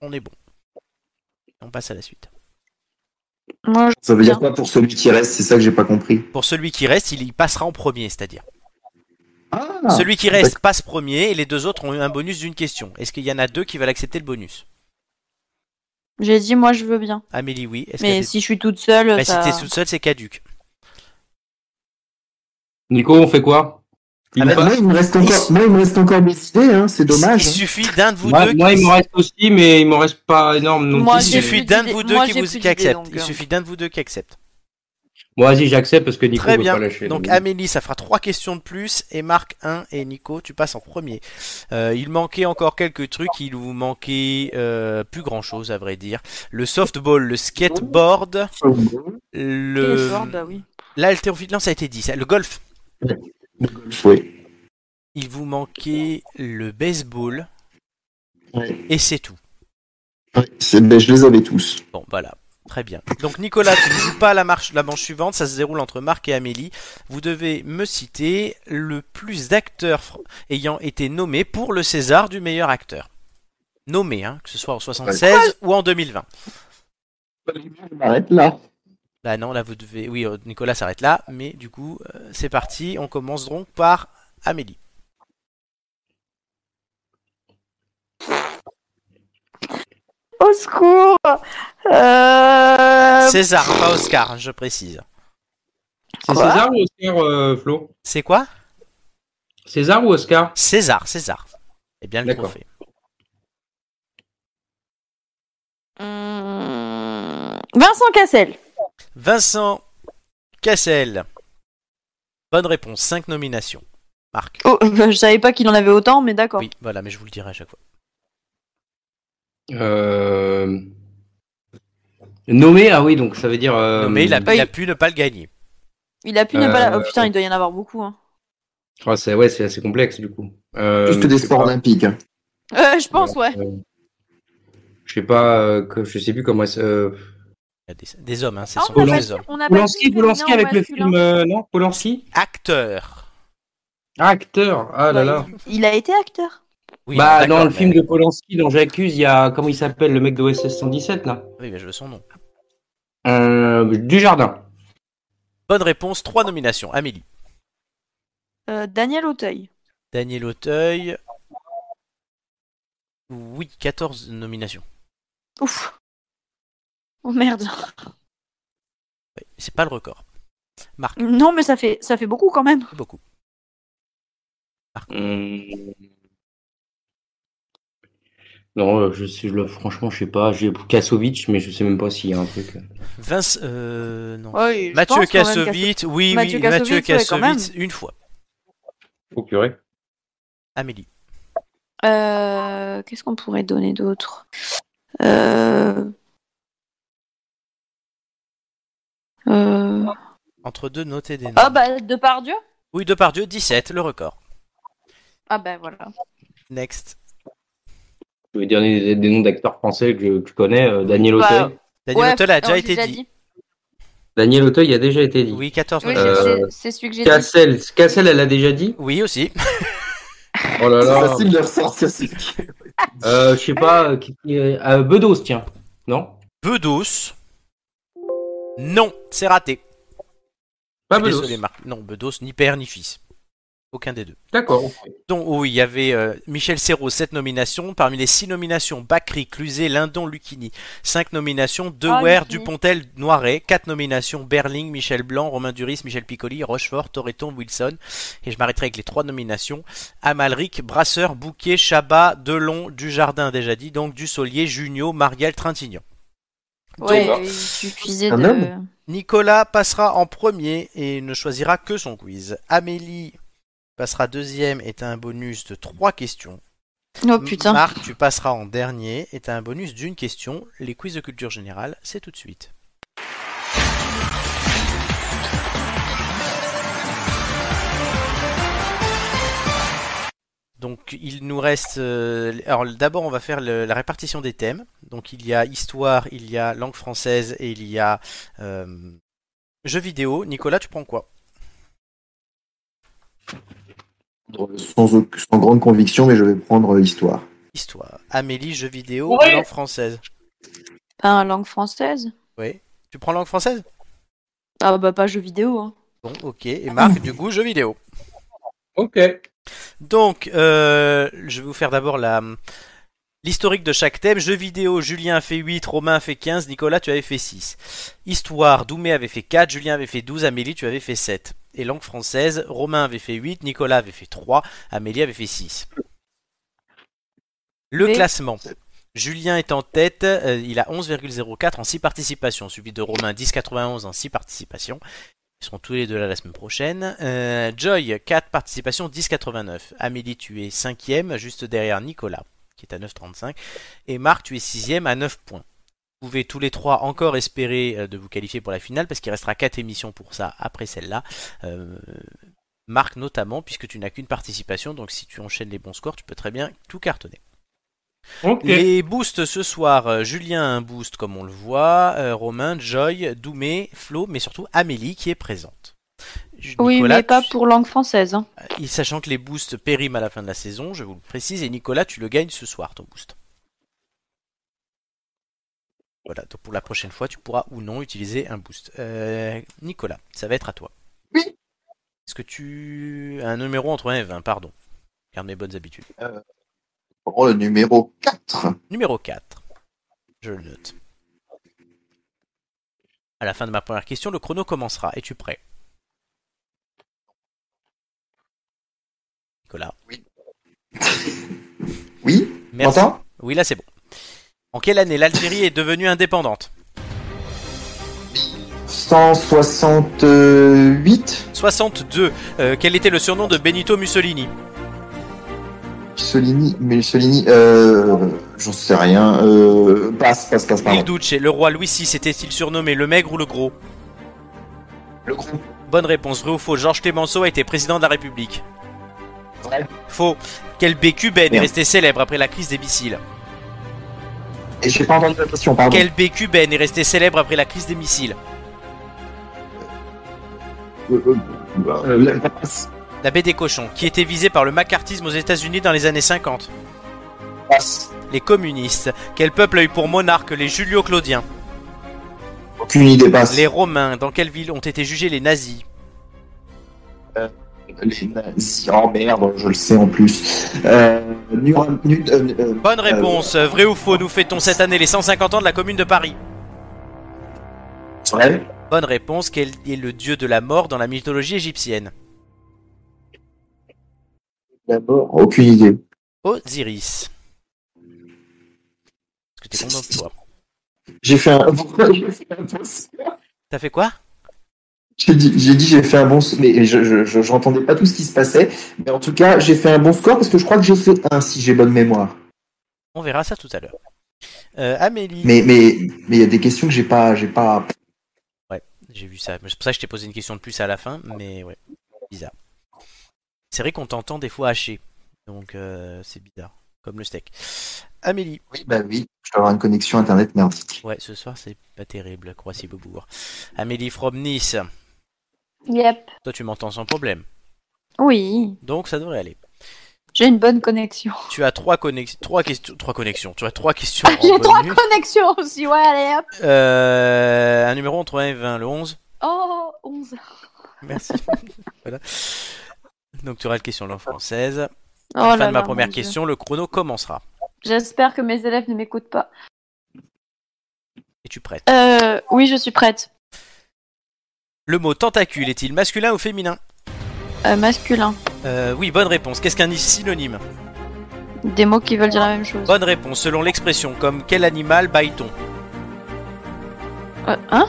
S1: on est bon. On passe à la suite.
S6: Moi,
S2: Ça veut dire
S6: Bien.
S2: quoi pour celui qui reste C'est ça que j'ai pas compris.
S1: Pour celui qui reste, il y passera en premier, c'est-à-dire.
S2: Ah,
S1: Celui qui reste passe premier et les deux autres ont eu un bonus d'une question. Est-ce qu'il y en a deux qui veulent accepter le bonus
S6: J'ai dit, moi, je veux bien.
S1: Amélie, oui. Est-ce qu'il y a
S6: Mais
S1: des-
S6: si je suis toute seule,
S1: Bah,
S6: ça...
S1: Si t'es toute seule, c'est caduque.
S4: Nico, on fait quoi Il
S1: Ah
S4: me
S1: bah,
S2: moi,
S4: reste-
S2: il me reste encore, moi, il me reste encore mes idées, hein, c'est dommage.
S1: Il
S2: hein.
S1: suffit d'un de vous
S4: moi,
S1: deux.
S4: moi,
S1: qui...
S4: il me reste aussi, mais il me reste pas énorme. Donc...
S6: Moi,
S1: il
S6: j'ai
S1: suffit
S6: plus
S1: d'un de
S6: d'idées.
S1: vous deux
S6: Moi,
S1: qui,
S6: j'ai
S1: vous...
S6: plus
S1: qui
S6: d'idées,
S1: accepte.
S6: donc,
S1: Il
S6: euh.
S1: suffit d'un de vous deux qui accepte.
S4: Bon, vas-y, j'accepte parce que Nico
S1: Très
S4: veut
S1: bien.
S4: pas lâcher.
S1: Donc Amélie, ça fera trois questions de plus et Marc 1 et Nico, tu passes en premier. Euh, il manquait encore quelques trucs, il vous manquait euh, plus grand chose à vrai dire. Le softball, le skateboard,
S2: hein.
S6: Et
S1: le
S6: le soir, bah oui.
S1: l'haltérophilie, non ça a été dit, ça. le golf.
S2: Oui.
S1: Il vous manquait le baseball
S2: Ouais.
S1: et c'est tout.
S2: Ouais, c'est- ben, je les avais tous.
S1: Bon, voilà. Très bien. Donc Nicolas, tu ne joues pas la, marche, la manche suivante, ça se déroule entre Marc et Amélie. Vous devez me citer le plus d'acteurs fr- ayant été nommés pour le César du meilleur acteur. Nommé, hein, que ce soit en 76 ou en 2020.
S2: Je m'arrête là.
S1: Bah non, là vous devez... Oui, euh, Nicolas s'arrête là, mais du coup, euh, c'est parti. On commence donc par Amélie.
S6: Au secours Euh,
S1: César, pas Oscar, je précise.
S4: C'est
S6: Quoi
S4: César ou Oscar, euh, Flo
S1: C'est quoi
S4: César ou Oscar
S1: César, César. Eh bien le
S4: D'accord.
S1: trophée.
S6: hum, Vincent Cassel.
S1: Vincent Cassel. Bonne réponse, 5 nominations. Marc.
S6: Oh, bah, je savais pas qu'il en avait autant, mais d'accord.
S1: Oui, voilà, mais je vous le dirai à chaque fois.
S4: euh... Nommé, ah oui, donc ça veut dire. euh,
S1: mais il a,
S6: oui.
S1: il a pu ne pas le gagner.
S6: Il a pu
S4: Euh,
S6: ne pas... la- Oh putain, il doit y en avoir beaucoup. Hein.
S4: Ah, c'est ouais, c'est assez complexe du coup. Euh,
S2: Juste
S4: je
S2: des
S4: sais
S2: sports
S4: pas,
S2: olympiques. hein.
S6: Euh, je pense, ouais.
S4: euh, je sais pas, euh, que, je sais plus comment. elle s- Euh...
S1: Il y a des, des hommes, hein, c'est
S6: Ah,
S1: son
S6: on a
S1: nom
S6: pas
S1: des
S6: dit-
S1: hommes.
S5: bah,
S6: on a pas
S4: Polanski,
S6: dit féminin
S4: Polanski
S6: ou
S4: avec le
S6: masculin.
S4: film, euh, non Polanski
S1: Acteur.
S4: Acteur, ah là là.
S6: Il a été acteur.
S1: Oui,
S4: bah,
S1: d'accord,
S4: dans le
S1: mais-
S4: film de Polanski, dans J'accuse, il y a, comment il s'appelle, le mec de OSS 117 là
S1: Oui, mais je veux son nom.
S4: euh, Dujardin.
S1: Bonne réponse, 3 nominations. Amélie.
S6: Euh, Daniel Auteuil.
S1: Daniel Auteuil. Oui, 14 nominations.
S6: Ouf. Oh merde.
S1: Oui, C'est pas le record. Marc,
S6: Non, mais ça fait, ça fait beaucoup quand même.
S1: c'est beaucoup.
S4: Hum. Non, euh, je sais, je le- franchement, je sais pas. J'ai Kassovitch, mais je sais même pas s'il y a un truc. euh.
S1: Vince, euh, non.
S6: Ouais, je pense
S1: Mathieu
S6: quand même qu'à ce-
S1: Kassovitz, oui,
S6: Mathieu
S1: oui, Mathieu
S6: Kassovitz, ouais, quand
S1: Kassovitz, une fois.
S10: Au curé.
S1: Amélie.
S6: Euh, Qu'est-ce qu'on pourrait donner d'autre Euh, euh,
S1: Entre deux, notez des noms.
S3: Ah bah, de par Dieu
S1: Oui, Depardieu, 17, le record.
S3: Ah bah voilà.
S1: Next.
S4: Je vais dire des, des noms d'acteurs français que je, que je connais. euh, Daniel
S6: Bah,
S4: Auteuil.
S1: Daniel
S6: Ouais,
S5: oh,
S1: Auteuil a
S6: non,
S1: déjà
S6: j'ai
S1: été dit.
S4: Daniel Auteuil a déjà été dit.
S1: Oui, 14.
S3: Oui,
S1: le record.
S4: Euh,
S3: c'est- c'est celui que j'ai dit.
S4: Cassel, Cassel, elle a déjà dit.
S1: Oui, aussi.
S4: Oh là
S2: C'est
S4: là.
S2: facile de ressortir ces
S4: Euh, je sais pas. euh, qui- qui- euh, Bedos, tiens. Non.
S1: Bedos. Non, c'est raté.
S4: Pas
S1: Je suis
S4: Bedos.
S1: désolé, Marc. Non, Bedos, ni père ni fils. Aucun des deux.
S4: D'accord.
S1: Donc, oui, il y avait euh, Michel Serrault, 7 nominations. Parmi les 6 nominations, Bacri, Cluzet, Lindon, Lucchini. 5 nominations, Dewey,
S3: Lucchini.
S1: Dupontel, Noiret. 4 nominations, Berling, Michel Blanc, Romain Duris, Michel Piccoli, Rochefort, Torreton, Wilson. Et je m'arrêterai avec les 3 nominations. Amalric, Brasseur, Bouquet, Chabat, Delon, Dujardin, déjà dit. Donc, Dussolier, Junio, Marielle, Trintignant.
S6: Ouais,
S10: Donc,
S6: il suffisait
S2: un
S6: de.
S2: homme
S1: Nicolas passera en premier et ne choisira que son quiz. Amélie passera deuxième et t'as un bonus de 3 questions.
S6: Oh putain.
S1: Marc, tu passeras en dernier et t'as un bonus d'une question. Les quiz de culture générale, c'est tout de suite. Donc il nous reste... euh, alors d'abord on va faire le- la répartition des thèmes. Donc il y a histoire, il y a langue française et il y a euh, jeux vidéo. Nicolas, tu prends quoi
S2: sans, au- sans grande conviction, mais je vais prendre euh, l'histoire.
S1: Histoire. Amélie, jeux vidéo,
S3: Ouais.
S1: langue française.
S6: Pas en langue française
S1: Tu prends langue française
S6: Ah bah pas jeu vidéo. Hein.
S1: Bon, ok. Et Marc, du coup, jeux vidéo.
S10: Ok.
S1: Donc, euh, je vais vous faire d'abord la l'historique de chaque thème. Jeux vidéo, Julien a fait 8, Romain a fait 15, Nicolas, tu avais fait 6. Histoire, Doumé avait fait 4, Julien avait fait 12, Amélie, tu avais fait 7. Et langue française, Romain avait fait 8, Nicolas avait fait 3, Amélie avait fait 6. Le
S6: Mais-
S1: classement. Julien est en tête, euh, il a 11,04 en 6 participations, suivi de Romain 10,91 en 6 participations. Ils seront tous les deux là la semaine prochaine. Euh, Joy, 4 participations, 10,89. Amélie, tu es 5 juste derrière Nicolas, qui est à 9,35. Et Marc, tu es 6 à 9 points. Vous pouvez tous les trois encore espérer euh, de vous qualifier pour la finale, parce qu'il restera 4 émissions pour ça après celle-là. Euh, Marc notamment, puisque tu n'as qu'une participation, donc si tu enchaînes les bons scores, tu peux très bien tout cartonner.
S10: Ok.
S1: Les boosts ce soir, euh, Julien a un boost comme on le voit, euh, Romain, Joy, Doumé, Flo, mais surtout Amélie qui est présente. J-
S6: Oui,
S1: Nicolas,
S6: mais pas
S1: tu-
S6: pour langue française. Hein.
S1: il- Sachant que les boosts périment à la fin de la saison, je vous le précise, et Nicolas, tu le gagnes ce soir, ton boost. Voilà, donc pour la prochaine fois, tu pourras ou non utiliser un boost. Euh, Nicolas, ça va être à toi.
S7: Oui.
S1: Est-ce que tu as un numéro entre 1 et 20, pardon. Garde mes bonnes habitudes.
S2: Oh, le numéro 4.
S1: Numéro 4. Je le note. À la fin de ma première question, le chrono commencera. Es-tu prêt Nicolas.
S2: Oui
S1: Merci.
S2: M'entends
S1: Oui, là c'est bon. En quelle année l'Algérie est devenue indépendante
S2: 168
S1: 62. Euh, quel était le surnom de Benito Mussolini
S2: Mussolini, Mussolini, euh, j'en sais rien. Euh, passe, passe, passe,
S1: Il
S2: pardon.
S1: Duce. Le roi Louis VI était-il surnommé le maigre ou le gros
S2: Le gros.
S1: Bonne réponse. Vrai ou faux Georges Clémenceau a été président de la République
S2: Vrai.
S1: Faux. Quel bécubaine est
S2: Merde.
S1: resté célèbre après la crise des missiles
S2: Et j'ai pas entendu la question, pardon.
S1: Quel BQ Ben est resté célèbre après la crise des missiles
S2: Euh, euh, bah, euh, la passe,
S1: La baie des cochons, qui était visée par le macartisme aux États-Unis dans les années 50.
S2: passe.
S1: Les communistes. Quel peuple a eu pour monarque les Julio-Claudiens
S2: Aucune idée, passe.
S1: Les Romains. Dans quelle ville ont été jugés les nazis
S2: Les nazis. Oh merde, je le sais en plus. Euh, Nurem- Nut- euh, euh,
S1: Bonne réponse. Vrai ou faux Nous fêtons cette année les 150 ans de la Commune de Paris.
S2: euh, vrai.
S1: Bonne réponse. Quel est le dieu de la mort dans la mythologie égyptienne
S2: D'abord, aucune idée.
S1: Osiris. J'étais content de toi.
S2: J'ai fait un. Pourquoi j'ai fait un bon saut
S1: T'as fait quoi
S2: J'ai dit, j'ai dit, j'ai fait un bon, saut, mais je, je, je- je n'entendais pas tout ce qui se passait. Mais en tout cas, j'ai fait un bon score parce que je crois que j'ai fait un, si j'ai bonne mémoire.
S1: On verra ça tout à l'heure. Euh, Amélie,
S2: Mais mais mais il y a des questions que j'ai pas, j'ai pas.
S1: j'ai vu ça. C'est pour ça que je t'ai posé une question de plus à la fin, mais ouais, bizarre. C'est vrai qu'on t'entend des fois haché, donc euh, c'est bizarre, comme le steak. Amélie,
S2: Oui, bah oui, je dois avoir une connexion internet merdique.
S1: ouais, ce soir c'est pas terrible, Croissy-Beaubourg. Amélie from Nice,
S5: Yep.
S1: toi tu m'entends sans problème,
S6: Oui,
S1: donc ça devrait aller.
S6: j'ai une bonne connexion.
S1: Tu as trois connexions, trois questions, trois connexions. Tu as trois questions.
S6: Ah,
S1: en
S5: J'ai trois
S1: bonus.
S5: connexions aussi, ouais, allez hop.
S1: Euh, un numéro entre 1 et 20, le 11.
S5: Oh, 11.
S1: Merci. voilà. Donc tu auras la question de langue française.
S6: Oh
S1: À la fin
S6: là
S1: de ma
S6: là,
S1: première
S6: mon Dieu.
S1: question, le chrono commencera.
S5: J'espère que mes élèves ne m'écoutent pas.
S1: Et tu prêtes.
S6: Euh, oui, je suis prête.
S1: Le mot tentacule est-il masculin ou féminin
S6: Euh, masculin.
S1: Euh, Oui, bonne réponse. Qu'est-ce qu'un synonyme
S6: Des mots qui veulent dire la même chose.
S1: Bonne réponse. Selon l'expression, comme quel animal baille-t-on
S6: Euh, hein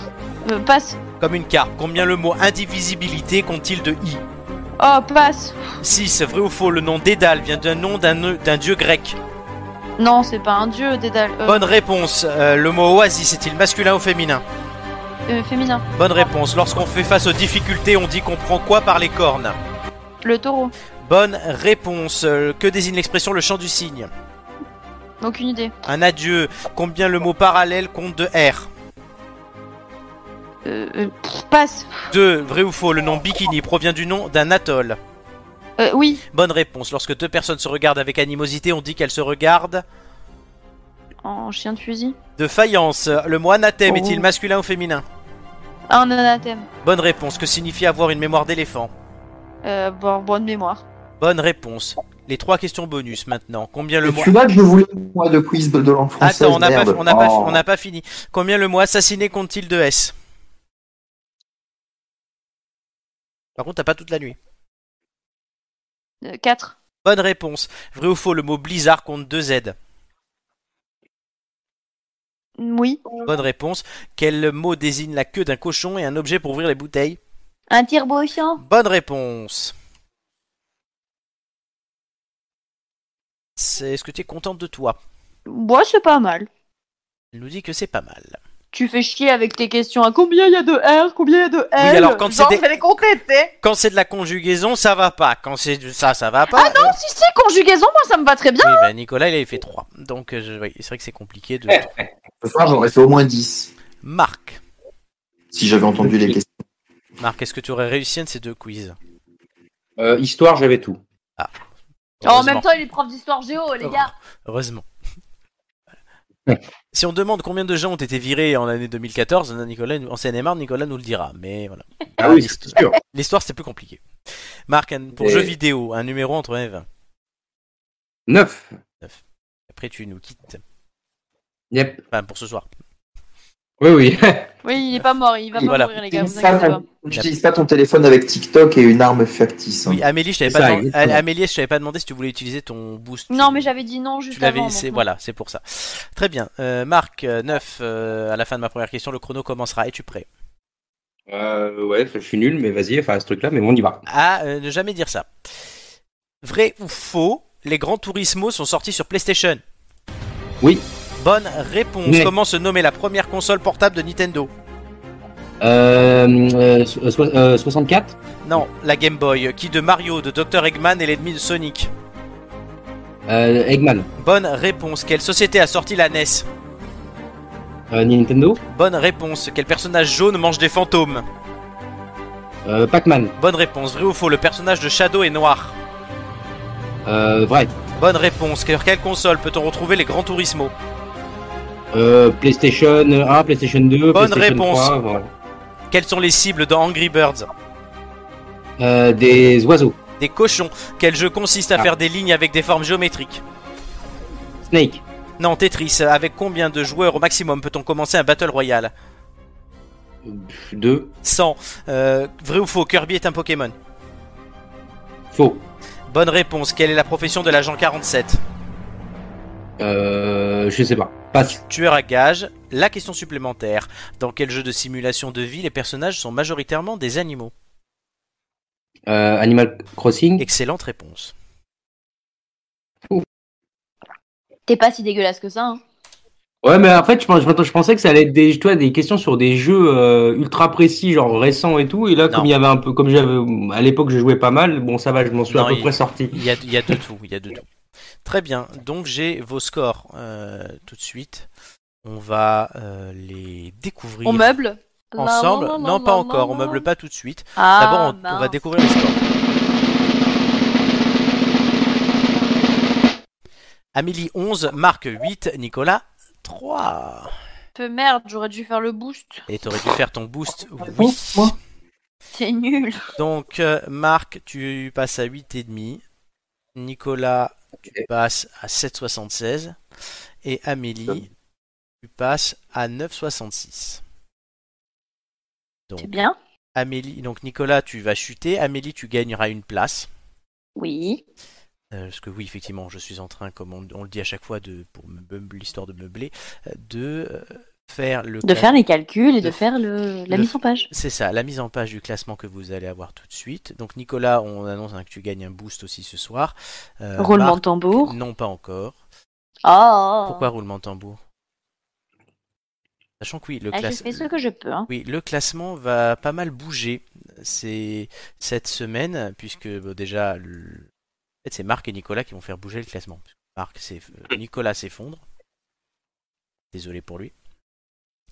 S6: Euh, Passe.
S1: Comme une carpe. Combien le mot indivisibilité compte-t-il de i
S6: Oh, passe.
S1: 6. Vrai ou faux Le nom Dédale vient d'un nom d'un d'un dieu grec.
S6: Non, c'est pas un dieu, Dédale. Euh,
S1: Bonne réponse. Euh, le mot oasis est-il masculin ou féminin
S6: euh, féminin.
S1: Bonne réponse. Lorsqu'on fait face aux difficultés, on dit qu'on prend quoi par les cornes
S6: Le taureau.
S1: Bonne réponse. Euh, Que désigne l'expression le chant du cygne
S6: Aucune idée.
S1: Un adieu. Combien le mot parallèle compte de R
S6: Euh, euh, pff, passe.
S1: 2. Vrai ou faux Le nom bikini provient du nom d'un atoll.
S6: Euh, oui.
S1: Bonne réponse. Lorsque deux personnes se regardent avec animosité, on dit qu'elles se regardent.
S6: En chien de fusil.
S1: De faïence. Le mot anathème
S6: Oh.
S1: est-il masculin ou féminin
S6: Un anathème.
S1: Bonne réponse. Que signifie avoir une mémoire d'éléphant
S6: Euh, bon, bonne mémoire.
S1: Bonne réponse. Les trois questions bonus maintenant. Combien le mot
S2: Celui-là, je le voulais moi de quiz de langue française.
S1: Attends, Ah, on n'a pas,
S2: merde.
S1: on n'a pas,
S2: Oh.
S1: on n'a pas fini. Combien le mot assassiné compte-t-il de S Par contre, t'as pas toute la nuit.
S6: 4.
S1: Bonne réponse. Vrai ou faux, le mot blizzard compte 2 Z.
S6: Oui.
S1: Bonne réponse. Quel mot désigne la queue d'un cochon et un objet pour ouvrir les bouteilles
S5: Un tir bouchon.
S1: Bonne réponse. C'est- Est-ce que tu es contente de toi
S6: Moi, c'est pas mal.
S1: Elle nous dit que c'est pas mal.
S6: Tu fais chier avec tes questions. À combien il y a de R Combien il y a de
S1: Oui,
S6: L
S1: alors quand c'est
S6: Genre,
S1: des-
S6: je vais les compter, tu sais.
S1: Quand c'est de la conjugaison, ça va pas. Quand c'est de ça, ça va pas.
S6: Non, si, si, conjugaison, moi, ça me va très bien.
S1: Oui, bah, Nicolas, il avait fait 3. Donc, euh, je- oui, c'est vrai que c'est compliqué
S4: Eh.
S1: de.
S2: Ce Oh, soir, j'aurais fait au moins 10
S1: Marc.
S2: si j'avais entendu les
S4: Ok.
S2: questions.
S1: Marc, est-ce que tu aurais réussi un de ces deux quiz
S4: Euh, histoire, j'avais tout.
S3: Oh, En
S1: Heureusement.
S3: même temps, il est prof d'histoire géo, les gars.
S1: Heureusement. Si on demande combien de gens ont été virés en l'année 2014, Nicolas, en CNMR, Nicolas nous le dira. Mais voilà.
S4: Ah oui, c'est sûr.
S1: L'histoire, c'est plus compliqué. Marc, un- pour
S4: Et-
S1: jeux vidéo, un numéro entre 1 et 20.
S4: 9.
S1: Après, tu nous quittes.
S4: Yep.
S1: Enfin, pour ce soir.
S4: Oui, oui.
S6: Oui, il est pas mort, il va pas
S1: Voilà.
S6: mourir, les gars. Vous
S2: N'utilise
S6: inquiétez
S2: pas
S6: pas.
S2: ton- n'utilise pas ton téléphone avec TikTok et une arme factice. hein.
S1: Oui, Amélie, je t'avais
S4: C'est
S1: pas,
S4: ça,
S1: demandé-
S4: exactement.
S1: Amélie, je t'avais pas demandé si tu voulais utiliser ton boost.
S6: Non,
S1: Tu-
S6: mais j'avais dit non juste
S1: Tu l'avais
S6: avant.
S1: c'est-
S6: donc hein. non.
S1: voilà, c'est pour ça. Très bien. Euh, Marc, 9, à la fin de ma première question, le chrono commencera. Es-tu prêt
S4: Euh, ouais, je suis nul, mais vas-y, enfin, ce truc-là, mais bon, on y va.
S1: Ah, euh, ne jamais dire ça. Vrai ou faux, les grands Turismo sont sortis sur PlayStation
S4: Oui.
S1: Bonne réponse.
S4: Oui.
S1: Comment se nommait la première console portable de Nintendo
S4: Euh, euh, so- so- euh, 64
S1: Non, la Game Boy. Qui de Mario, de Dr. Eggman et l'ennemi de Sonic
S4: euh, Eggman.
S1: Bonne réponse. Quelle société a sorti la NES
S4: Euh, Nintendo
S1: Bonne réponse. Quel personnage jaune mange des fantômes
S4: euh, Pac-Man.
S1: Bonne réponse. Vrai ou faux, le personnage de Shadow est noir
S4: Euh, vrai.
S1: Bonne réponse. Sur quelle console peut-on retrouver les grands Turismo
S4: Euh, PlayStation 1, PlayStation 2,
S1: Bonne
S4: PlayStation
S1: réponse.
S4: 3, voilà.
S1: Quelles sont les cibles dans Angry Birds
S4: Euh, des oiseaux.
S1: Des cochons. Quel jeu consiste à
S4: Ah.
S1: faire des lignes avec des formes géométriques
S4: Snake.
S1: Non, Tetris. Avec combien de joueurs au maximum peut-on commencer un Battle Royale
S4: 2.
S1: 100. Euh, vrai ou faux, Kirby est un Pokémon
S4: Faux.
S1: Bonne réponse. Quelle est la profession de l'agent 47
S4: Euh, euh, je sais pas. Passe.
S1: Tueur à gage, la question supplémentaire. Dans quel jeu de simulation de vie les personnages sont majoritairement des animaux
S4: Euh, Animal Crossing.
S1: Excellente réponse.
S5: T'es pas si dégueulasse que ça. Hein.
S4: Ouais, mais en fait, je, pense- je m'attends- je pensais que ça allait être des, toi, des questions sur des jeux euh, ultra précis, genre récents et tout. Et là,
S1: Non.
S4: comme il y avait un peu, comme j'avais à l'époque, je jouais pas mal. Bon, ça va, je m'en suis
S1: Non,
S4: à peu
S1: il-
S4: près sorti.
S1: Il y a, il y a de tout, il y a de tout. Très bien, donc j'ai vos scores euh, tout de suite. On va euh, les découvrir
S3: On meuble
S1: ensemble. Non,
S3: Non, non, non,
S1: pas
S3: non,
S1: encore,
S3: non,
S1: on
S3: non.
S1: meuble pas tout de suite.
S3: Ah,
S1: D'abord, on- on, va
S3: mince.
S1: découvrir les scores. Amélie 11, Marc 8, Nicolas 3.
S5: Peu merde, j'aurais dû faire le boost.
S1: Et t'aurais dû faire ton boost. Oui.
S4: Boost, moi.
S5: C'est nul.
S1: Donc, euh, Marc, tu passes à 8,5. Nicolas, tu passes à 7,76. Et Amélie, tu passes à 9,66.
S5: C'est bien.
S1: Amélie, donc Nicolas, tu vas chuter. Amélie, tu gagneras une place.
S5: Oui.
S1: Euh, parce que oui, effectivement, je suis en train, comme on, on le dit à chaque fois, de, pour meubler- l'histoire de meubler, euh, de euh, faire le
S5: De
S1: cal-
S5: faire les calculs et
S1: de
S5: de faire le, la
S1: le-
S5: mise en page.
S1: C'est ça, la mise en page du classement que vous allez avoir tout de suite. Donc Nicolas, on annonce hein, que tu gagnes un boost aussi ce soir. Euh,
S5: Roulement de
S1: Marc,
S5: tambour.
S1: Non, pas encore.
S5: Ah.
S1: Pourquoi roulement de tambour Sachant que oui, le
S5: Ah, je
S1: classement.
S5: fais ce que je peux. hein.
S1: Oui, le classement va pas mal bouger c'est cette semaine, puisque bon, déjà, le- en fait, c'est Marc et Nicolas qui vont faire bouger le classement. Marc, s'eff- euh, Nicolas s'effondre. Désolé pour lui.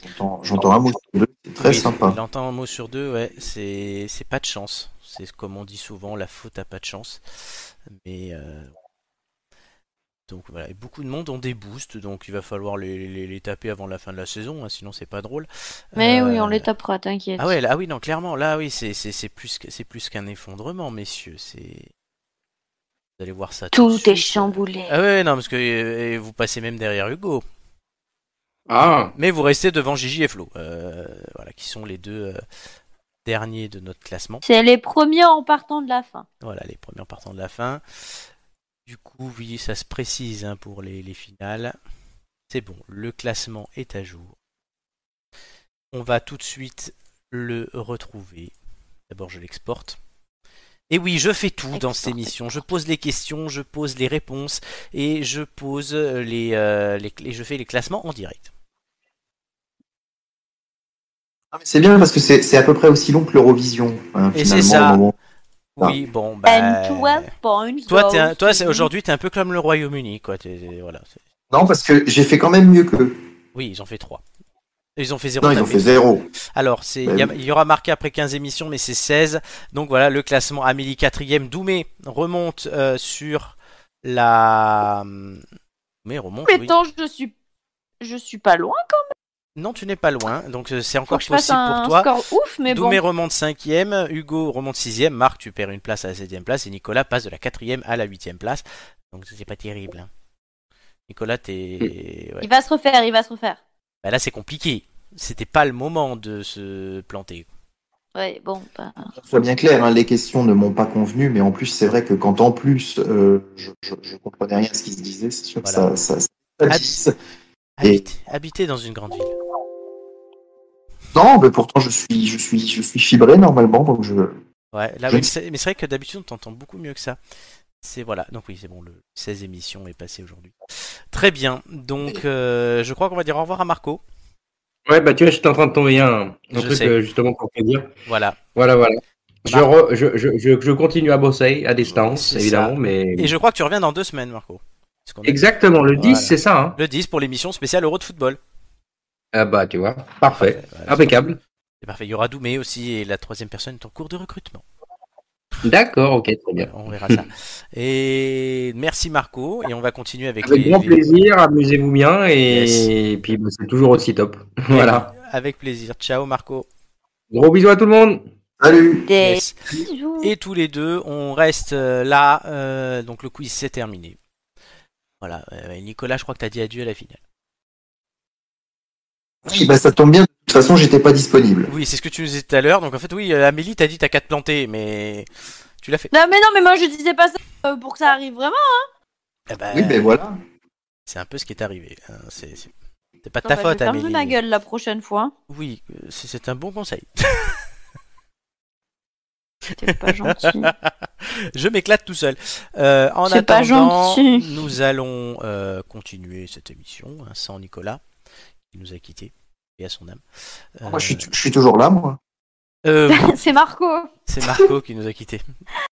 S2: J'entends- J'entends un mot sur deux, c'est très
S1: Oui,
S2: sympa.
S1: Il entend un mot sur deux, ouais, c'est c'est pas de chance. C'est comme on dit souvent, la faute à pas de chance. Mais euh, donc voilà, et beaucoup de monde ont des boosts, donc il va falloir les, les- les taper avant la fin de la saison, hein, sinon c'est pas drôle.
S5: Mais oui, on
S1: Euh,
S5: les tapera, t'inquiète.
S1: ah ouais, là- ah oui, non, clairement, là oui, c'est c'est- c'est plus que- c'est plus qu'un effondrement, messieurs. C'est vous allez voir ça. Tout, de
S5: Tout est
S1: suite.
S5: chamboulé.
S1: Ah ouais, non, parce que euh, vous passez même derrière Hugo,
S4: Ah,
S1: mais vous restez devant Gigi et Flo, euh, voilà, qui sont les deux euh, derniers de notre classement.
S5: C'est les premiers en partant de la fin.
S1: Voilà, les premiers partants de la fin. Du coup, oui, ça se précise hein, pour les, les finales. C'est bon, le classement est à jour. On va tout de suite le retrouver. D'abord, je l'exporte. Et oui, je fais tout dans cette
S5: Exporter.
S1: émission. Je pose les questions, je pose les réponses et je pose les, euh, les, et je fais les classements en direct.
S2: Ah, mais C'est bien parce que c'est c'est à peu près aussi long que l'Eurovision. hein,
S1: Et
S2: finalement,
S1: c'est ça.
S2: au moment-
S1: Oui, bon,
S5: And
S1: bah.
S5: 12 points.
S1: Toi, t'es un-
S5: goes
S1: toi,
S5: to
S1: c'est-
S5: you.
S1: aujourd'hui, t'es un peu comme le Royaume-Uni, quoi. T'es- t'es- voilà.
S2: Non, parce que j'ai fait quand même mieux qu'eux.
S1: Oui, ils ont fait 3. Ils ont fait 0.
S2: Non, ils ont fait zéro.
S1: Alors, c'est,
S2: Bah
S1: il y, a-
S2: oui.
S1: il y aura marqué après 15 émissions, mais c'est 16. Donc voilà, le classement Amélie 4ème. Doumé remonte euh, sur la. hum, Doumé remonte.
S5: Mais
S1: oui.
S5: attends, je suis. Je suis pas loin.
S1: Non, tu n'es pas loin. Donc euh, c'est
S5: Faut
S1: encore
S5: que je fasse
S1: possible
S5: un
S1: pour toi.
S5: score ouf, mais bon.
S1: Doumé remonte 5ème. Hugo remonte 6ème. Marc, tu perds une place à la 7ème place. Et Nicolas passe de la 4ème à la 8ème place. Donc c'est pas terrible. hein. Nicolas,
S2: Hmm.
S1: t'es. ouais.
S5: Il va se refaire, il va se refaire.
S1: Bah là, c'est compliqué. C'était pas le moment de se planter.
S5: Ouais, bon. bah,
S2: Soit bien clair, hein, les questions ne m'ont pas convenu, mais en plus, c'est vrai que quand en plus, euh, je, je, je comprenais rien à ce qui se disait, c'est sûr que
S1: Voilà.
S2: ça, ça, ça-
S1: Ah,
S2: ça- Et-
S1: Habiter, habiter dans une grande ville.
S2: Non, mais pourtant, je suis, je suis, je suis fibré normalement, donc je.
S1: Ouais, là,
S2: Je
S1: oui,
S2: ne-
S1: c'est- mais c'est vrai que d'habitude, on t'entend beaucoup mieux que ça. C'est voilà, donc oui, c'est bon, le 16 émission est passée aujourd'hui. Très bien, donc euh, je crois qu'on va dire au revoir à Marco.
S4: ouais, bah tu vois, j'étais en train de tomber un,
S1: Je
S4: un truc
S1: sais.
S4: euh, justement pour te dire.
S1: Voilà,
S4: Voilà, voilà. Je,
S1: Bah.
S4: re- je, je, je, je continue à bosser à distance,
S1: C'est ça.
S4: évidemment, mais
S1: et je crois que tu reviens dans deux semaines, Marco. Parce qu'on a-
S4: exactement le 10,
S1: Voilà.
S4: c'est ça. Hein.
S1: Le 10 pour l'émission spéciale Euro de football.
S4: Ah bah tu vois, parfait,
S1: Voilà,
S4: impeccable.
S1: c'est parfait. Il y aura Doumé aussi et la troisième personne est en cours de recrutement.
S4: D'accord, ok, très bien.
S1: Voilà, on verra ça. Et merci Marco, et on va continuer avec,
S4: Avec
S1: les-
S4: grand
S1: les-
S4: plaisir, amusez-vous bien et,
S1: Yes.
S4: et puis bah, c'est toujours aussi top. voilà.
S1: Avec plaisir. Ciao Marco.
S4: Gros bisous à tout le monde.
S2: Salut!
S5: Des
S1: Yes.
S5: bisous.
S1: Et tous les deux, on reste euh, là. euh, donc le quiz c'est terminé. Voilà. euh, et Nicolas, je crois que t'as dit adieu à la finale.
S2: Oui, bah, ça tombe bien, de toute façon, j'étais pas disponible.
S1: Oui, c'est ce que tu nous disais tout à l'heure. Donc en fait, oui, euh, Amélie, t'as dit t'as quatre plantés, mais tu l'as fait.
S5: Non, mais non, mais moi je disais pas ça euh, pour que ça arrive vraiment.
S1: Eh ben,
S2: Oui, ben voilà.
S1: C'est un peu ce qui est arrivé. hein. C'est c'est- c'est pas de
S5: Non,
S1: ta
S5: bah,
S1: faute,
S5: je vais fermer
S1: Amélie.
S5: ma gueule la prochaine fois.
S1: Oui, euh, c'est- c'est un bon conseil.
S5: T'es pas gentil.
S1: Je m'éclate tout seul. Euh, en
S5: C'est pas
S1: attendant,
S5: gentil.
S1: nous allons euh, continuer cette émission hein, sans Nicolas, qui nous a quittés, et à son âme. Euh,
S2: Moi, je suis, je suis toujours là, moi.
S1: euh, oui,
S5: C'est Marco.
S1: c'est Marco qui nous a quittés.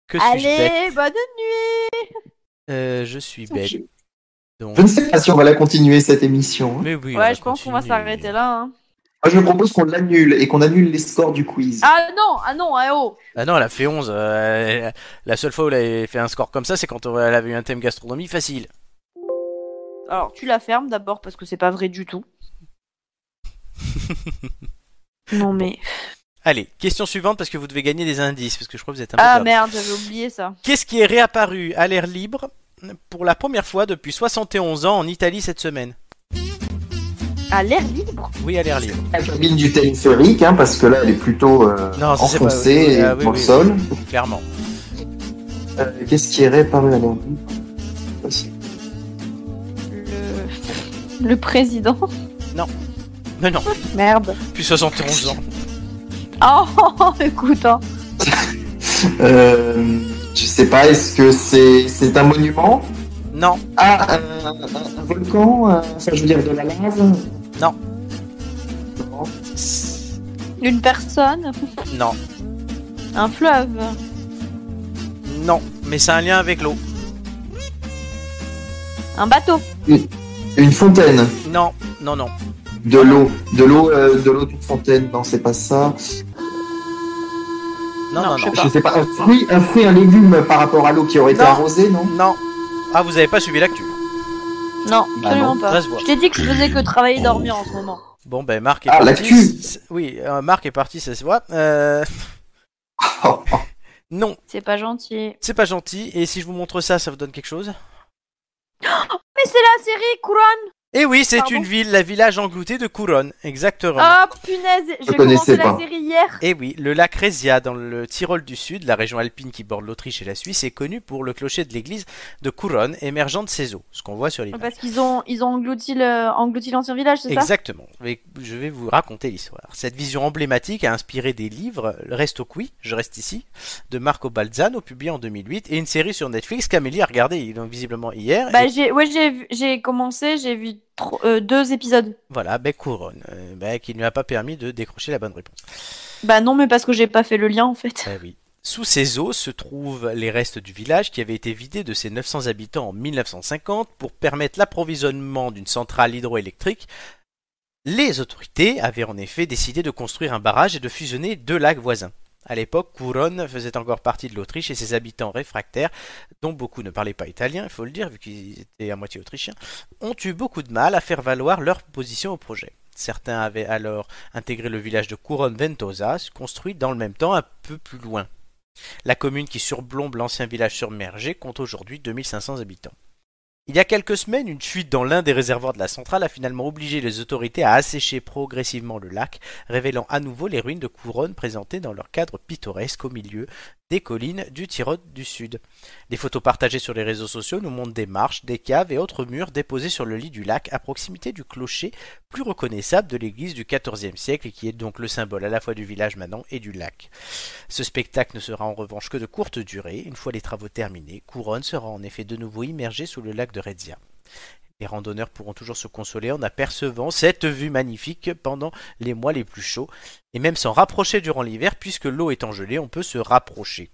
S1: Que suis-je bête
S5: Allez, bonne nuit.
S1: Euh, Je suis bête. Donc...
S2: Je ne sais pas si on va la continuer cette émission.
S1: Mais oui, on va
S5: Ouais, je pense qu'on va
S1: continuer.
S5: s'arrêter là. hein.
S2: Moi, je propose qu'on l'annule et qu'on annule les scores du quiz.
S11: Ah non, ah non, ah oh
S1: Ah non, elle a fait 11. euh, la seule fois où elle avait fait un score comme ça, c'est quand on- elle avait eu un thème gastronomie facile.
S5: Alors, tu la fermes d'abord parce que c'est pas vrai du tout. non mais.
S1: Allez, question suivante parce que vous devez gagner des indices, parce que je crois que vous êtes un peu
S5: Ah
S1: perdu.
S5: merde, j'avais oublié ça.
S1: Qu'est-ce qui est réapparu à l'air libre pour la première fois depuis 71 ans en Italie cette semaine
S5: À Ah, l'air libre
S1: Oui, à l'air libre.
S2: La cabine du téléphérique, hein, parce que là, elle est plutôt euh,
S1: Non, ça, c'est pas-
S2: enfoncée
S1: oui, ah, oui,
S2: dans
S1: oui.
S2: le sol.
S1: Clairement.
S2: Euh, Qu'est-ce qui est réparé à l'air
S5: Le. Le président
S1: Non, non,
S5: Merde.
S1: depuis 71 ans.
S5: Oh, écoute, hein.
S2: euh, Je sais pas, est-ce que c'est c'est un monument
S1: Non,
S2: Ah, un, un- un volcan euh, Enfin, je veux dire, de la lave
S1: Non.
S2: Non.
S5: une personne,
S1: non,
S5: un fleuve,
S1: non. Mais c'est un lien avec l'eau.
S5: un bateau,
S2: Une fontaine
S1: Non, non, non.
S2: De l'eau, de l'eau, euh, de l'eau d'une fontaine, non, c'est pas ça.
S1: Non, non,
S5: je
S1: non.
S5: sais pas.
S2: Je sais pas, un fruit, un fruit, un légume par rapport à l'eau qui aurait été
S1: Non.
S2: arrosée, non
S1: Non. Ah, vous avez pas suivi l'actu.
S5: Non,
S2: Bah
S5: absolument pas.
S1: Ça se voit.
S5: Je t'ai dit que je faisais que travailler et dormir en ce moment.
S1: Bon, ben, Marc est
S2: Ah,
S1: parti.
S2: l'actu.
S1: C'est- Oui, euh, Marc est parti, ça se voit. Euh,
S2: Oh, oh.
S1: non,
S5: C'est pas gentil.
S1: c'est pas gentil. Et si je vous montre ça, ça vous donne quelque chose
S5: Mais c'est la série Couronne
S1: Eh oui, c'est
S5: Pardon
S1: une ville, la village englouté de Couronne. Exactement.
S5: Oh punaise, j'ai
S2: connaissais
S5: commencé la
S2: pas.
S5: série hier.
S1: Et oui, le lac Rézia, dans le Tyrol du Sud, la région alpine qui borde l'Autriche et la Suisse, est connu pour le clocher de l'église de Couronne, émergeant de ses eaux, ce qu'on voit sur les
S5: Parce qu'ils ont, ils ont englouti le- englouti l'ancien village, c'est ça
S1: Exactement. Et je vais vous raconter l'histoire. Cette vision emblématique a inspiré des livres Reste au qui, je reste ici, de Marco Balzano, publié en 2008, et une série sur Netflix qu'Amélie a regardée donc visiblement hier.
S5: Bah
S1: Et
S5: j'ai, ouais j'ai, vu- j'ai commencé, j'ai vu tro- euh, deux épisodes.
S1: Voilà, ben Couronne, euh, ben, qui ne lui a pas permis de décrocher la bonne réponse.
S5: Bah non, mais parce que j'ai pas fait le lien en fait.
S1: Eh oui. Sous ces eaux se trouvent les restes du village qui avait été vidé de ses 900 habitants en 1950 pour permettre l'approvisionnement d'une centrale hydroélectrique. Les autorités avaient en effet décidé de construire un barrage et de fusionner deux lacs voisins. À l'époque, Couronne faisait encore partie de l'Autriche et ses habitants réfractaires, dont beaucoup ne parlaient pas italien, il faut le dire, vu qu'ils étaient à moitié autrichiens, ont eu beaucoup de mal à faire valoir leur position au projet. Certains avaient alors intégrer le village de Couronne Ventosa, construit dans le même temps un peu plus loin. La commune qui surplombe l'ancien village submergé compte aujourd'hui 2500 habitants. Il y a quelques semaines, une fuite dans l'un des réservoirs de la centrale a finalement obligé les autorités à assécher progressivement le lac, révélant à nouveau les ruines de Couronne présentées dans leur cadre pittoresque au milieu des collines du Tyrol du Sud. Les photos partagées sur les réseaux sociaux nous montrent des marches, des caves et autres murs déposés sur le lit du lac à proximité du clocher plus reconnaissable de l'église du XIVe siècle et qui est donc le symbole à la fois du village maintenant et du lac. Ce spectacle ne sera en revanche que de courte durée. Une fois les travaux terminés, Couronne sera en effet de nouveau immergée sous le lac de Redzia. Les randonneurs pourront toujours se consoler en apercevant cette vue magnifique pendant les mois les plus chauds et même s'en rapprocher durant l'hiver puisque l'eau étant gelée, on peut se rapprocher.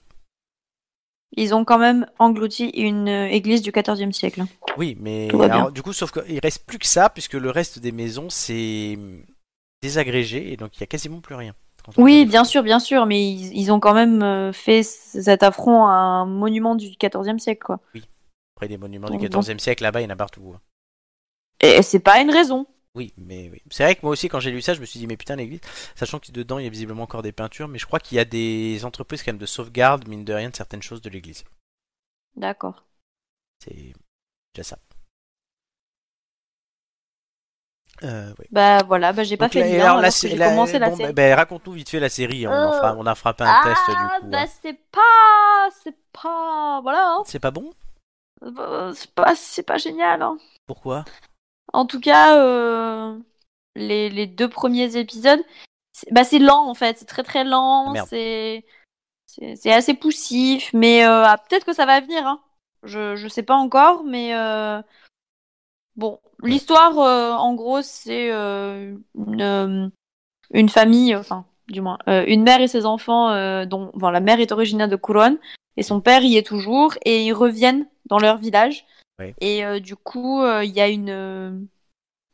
S5: Ils ont quand même englouti une euh, église du 14e siècle.
S1: Oui, mais
S5: Tout va bien.
S1: alors, du coup, sauf qu'il reste plus que ça puisque le reste des maisons c'est désagrégé et donc il y a quasiment plus rien. Quand on
S5: Oui,
S1: regarde les
S5: bien sûr, bien sûr, mais ils, ils ont quand même euh, fait c- cet affront à un monument du 14e siècle quoi.
S1: Après, des monuments
S5: Donc,
S1: du
S5: bon.
S1: XIVe siècle, là-bas, il y en a partout. hein.
S5: Et c'est pas une raison.
S1: Oui, mais oui. C'est vrai que moi aussi, quand j'ai lu ça, je me suis dit, mais putain, l'église, sachant que dedans, il y a visiblement encore des peintures, mais je crois qu'il y a des entreprises quand même de sauvegarde, mine de rien, de certaines choses de l'église.
S5: D'accord.
S1: C'est déjà ça. Euh, oui.
S5: Bah voilà, bah j'ai pas
S1: Donc,
S5: fait
S1: là-
S5: le
S1: et
S5: lien
S1: alors,
S5: alors
S1: la
S5: que
S1: sé-
S5: j'ai
S1: la-
S5: commencé la
S1: bon,
S5: série.
S1: bah, bah, raconte-nous vite fait la série, on, en,
S5: Euh,
S1: fera, on en fera pas un test du
S5: Ah,
S1: coup.
S5: bah
S1: hein.
S5: c'est pas, c'est pas, voilà. hein.
S1: C'est pas bon
S5: bah, c'est pas, c'est pas génial. hein.
S1: Pourquoi
S5: En tout cas, euh, les, les deux premiers épisodes, c'est bah, c'est lent en fait, c'est très très
S1: Ah,
S5: lent,
S1: merde.
S5: c'est c'est c'est assez poussif, mais euh, ah, peut-être que ça va venir. Hein. Je, je sais pas encore, mais euh, bon, l'histoire euh, en gros, c'est euh, une, euh, une famille, enfin, du moins, euh, une mère et ses enfants, euh, dont enfin, la mère est originaire de Couronne et son père y est toujours, et ils reviennent dans leur village.
S1: Ouais.
S5: Et euh, du coup, euh, il y a une, euh,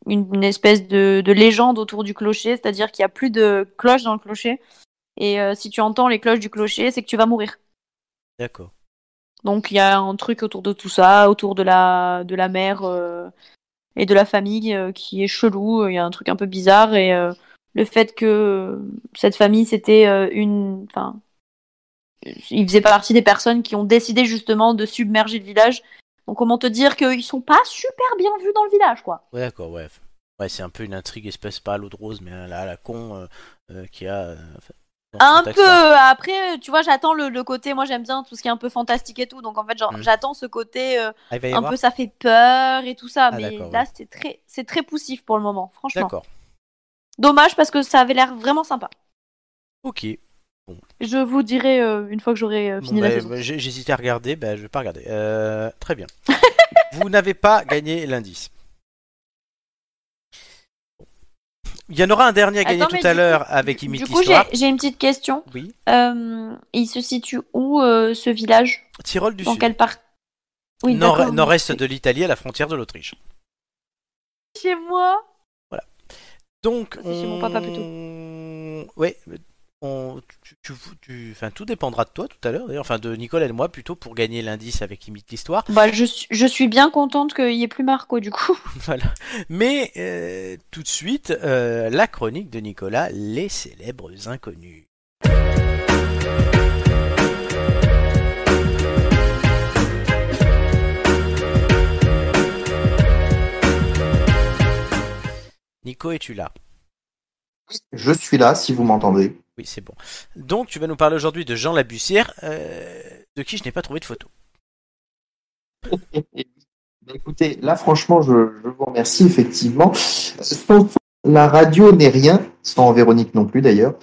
S5: une, une espèce de, de légende autour du clocher, c'est-à-dire qu'il n'y a plus de cloches dans le clocher. Et euh, si tu entends les cloches du clocher, c'est que tu vas mourir.
S1: D'accord.
S5: Donc il y a un truc autour de tout ça, autour de la, de la mère euh, et de la famille euh, qui est chelou. Il y a un truc un peu bizarre. Et euh, le fait que euh, cette famille, c'était euh, une. Enfin. Ils faisaient partie des personnes qui ont décidé justement de submerger le village. Donc comment te dire qu'ils sont pas super bien vus dans le village, quoi.
S1: Ouais, d'accord, ouais. Ouais, c'est un peu une intrigue espèce pas à l'eau de rose, mais là, la con euh, euh, qui a. euh, dans ce
S5: Un peu. euh,
S1: contexte-là.
S5: Après, tu vois, j'attends le, le côté. Moi, j'aime bien tout ce qui est un peu fantastique et tout. Donc, en fait, genre,
S1: Mm.
S5: j'attends ce côté euh,
S1: Ah, il va y
S5: un
S1: avoir
S5: peu ça fait peur et tout ça.
S1: Ah,
S5: mais
S1: d'accord,
S5: là,
S1: ouais.
S5: c'est très, c'est très poussif pour le moment, franchement.
S1: D'accord.
S5: Dommage parce que ça avait l'air vraiment sympa.
S1: Ok.
S5: Je vous dirai euh, une fois que j'aurai euh,
S1: Bon,
S5: fini
S1: bah,
S5: la saison.
S1: bah, j'ai- J'hésitais à regarder, bah, je vais pas regarder. Euh, très bien. Vous n'avez pas gagné l'indice. Il y en aura un dernier à gagner
S5: Attends, mais
S1: tout à
S5: du
S1: l'heure avec Imite
S5: Du coup, j'ai
S1: l'histoire.
S5: j'ai une petite question.
S1: Oui.
S5: Euh, il se situe où euh, ce village
S1: Tyrol du
S5: Dans
S1: Sud.
S5: quelle partie
S1: Nord- Nord-est de l'Italie à la frontière de l'Autriche.
S5: Chez moi.
S1: Donc,
S5: Ça, Ah, c'est
S1: on...
S5: chez mon papa
S1: Ouais, on... tu, tu- tu- Enfin, tout dépendra de toi tout à l'heure, d'ailleurs, enfin de Nicole et de moi plutôt pour gagner l'indice avec Imite l'histoire.
S5: Bah, je, suis- je suis bien contente qu'il y ait plus Marco du coup.
S1: Voilà. Mais euh, tout de suite, euh, la chronique de Nicolas, les célèbres inconnus. Nico, es-tu là
S2: Je suis là si vous m'entendez.
S1: Oui, c'est bon. Donc, tu vas nous parler aujourd'hui de Jean Labussière, euh, de qui je n'ai pas trouvé de photo.
S2: Bah, écoutez, là franchement, je, je vous remercie effectivement. Sans la radio n'est rien, sans Véronique non plus d'ailleurs.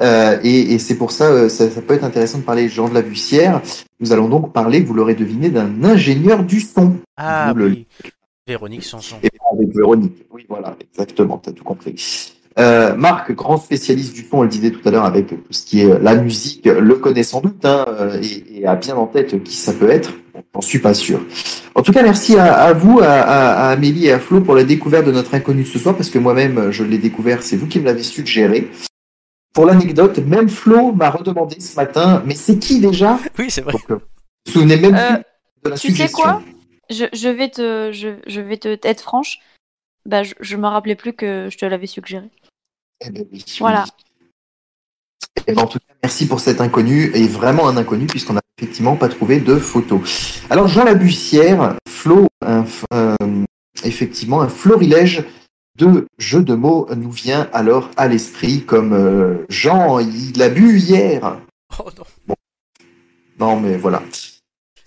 S2: Euh, et et c'est pour ça, euh, ça, ça peut être intéressant de parler de Jean de la Bussière. Nous allons donc parler, vous l'aurez deviné, d'un ingénieur du son.
S1: Ah
S2: D'où le-
S1: oui, Véronique Sanson.
S2: Et pas avec Véronique. Oui, voilà, exactement, t'as tout compris. Euh, Marc, grand spécialiste du son, on le disait tout à l'heure avec tout ce qui est euh, la musique, le connaît sans doute hein, euh, et, et a bien en tête qui ça peut être. Bon, J'en suis pas sûr. En tout cas, merci à, à vous, à, à- à Amélie et à Flo pour la découverte de notre inconnu de ce soir, parce que moi-même, je l'ai découvert, c'est vous qui me l'avez suggéré. Pour l'anecdote, même Flo m'a redemandé ce matin, mais c'est qui déjà
S1: Oui, c'est vrai.
S2: Donc, euh, vous vous souvenez même
S5: Euh,
S2: plus de la
S5: tu sais
S2: suggestion.
S5: quoi Je, je vais te, je, je vais te être franche. Bah, je, je me rappelais plus que je te l'avais suggéré.
S2: Eh ben oui, oui.
S5: Voilà.
S2: Eh ben, en tout cas, merci pour cet inconnu, et vraiment un inconnu, puisqu'on n'a effectivement pas trouvé de photo. Alors, Jean Labussière, Flo, un f- un- effectivement, un florilège de jeux de mots nous vient alors à l'esprit, comme euh, Jean, il a bu hier.
S1: Oh non.
S2: Non, mais voilà.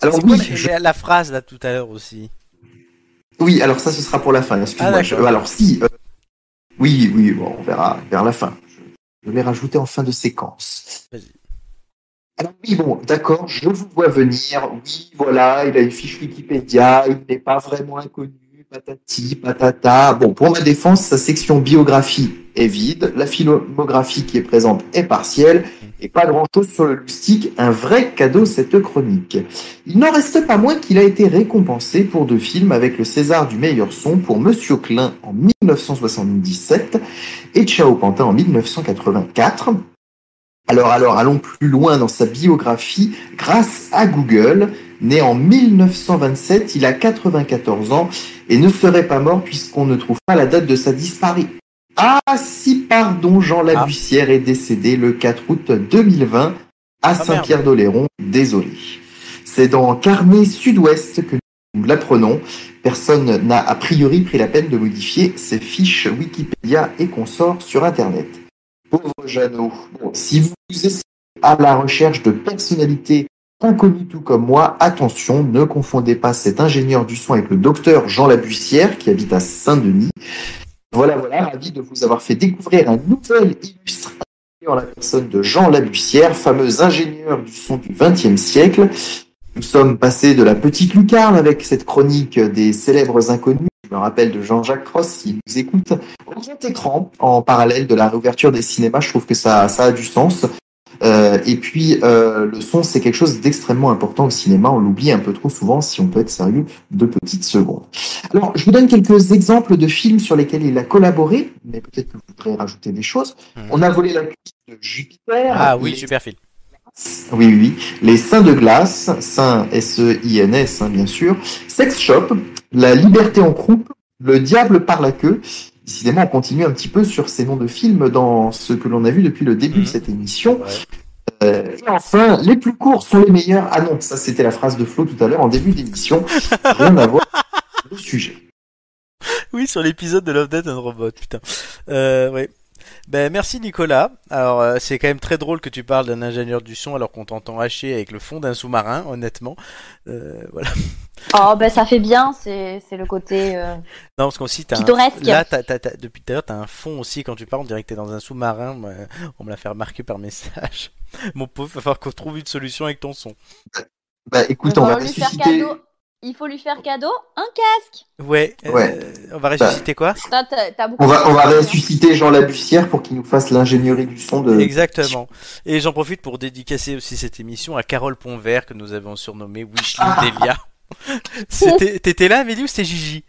S2: Alors,
S1: C'est quoi
S2: oui,
S1: la-
S2: je-
S1: la- la phrase là tout à l'heure aussi
S2: oui, alors ça, ce sera pour la fin,
S1: Ah,
S2: excuse-moi. Je-
S1: d'accord.
S2: alors, si. euh, Oui, oui, bon, on verra vers la fin. Je, je l'ai rajouté en fin de séquence.
S1: Vas-y.
S2: Alors oui, bon, d'accord, je vous vois venir. Oui, voilà, il a une fiche Wikipédia, il n'est pas vraiment inconnu, patati, patata. Bon, pour ma défense, sa section biographie est vide, la filmographie qui est présente est partielle, et pas grand-chose sur le loustic, un vrai cadeau cette chronique. Il n'en reste pas moins qu'il a été récompensé pour deux films avec le César du meilleur son pour Monsieur Klein en 1977 et Ciao Pantin en 1984. Alors, alors, allons plus loin dans sa biographie grâce à Google. Né en 1927, il a 94 ans et ne serait pas mort puisqu'on ne trouve pas la date de sa disparition. Ah si, pardon, Jean Labussière est décédé le 4 août 2020 à
S1: merde.
S2: Saint-Pierre-d'Oléron. Désolé. C'est dans Carnet Sud-Ouest que nous l'apprenons. Personne n'a a priori pris la peine de modifier ses fiches Wikipédia et consorts sur Internet. Pauvre Jeannot, Bon, si vous êtes à la recherche de personnalités Inconnu tout comme moi, attention, ne confondez pas cet ingénieur du son avec le docteur Jean Labussière qui habite à Saint-Denis. Voilà, voilà, ravi de vous avoir fait découvrir un nouvel illustre invité en la personne de Jean Labussière, fameux ingénieur du son du XXe siècle. Nous sommes passés de la petite lucarne avec cette chronique des célèbres inconnus, je me rappelle de Jean-Jacques Cross s'il nous écoute, au grand écran en parallèle de la réouverture des cinémas. Je trouve que ça, ça a du sens. Euh, et puis, euh, le son, c'est quelque chose d'extrêmement important au cinéma. On l'oublie un peu trop souvent, si on peut être sérieux, deux petites secondes. Alors, je vous donne quelques exemples de films sur lesquels il a collaboré, mais peut-être que vous voudrez rajouter des choses.
S1: Mhm.
S2: On a volé la cuisse de Jupiter.
S1: Ah oui,
S2: Les-
S1: super film.
S2: oui, oui, oui. Les Saints de glace, Saints S-E-I-N-S, hein, bien sûr. Sex Shop, La liberté en croupe, Le diable par la queue. Décidément, on continue un petit peu sur ces noms de films dans ce que l'on a vu depuis le début
S1: Mhm.
S2: de cette émission.
S1: Ouais.
S2: Euh, et enfin, les plus courts sont les meilleurs. Ah non, ça c'était la phrase de Flo tout à l'heure en début d'émission. Rien à voir avec le sujet.
S1: Oui, sur l'épisode de Love Death and Robot, putain. Euh, ouais. Ben, merci Nicolas. Alors, euh, c'est quand même très drôle que tu parles d'un ingénieur du son alors qu'on t'entend hacher avec le fond d'un sous-marin, honnêtement. Euh, voilà.
S5: Oh, ben ça fait bien, c'est c'est le côté. euh,
S1: Non, parce qu'on cite un.
S5: Pittoresque.
S1: Là, t'as- t'as- t'as- depuis tout à l'heure, t'as un fond aussi quand tu parles. On dirait que t'es dans un sous-marin. Moi, On me l'a fait remarquer par message. Mon pauvre, va falloir qu'on trouve une solution avec ton son.
S2: Bah écoute,
S5: Il
S2: on
S5: va
S2: va
S5: lui faire
S2: ressusciter.
S5: cadeau. Il faut lui faire cadeau un casque.
S1: Ouais. euh,
S2: Ouais. Bah,
S1: on va ressusciter quoi
S5: Toi, t'as- t'as beaucoup
S2: On va, on va
S5: de-
S2: ressusciter Jean Labussière pour qu'il nous fasse l'ingénierie du son de.
S1: Exactement. Et j'en profite pour dédicacer aussi cette émission à Carole Pontvert que nous avons surnommée Wishling
S5: Ah.
S1: Delia. C'était- T'étais là, Amélie, ou c'était Gigi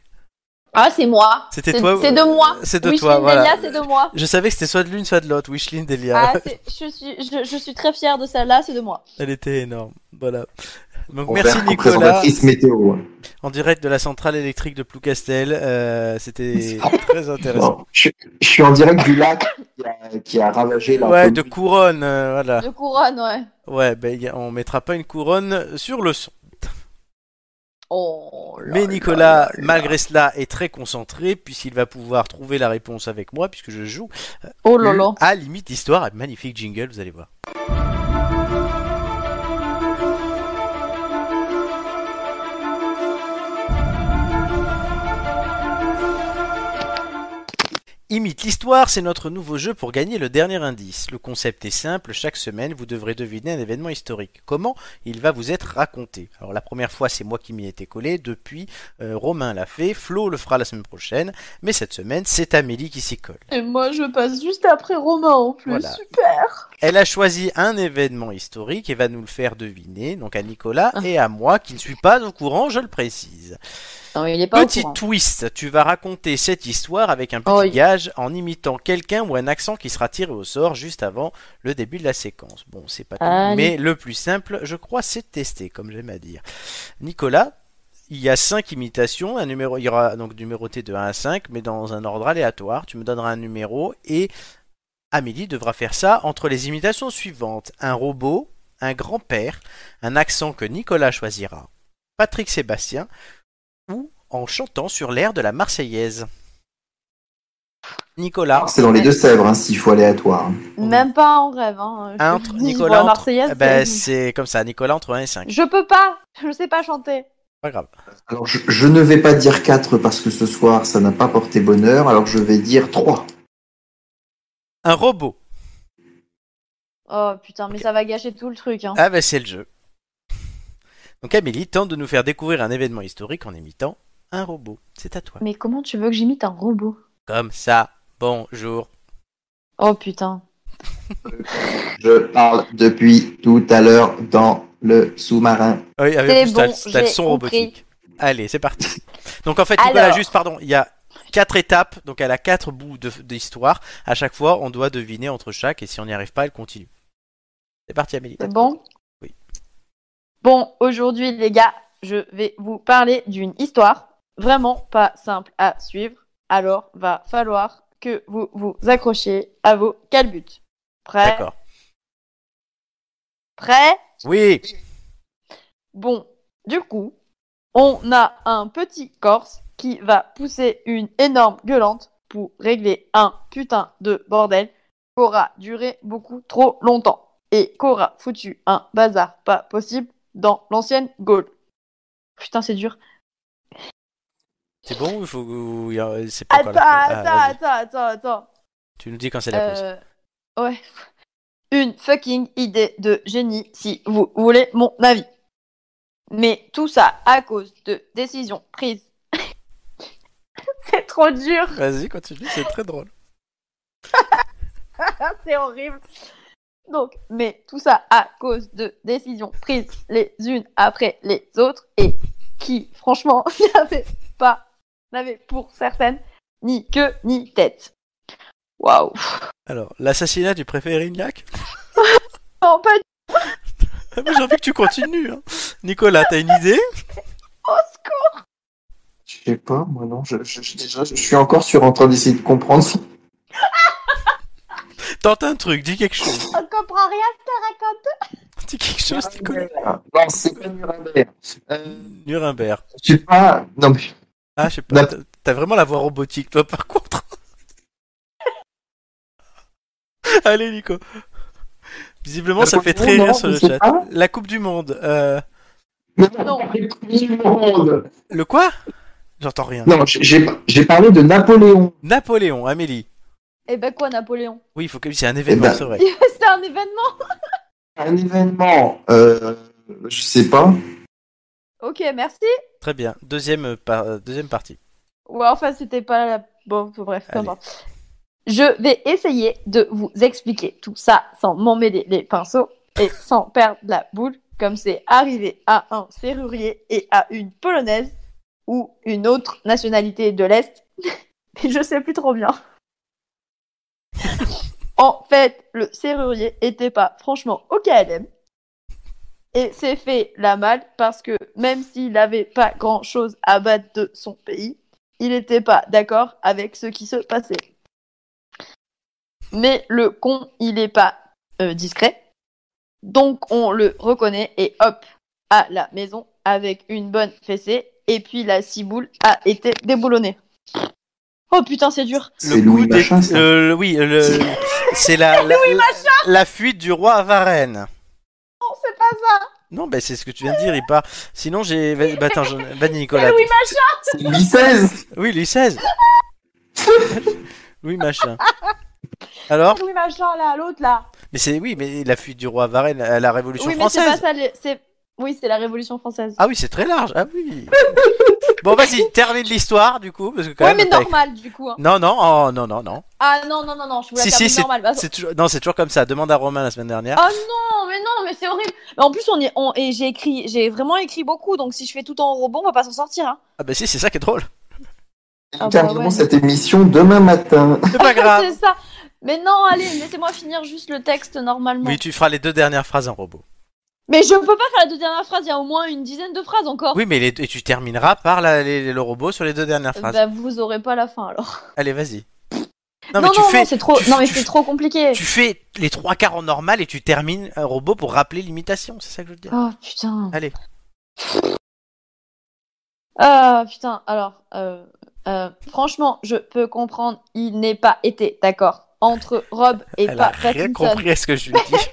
S5: Ah, c'est moi.
S1: C'était
S5: C'est-
S1: toi
S5: C'est de moi.
S1: C'est de
S5: Oui,
S1: toi,
S5: Chez
S1: voilà.
S5: Delia, c'est de moi.
S1: Je savais que c'était soit de l'une, soit de l'autre. Wishling Delia.
S5: Ah, c'est- je, suis, je, je suis très fière de celle-là, c'est de moi.
S1: Elle était énorme. Voilà. Donc
S2: On
S1: merci
S2: verra,
S1: Nicolas.
S2: présentatrice météo. hein.
S1: En direct de la centrale électrique de Ploucastel. Euh, c'était très intéressant.
S2: Bon, je, je suis en direct du lac qui a, qui a ravagé la
S1: Ouais,
S2: commune.
S1: de couronne, euh, voilà.
S5: De couronne, ouais.
S1: Ouais, ben y a- on mettra pas une couronne sur le son.
S5: Oh, là
S1: Mais
S5: là
S1: Nicolas,
S5: là là.
S1: malgré cela, est très concentré puisqu'il va pouvoir trouver la réponse avec moi puisque je joue
S5: Oh là là.
S1: à limite histoire. Magnifique jingle, vous allez voir. Imite l'histoire, c'est notre nouveau jeu pour gagner le dernier indice. Le concept est simple, chaque semaine vous devrez deviner un événement historique. Comment il va vous être raconté Alors la première fois c'est moi qui m'y étais collé, depuis euh, Romain l'a fait, Flo le fera la semaine prochaine, mais cette semaine c'est Amélie qui s'y colle.
S5: Et moi, je passe juste après Romain en plus.
S1: Voilà.
S5: Super.
S1: Elle a choisi un événement historique et va nous le faire deviner, donc à Nicolas et à moi qui ne suis pas au courant, je le précise.
S5: Non, il est pas
S1: Petit
S5: au courant.
S1: twist, tu vas raconter cette histoire avec un petit
S5: Oh oui.
S1: gage en imitant quelqu'un ou un accent qui sera tiré au sort juste avant le début de la séquence. Bon, c'est pas tout,
S5: Allez.
S1: mais le plus simple, je crois, c'est de tester, comme j'aime à dire. Nicolas, il y a cinq imitations, un numéro, il y aura donc numéroté de 1 à 5, mais dans un ordre aléatoire. Tu me donneras un numéro et Amélie devra faire ça entre les imitations suivantes. Un robot, un grand-père, un accent que Nicolas choisira, Patrick Sébastien, ou en chantant sur l'air de la Marseillaise. Nicolas,
S5: Ah,
S2: Alors, C'est dans les deux Sèvres, hein, s'il faut aléatoire.
S1: Mm.
S5: Même pas en rêve. Hein. Je te
S1: entre
S5: le dis,
S1: Nicolas,
S5: moi,
S1: entre-
S5: Marseillaise,
S1: eh ben,
S5: c'est-
S1: c'est comme ça, Nicolas entre 1 et 5.
S5: Je peux pas. Je sais pas chanter.
S1: Pas grave.
S2: Alors, je, je ne vais pas dire 4 parce que ce soir, ça n'a pas porté bonheur. Alors, je vais dire 3.
S1: Un robot.
S5: Oh putain, mais ça va gâcher tout le truc. Hein.
S1: Ah ben c'est le jeu. Donc Amélie tente de nous faire découvrir un événement historique en imitant un robot. C'est à toi.
S5: Mais comment tu veux que j'imite un robot
S1: Comme ça. Bonjour.
S5: Oh putain.
S2: Je parle depuis tout à l'heure dans le sous-marin.
S1: Ah Oui, avec
S5: C'est
S1: plus, t'as-
S5: bon,
S1: t'as le
S5: j'ai
S1: son
S5: compris.
S1: robotique. Allez, c'est parti. Donc en fait, Nicolas,
S5: Alors.
S1: juste, pardon, il y a quatre étapes, donc elle a quatre bouts de- d'histoire. À chaque fois, on doit deviner entre chaque, et si on n'y arrive pas, elle continue. C'est parti, Amélie.
S5: C'est bon
S1: Oui.
S5: Bon, aujourd'hui, les gars, je vais vous parler d'une histoire vraiment pas simple à suivre. Alors, va falloir que vous vous accrochiez à vos calbutes. Prêt
S1: D'accord.
S5: Prêt
S1: Oui.
S5: Bon, du coup, on a un petit Corse qui va pousser une énorme gueulante pour régler un putain de bordel qu'aura duré beaucoup trop longtemps et qu'aura foutu un bazar pas possible
S3: dans l'ancienne Gaule. Putain, c'est dur.
S1: C'est bon ou il faut. ou il y a- C'est pas
S3: Attends,
S1: encore la pause. Ah,
S3: attends,
S1: vas-y.
S3: attends, attends, attends.
S1: Tu nous dis quand c'est la pause.
S3: Euh, ouais. Une fucking idée de génie, si vous voulez mon avis. Mais tout ça à cause de décisions prises. c'est trop dur,
S5: Euh.
S1: Vas-y, continue, c'est très drôle.
S3: c'est horrible. Donc, mais tout ça à cause de décisions prises les unes après les autres et qui, franchement, n'avaient pas, n'avaient pour certaines ni queue ni tête. Waouh.
S1: Alors, l'assassinat du préfet Rignac
S3: Non, pas
S1: Ah, Moi j'ai envie que tu continues. hein. Nicolas, t'as une idée
S2: Je sais pas, moi non, je, je- je- déjà, je suis encore sur en train d'essayer de comprendre. si-
S1: Tente un truc, dis quelque chose.
S12: On comprend rien à ce qu'elle raconte.
S1: Dis quelque chose, Nicolas.
S2: Ah, non, c'est pas Nuremberg. Euh,
S1: Nuremberg.
S2: je sais pas, non mais
S1: Ah, je sais pas,
S2: Non.
S1: t'as- t'as vraiment la voix robotique, toi, par contre. Allez, Nico. Visiblement,
S2: La
S1: ça
S2: Coupe
S1: fait
S2: du
S1: très
S2: Monde, non,
S1: rire sur
S2: je
S1: le
S2: sais
S1: chat.
S2: pas.
S1: La Coupe du Monde. euh,
S2: Mais non, les couilles du monde.
S1: Le quoi J'entends rien.
S2: Non, j'ai- j'ai j'ai parlé de Napoléon.
S1: Napoléon, Amélie.
S3: Eh ben quoi, Napoléon
S1: Oui, il faut que c'est un événement,
S2: ben.
S1: c'est vrai.
S3: C'est un événement
S2: Un événement, euh, je sais pas.
S3: Ok, merci.
S1: Très bien. Deuxième, euh, par- euh, deuxième partie.
S3: Ouais, enfin, c'était pas la... Bon, bref, peu
S1: Allez.
S3: importe. Je vais essayer de vous expliquer tout ça sans m'emmêler les pinceaux et sans perdre la boule, comme c'est arrivé à un serrurier et à une polonaise ou une autre nationalité de l'Est. Et je sais plus trop bien. en fait, le serrurier était pas franchement au KLM. Et s'est fait la malle parce que même s'il avait pas grand chose à battre de son pays, il n'était pas d'accord avec ce qui se passait. Mais le con, il n'est pas euh, discret. Donc on le reconnaît et hop, à la maison avec une bonne fessée. Et puis la ciboule a été déboulonnée. Oh putain, c'est dur.
S2: C'est Louis
S1: coup des-
S2: Machin, ça.
S1: euh, le- oui, le... c'est la, la, la- la fuite du roi à Varennes.
S3: Non, c'est pas ça.
S1: Non, ben c'est ce que tu viens de dire, il part. Sinon, j'ai. vas- bah, attends, j'en- vas-y, Nicolas.
S2: C'est Louis XVI.
S3: Ah
S1: Oui, Louis XVI. Louis machin. Alors
S3: Oui, machin, là, l'autre, là.
S1: Mais c'est oui, mais la fuite du roi à Varennes à la Révolution
S3: Oui, mais c'est
S1: française.
S3: pas ça. les- c'est- Oui, c'est la Révolution française.
S1: Ah oui, c'est très large. Ah oui. bon, vas-y, termine l'histoire du coup parce que quand
S3: ouais,
S1: même,
S3: mais
S1: t'as-
S3: normal, du coup. hein.
S1: Non, non, oh, non, non, non.
S3: Ah non, non, non, non, je voulais
S1: Si,
S3: faire
S1: si,
S3: une normale. Vas-y.
S1: C'est toujours... Non, c'est toujours comme ça. Demande à Romain la semaine dernière.
S3: Ah non, mais non, mais c'est horrible. Mais en plus, on est, on, et j'ai écrit, j'ai vraiment écrit beaucoup, donc si je fais tout en rebond, on va pas s'en sortir. Hein.
S1: Ah bah si, c'est ça qui est drôle.
S3: Ah bah
S2: Nous terminons
S3: ouais.
S2: cette émission demain matin.
S1: C'est pas grave.
S3: c'est ça. Mais non, allez, laissez-moi finir juste le texte normalement.
S1: oui, tu feras les deux dernières phrases en robot.
S3: Mais je peux pas faire la deux dernières phrases. Il y a au moins une dizaine de phrases encore.
S1: Oui, mais les... et tu termineras par la- les- le robot sur les deux dernières
S3: Euh,
S1: phrases.
S3: Bah, vous aurez pas la fin alors.
S1: Allez, vas-y.
S3: Non,
S1: Ah, mais
S3: non,
S1: tu
S3: non,
S1: fais.
S3: c'est trop,
S1: tu-
S3: non, mais
S1: tu-
S3: c'est trop compliqué.
S1: Tu fais les trois quarts en normal et tu termines un robot pour rappeler l'imitation, c'est ça que je veux dire.
S3: Oh putain.
S1: Allez.
S3: Ah putain, alors, euh, euh, franchement, je peux comprendre, il n'est pas été d'accord entre Rob et
S1: Elle a
S3: pas
S1: rien
S3: Pattinson.
S1: compris à ce que je lui ai dit.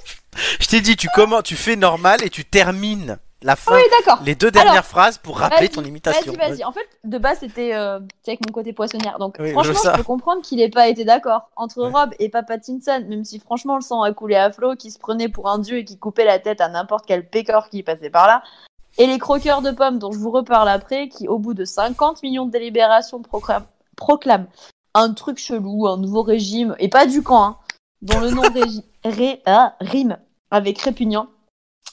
S1: je t'ai dit, tu commences, tu fais normal et tu termines la fin,
S3: Oui, d'accord.
S1: les deux dernières
S3: Alors,
S1: phrases pour rappeler
S3: vas-y,
S1: ton imitation.
S3: Vas-y, vas-y. En fait, de base, c'était euh, c'est avec mon côté poissonnière. Donc,
S1: Oui, je
S3: franchement,
S1: sais.
S3: je, peux comprendre qu'il n'ait pas été d'accord entre
S1: Ouais.
S3: Rob et Papa Tinson, même si, franchement, le sang a coulé à flot, qui se prenait pour un dieu et qui coupait la tête à n'importe quel pécor qui passait par là. Et les croqueurs de pommes, dont je vous reparle après, qui, au bout de 50 millions de délibérations, proclament, proclament un truc chelou, un nouveau régime, et pas du camp, hein, dont le nom régi- ré- ah, rime avec répugnant.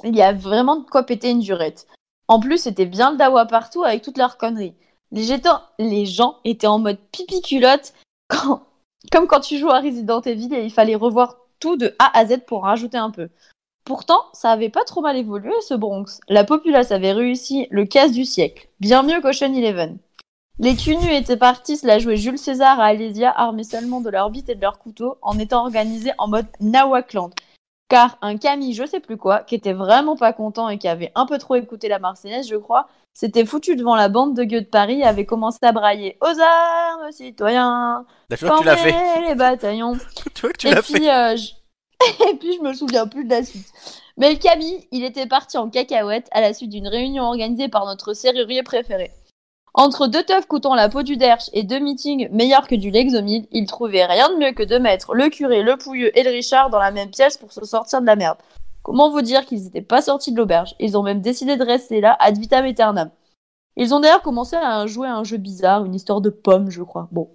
S3: Il y a vraiment de quoi péter une durette. En plus, c'était bien le dawa partout avec toutes leurs conneries. Les, jetons- les gens étaient en mode pipi culotte, quand- comme quand tu joues à Resident Evil et il fallait revoir tout de A à Z pour en rajouter un peu. Pourtant, ça avait pas trop mal évolué ce Bronx. La populace avait réussi le casse du siècle, bien mieux qu'Ocean Eleven. Les cunus étaient partis se la jouer Jules César à Alésia, armés seulement de leur bite et de leur couteau, en étant organisés en mode Nawakland car un Camille, je sais plus quoi, qui était vraiment pas content et qui avait un peu trop écouté la Marseillaise, je crois, s'était foutu devant la bande de gueux de Paris et avait commencé à brailler aux armes, citoyens,
S1: Là, tu vois que tu l'as
S3: formez
S1: fait.
S3: les bataillons.
S1: Tu vois que tu
S3: et
S1: l'as
S3: puis,
S1: fait.
S3: euh, je... et puis je me souviens plus de la suite.
S5: Mais le Camille, il était parti en cacahuète à la suite d'une réunion organisée par notre serrurier préféré. Entre deux teufs coûtant la peau du derche et deux meetings meilleurs que du Lexomil, il trouvait rien de mieux que de mettre le curé, le pouilleux et le Richard dans la même pièce pour se sortir de la merde. Comment vous dire qu'ils n'étaient pas sortis de l'auberge Ils ont même décidé de rester là ad vitam aeternam. Ils ont d'ailleurs commencé à jouer à un jeu bizarre, une histoire de pommes, je crois. Bon,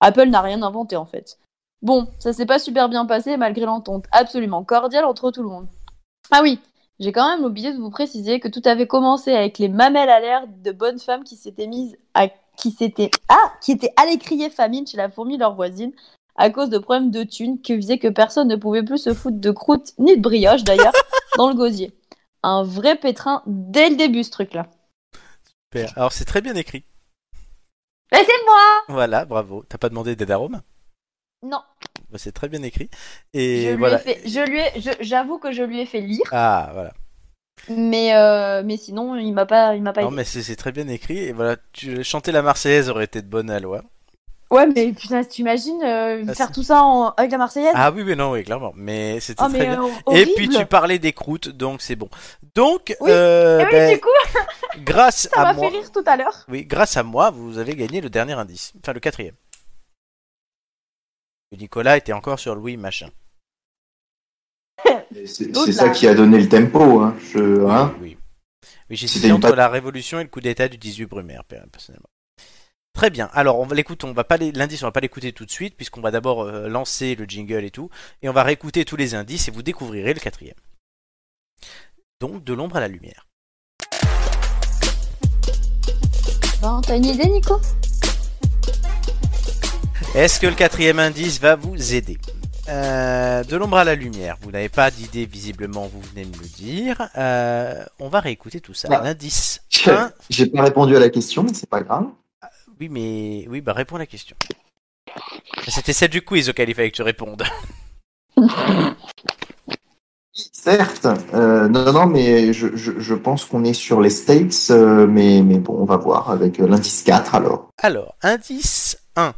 S5: Apple n'a rien inventé en fait. Bon, ça s'est pas super bien passé malgré l'entente absolument cordiale entre tout le monde. Ah oui, j'ai quand même oublié de vous préciser que tout avait commencé avec les mamelles à l'air de bonnes femmes qui s'étaient mises à qui s'étaient ah qui étaient allées crier famine chez la fourmi leur voisine à cause de problèmes de thunes que faisait que personne ne pouvait plus se foutre de croûte ni de brioche d'ailleurs dans le gosier. Un vrai pétrin dès le début ce truc là.
S1: Super. Alors c'est très bien écrit.
S5: Laissez-moi
S1: Voilà, bravo. T'as pas demandé d'aide à Rome
S5: Non,
S1: Bah, C'est très bien écrit. Et
S5: je lui
S1: voilà.
S5: ai fait je lui ai- je- j'avoue que je lui ai fait lire
S1: Ah voilà.
S5: mais euh, mais sinon il m'a pas il m'a pas
S1: Non
S5: aidé.
S1: mais c'est c'est très bien écrit et voilà. Tu chanter la Marseillaise aurait été de bonne à loi.
S5: Ouais mais putain t'imagines euh,
S1: Ah,
S5: faire tout ça en- avec la Marseillaise
S1: Ah oui mais non oui clairement. Mais c'était
S5: Oh,
S1: Ah, très
S5: mais
S1: bien.
S5: euh,
S1: Et
S5: horrible.
S1: puis tu parlais des croûtes donc c'est bon. Donc
S5: Oui.
S1: euh,
S5: Ah oui,
S1: ben,
S5: du coup,
S1: grâce
S5: ça
S1: à
S5: m'a
S1: moi.
S5: fait rire tout à l'heure.
S1: Oui, grâce à moi, vous avez gagné le dernier indice. Enfin, le quatrième. Et Nicolas était encore sur Louis machin.
S2: Et C'est
S5: D'autres,
S2: c'est ça
S5: là.
S2: qui a donné le tempo. Hein. Je, hein.
S1: oui. Oui, j'ai
S2: C'était
S1: cité
S2: une
S1: entre
S2: patte-
S1: la Révolution et le coup d'État du 18 Brumaire, per- personnellement. Très bien. Alors, on va l'écouter. On va pas les- l'indice, on va pas l'écouter tout de suite, puisqu'on va d'abord euh, lancer le jingle et tout, et on va réécouter tous les indices et vous découvrirez le quatrième. Donc, de l'ombre à la lumière.
S5: Bon, t'as une idée Nico
S1: Est-ce que le quatrième indice va vous aider Euh, De l'ombre à la lumière. Vous n'avez pas d'idée visiblement, vous venez de me le dire. Euh, on va réécouter tout ça.
S2: Ah.
S1: L'indice
S2: Je-
S1: 1.
S2: J'ai pas répondu à la question, mais c'est pas grave.
S1: Oui, mais. Oui, bah réponds à la question. C'était celle du quiz auquel il fallait que tu répondes.
S2: Certes, euh, non, non, mais je, je, je pense qu'on est sur les States, euh, mais, mais bon, on va voir avec euh, l'indice 4 alors.
S1: Alors, indice 1.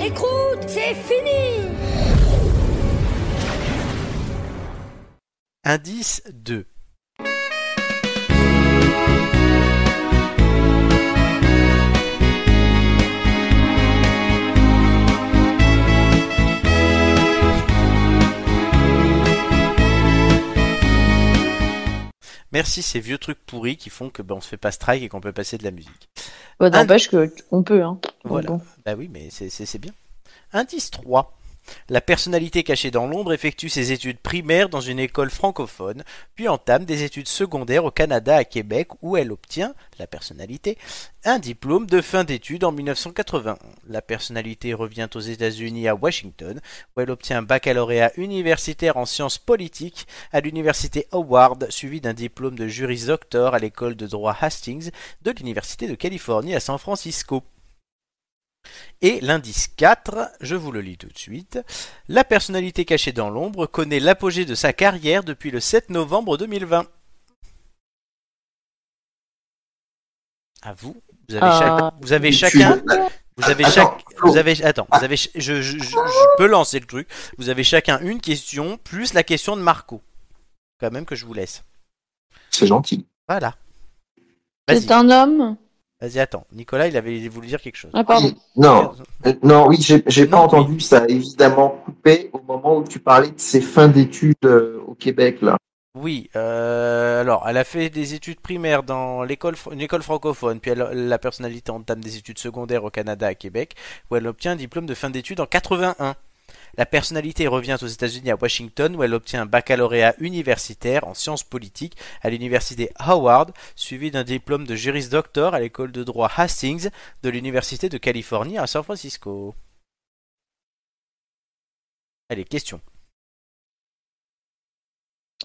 S6: Les croûtes, c'est fini
S1: Indice 2. Merci ces vieux trucs pourris qui font que ben, on se fait pas strike et qu'on peut passer de la musique.
S5: Bah
S1: Ah.
S5: n'empêche que on peut hein.
S1: Voilà.
S5: Bon.
S1: Bah oui, mais c'est- c'est c'est bien. Indice 3. La personnalité cachée dans l'ombre effectue ses études primaires dans une école francophone, puis entame des études secondaires au Canada à Québec où elle obtient, la personnalité, un diplôme de fin d'études en 1981. La personnalité revient aux États-Unis à Washington où elle obtient un baccalauréat universitaire en sciences politiques à l'université Howard suivi d'un diplôme de juris doctor à l'école de droit Hastings de l'université de Californie à San Francisco. Et l'indice 4, je vous le lis tout de suite. La personnalité cachée dans l'ombre connaît l'apogée de sa carrière depuis le 7 novembre 2020. À vous, vous avez,
S5: Ah.
S1: chac- vous avez
S2: Tu-
S1: chacun, vous avez
S2: Attends,
S1: chaque,
S2: Flo.
S1: vous avez, attends, vous avez, ch- je, je- je- je peux lancer le truc. Vous avez chacun une question plus la question de Marco. Quand même que je vous laisse.
S2: C'est gentil.
S1: Voilà. Vas-y,
S5: C'est un homme.
S1: vas-y, attends. Nicolas, il avait voulu dire quelque chose.
S5: Ah pardon.
S2: Non, euh, non, oui, j'ai j'ai pas
S1: Non,
S2: entendu, ça a évidemment coupé au moment où tu parlais de ses fins d'études euh, au Québec, là.
S1: Oui, euh, alors elle a fait des études primaires dans l'école fr- une école francophone, puis elle, la personnalité entame des études secondaires au Canada à Québec, où elle obtient un diplôme de fin d'études en 81. La personnalité revient aux États-Unis à Washington, où elle obtient un baccalauréat universitaire en sciences politiques à l'université Howard, suivi d'un diplôme de juris doctor à l'école de droit Hastings de l'université de Californie à San Francisco. Allez, question.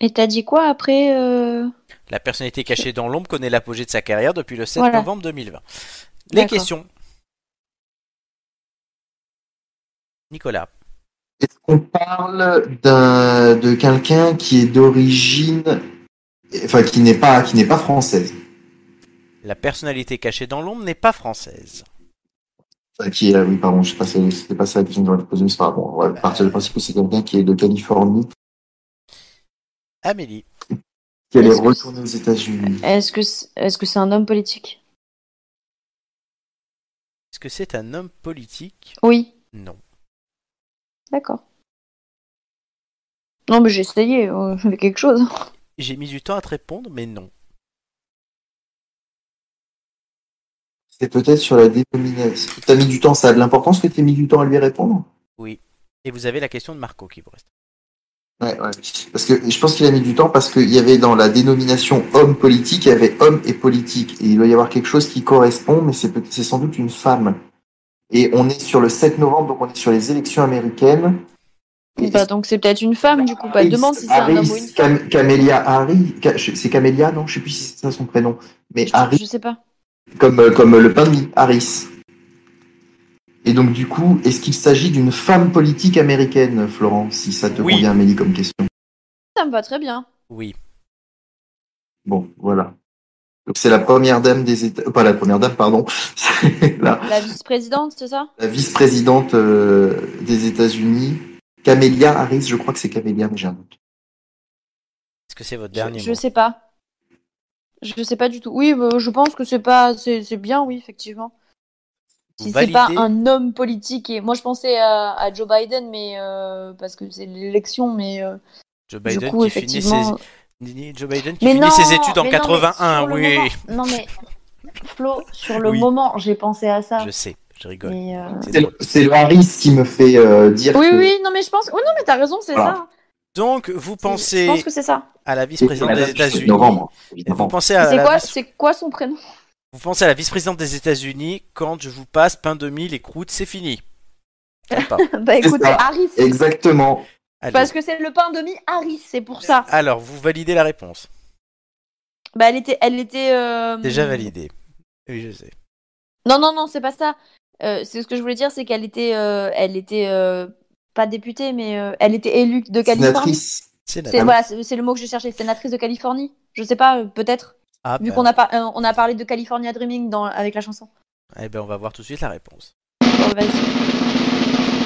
S5: Et t'as dit quoi après euh,
S1: La personnalité cachée dans l'ombre connaît l'apogée de sa carrière depuis le 7
S5: Voilà.
S1: novembre 2020. Les
S5: D'accord.
S1: questions. Nicolas.
S2: Est-ce qu'on parle d'un de quelqu'un qui est d'origine, enfin qui n'est pas qui n'est pas française
S1: La personnalité cachée dans l'ombre n'est pas française.
S2: euh, qui est, ah oui, pardon, je sais pas, si c'était pas ça la question que j'aurais posée, mais c'est pas grave. Bon, on va partir du principe que c'est quelqu'un qui est de Californie,
S1: Amélie.
S2: qui allait
S5: Est-ce que
S2: retourner aux États-Unis.
S5: Est-ce que c'est- est-ce que c'est un homme politique
S1: Est-ce que c'est un homme politique
S5: Oui,
S1: Non.
S5: d'accord. Non, mais j'ai essayé euh, avec quelque chose.
S1: J'ai mis du temps à te répondre, mais non.
S2: C'est peut-être sur la dénomination. T'as mis du temps, ça a de l'importance que t'aies mis du temps à lui répondre
S1: Et vous avez la question de Marco qui vous reste.
S2: Ouais, ouais. Parce que je pense qu'il a mis du temps parce qu'il y avait dans la dénomination homme politique, il y avait homme et politique. Et il doit y avoir quelque chose qui correspond, mais c'est peut- c'est sans doute une femme. Et on est sur le 7 novembre, donc on est sur les élections américaines.
S5: Bah, donc c'est peut-être une femme, du coup. Bah, demande si c'est un
S2: Harris,
S5: homme ou une femme.
S2: Cam- Camélia Harry, Ca- je- c'est Camélia, non Je sais plus si c'est ça son prénom. Mais Harry,
S5: Je sais pas.
S2: comme, euh, comme le pain de mie, Harris. Et donc du coup, est-ce qu'il s'agit d'une femme politique américaine, Florent, si ça te
S1: Oui.
S2: convient, Amélie, comme question
S5: Ça me va très bien.
S1: Oui.
S2: Bon, voilà. Donc c'est la première dame des États, pas la première dame, pardon, c'est la,
S5: La vice-présidente, c'est ça
S2: la vice-présidente euh, des États-Unis, Camélia Harris, je crois que c'est Camélia, mais j'ai un doute.
S1: Est-ce que c'est votre
S5: Je,
S1: dernier
S5: je
S1: mot
S5: sais pas. Je sais pas du tout. Oui, bah, je pense que c'est pas, c'est c'est bien, oui, effectivement.
S1: Vous
S5: Si c'est pas
S1: validez-
S5: un homme politique et moi je pensais à, à Joe Biden, mais euh, parce que c'est l'élection, mais euh,
S1: Joe
S5: du
S1: Biden
S5: coup
S1: qui finit ses,
S5: effectivement.
S1: Joe Biden qui
S5: Mais
S1: finit
S5: non,
S1: ses études en
S5: mais non, mais
S1: 81,
S5: sur le
S1: oui.
S5: moment- non mais Flo, sur le
S1: Oui.
S5: moment, j'ai pensé à ça.
S1: Je sais, je rigole.
S5: ah. mais, euh,
S1: C'est
S2: C'est
S1: drôle.
S2: le- C'est le Harris qui me fait euh, dire
S5: Oui,
S2: que
S5: oui, non mais je pense. Oui, non mais t'as raison, c'est
S2: Voilà.
S5: ça.
S1: Donc, vous
S5: Je
S1: pensez
S5: pense que c'est ça.
S1: à la
S2: c'est
S1: vice-présidente
S2: la
S1: des
S2: date du 7
S1: États-Unis.
S2: novembre.
S1: et Vous
S2: évidemment.
S1: pensez à
S5: c'est
S1: la
S5: quoi,
S1: vice-
S5: c'est quoi son prénom
S1: vous pensez à la vice-présidente des États-Unis quand je vous passe pain de mie, les croûtes, c'est fini. Sympa.
S5: Bah écoute,
S2: ça.
S5: c'est Harris.
S2: Exactement.
S1: Allez.
S5: Parce que c'est le pain demi Harris, c'est pour ça.
S1: Alors, vous validez la réponse.
S5: Bah elle était, elle était. euh,
S1: Déjà validée. Oui, je sais.
S5: Non, non, non, c'est pas ça. Euh, c'est ce que je voulais dire, c'est qu'elle était, euh, elle était euh, pas députée, mais euh, elle était élue de Californie.
S2: Sénatrice. Ah
S1: C'est
S5: C'est voilà, c'est c'est le mot que je cherchais, sénatrice de Californie. Je sais pas, euh, peut-être.
S1: Ah,
S5: Vu
S1: ben,
S5: qu'on a par- euh, on a parlé de California Dreaming dans avec la chanson.
S1: eh ben, on va voir tout de suite la réponse.
S5: Bon, Oh, vas-y.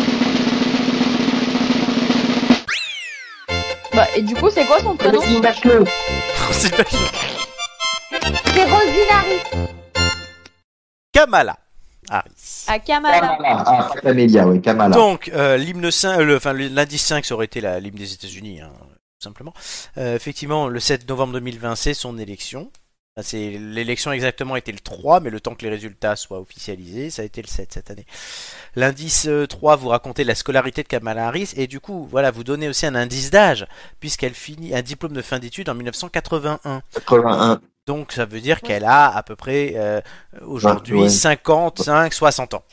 S5: Bah, et du coup, c'est quoi son prénom
S1: C'est pas-
S5: C'est Rosine Harris.
S1: Kamala Harris.
S5: À Kamala.
S2: Kamala. Ah, pas Camélia, oui, Kamala.
S1: Donc, euh, l'hymne 5, euh, le- enfin, le- l'indice 5, ça aurait été la- l'hymne des États-Unis, hein, tout simplement. Euh, effectivement, le 7 novembre 2020, c'est son élection. Enfin, c'est- L'élection exactement était le 3, mais le temps que les résultats soient officialisés, ça a été le 7 cette année. L'indice euh, 3, vous racontez la scolarité de Kamala Harris, et du coup, voilà, vous donnez aussi un indice d'âge, puisqu'elle finit un diplôme de fin d'études en 1981.
S2: 81.
S1: Donc, ça veut dire qu'elle a à peu près, euh, aujourd'hui,
S2: Ouais, ouais.
S1: 55, 60 ans.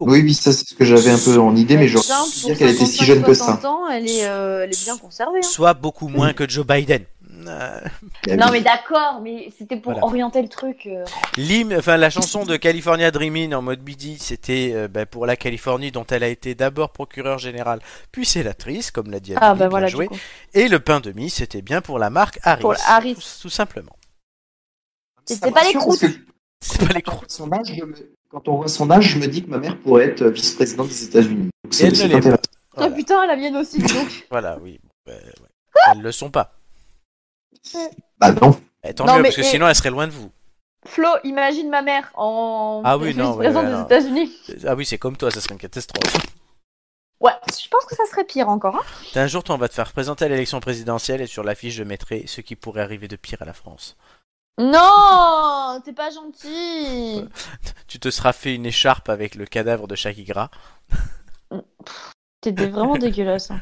S2: Oui, oui, ça c'est ce que j'avais un peu en idée, mais
S5: Elle
S2: je
S5: vient
S2: pu
S5: pour
S2: dire qu'elle était si jeune que ça.
S5: 55-60 ans, elle est, euh, elle est bien conservée. hein.
S1: soit beaucoup moins que Joe Biden. Euh,
S5: Non mais d'accord, Ah, mais c'était pour
S1: Voilà.
S5: orienter le truc. euh.
S1: l'hymne- enfin la chanson de California Dreamin' en mode BD, c'était euh, bah, pour la Californie dont elle a été d'abord procureur général, puis sénatrice, comme l'a dit
S5: Ah
S1: Amélie,
S5: bah
S1: bien
S5: voilà,
S1: joué.
S5: du coup.
S1: Et le pain de mie, c'était bien pour la marque Harris,
S5: Pour Harris.
S1: Tout, tout simplement.
S5: C'était pas les croûtes.
S1: C'est pas les croûtes.
S2: Son âge, je me- Quand on voit son âge, je me dis que ma mère pourrait être euh, vice-présidente des États-Unis. Donc,
S1: Et
S2: c'est-
S1: elle ne
S2: c'est
S1: l'est pas.
S2: intéressant.
S5: Ah
S1: Voilà,
S5: putain, la mienne aussi. Donc.
S1: voilà, oui. Bah, ouais.
S5: Ah
S1: Elles le sont pas.
S2: Bah non.
S1: Eh, tant
S5: Non,
S1: mieux,
S5: mais-
S1: parce que
S5: et-
S1: sinon elles seraient loin de vous.
S5: Flo, imagine ma mère en
S1: Ah oui, non, ouais,
S5: vice-présidente
S1: ouais, non.
S5: des États-Unis.
S1: Ah oui, c'est comme toi, ça serait une catastrophe.
S5: Ouais, je pense que ça serait pire encore. hein.
S1: Un jour, toi, on va te faire présenter à l'élection présidentielle et sur l'affiche, je mettrai ce qui pourrait arriver de pire à la France.
S5: Non, t'es pas gentil.
S1: Tu te seras fait une écharpe avec le cadavre de Shakira.
S5: T'es des- vraiment dégueulasse. hein.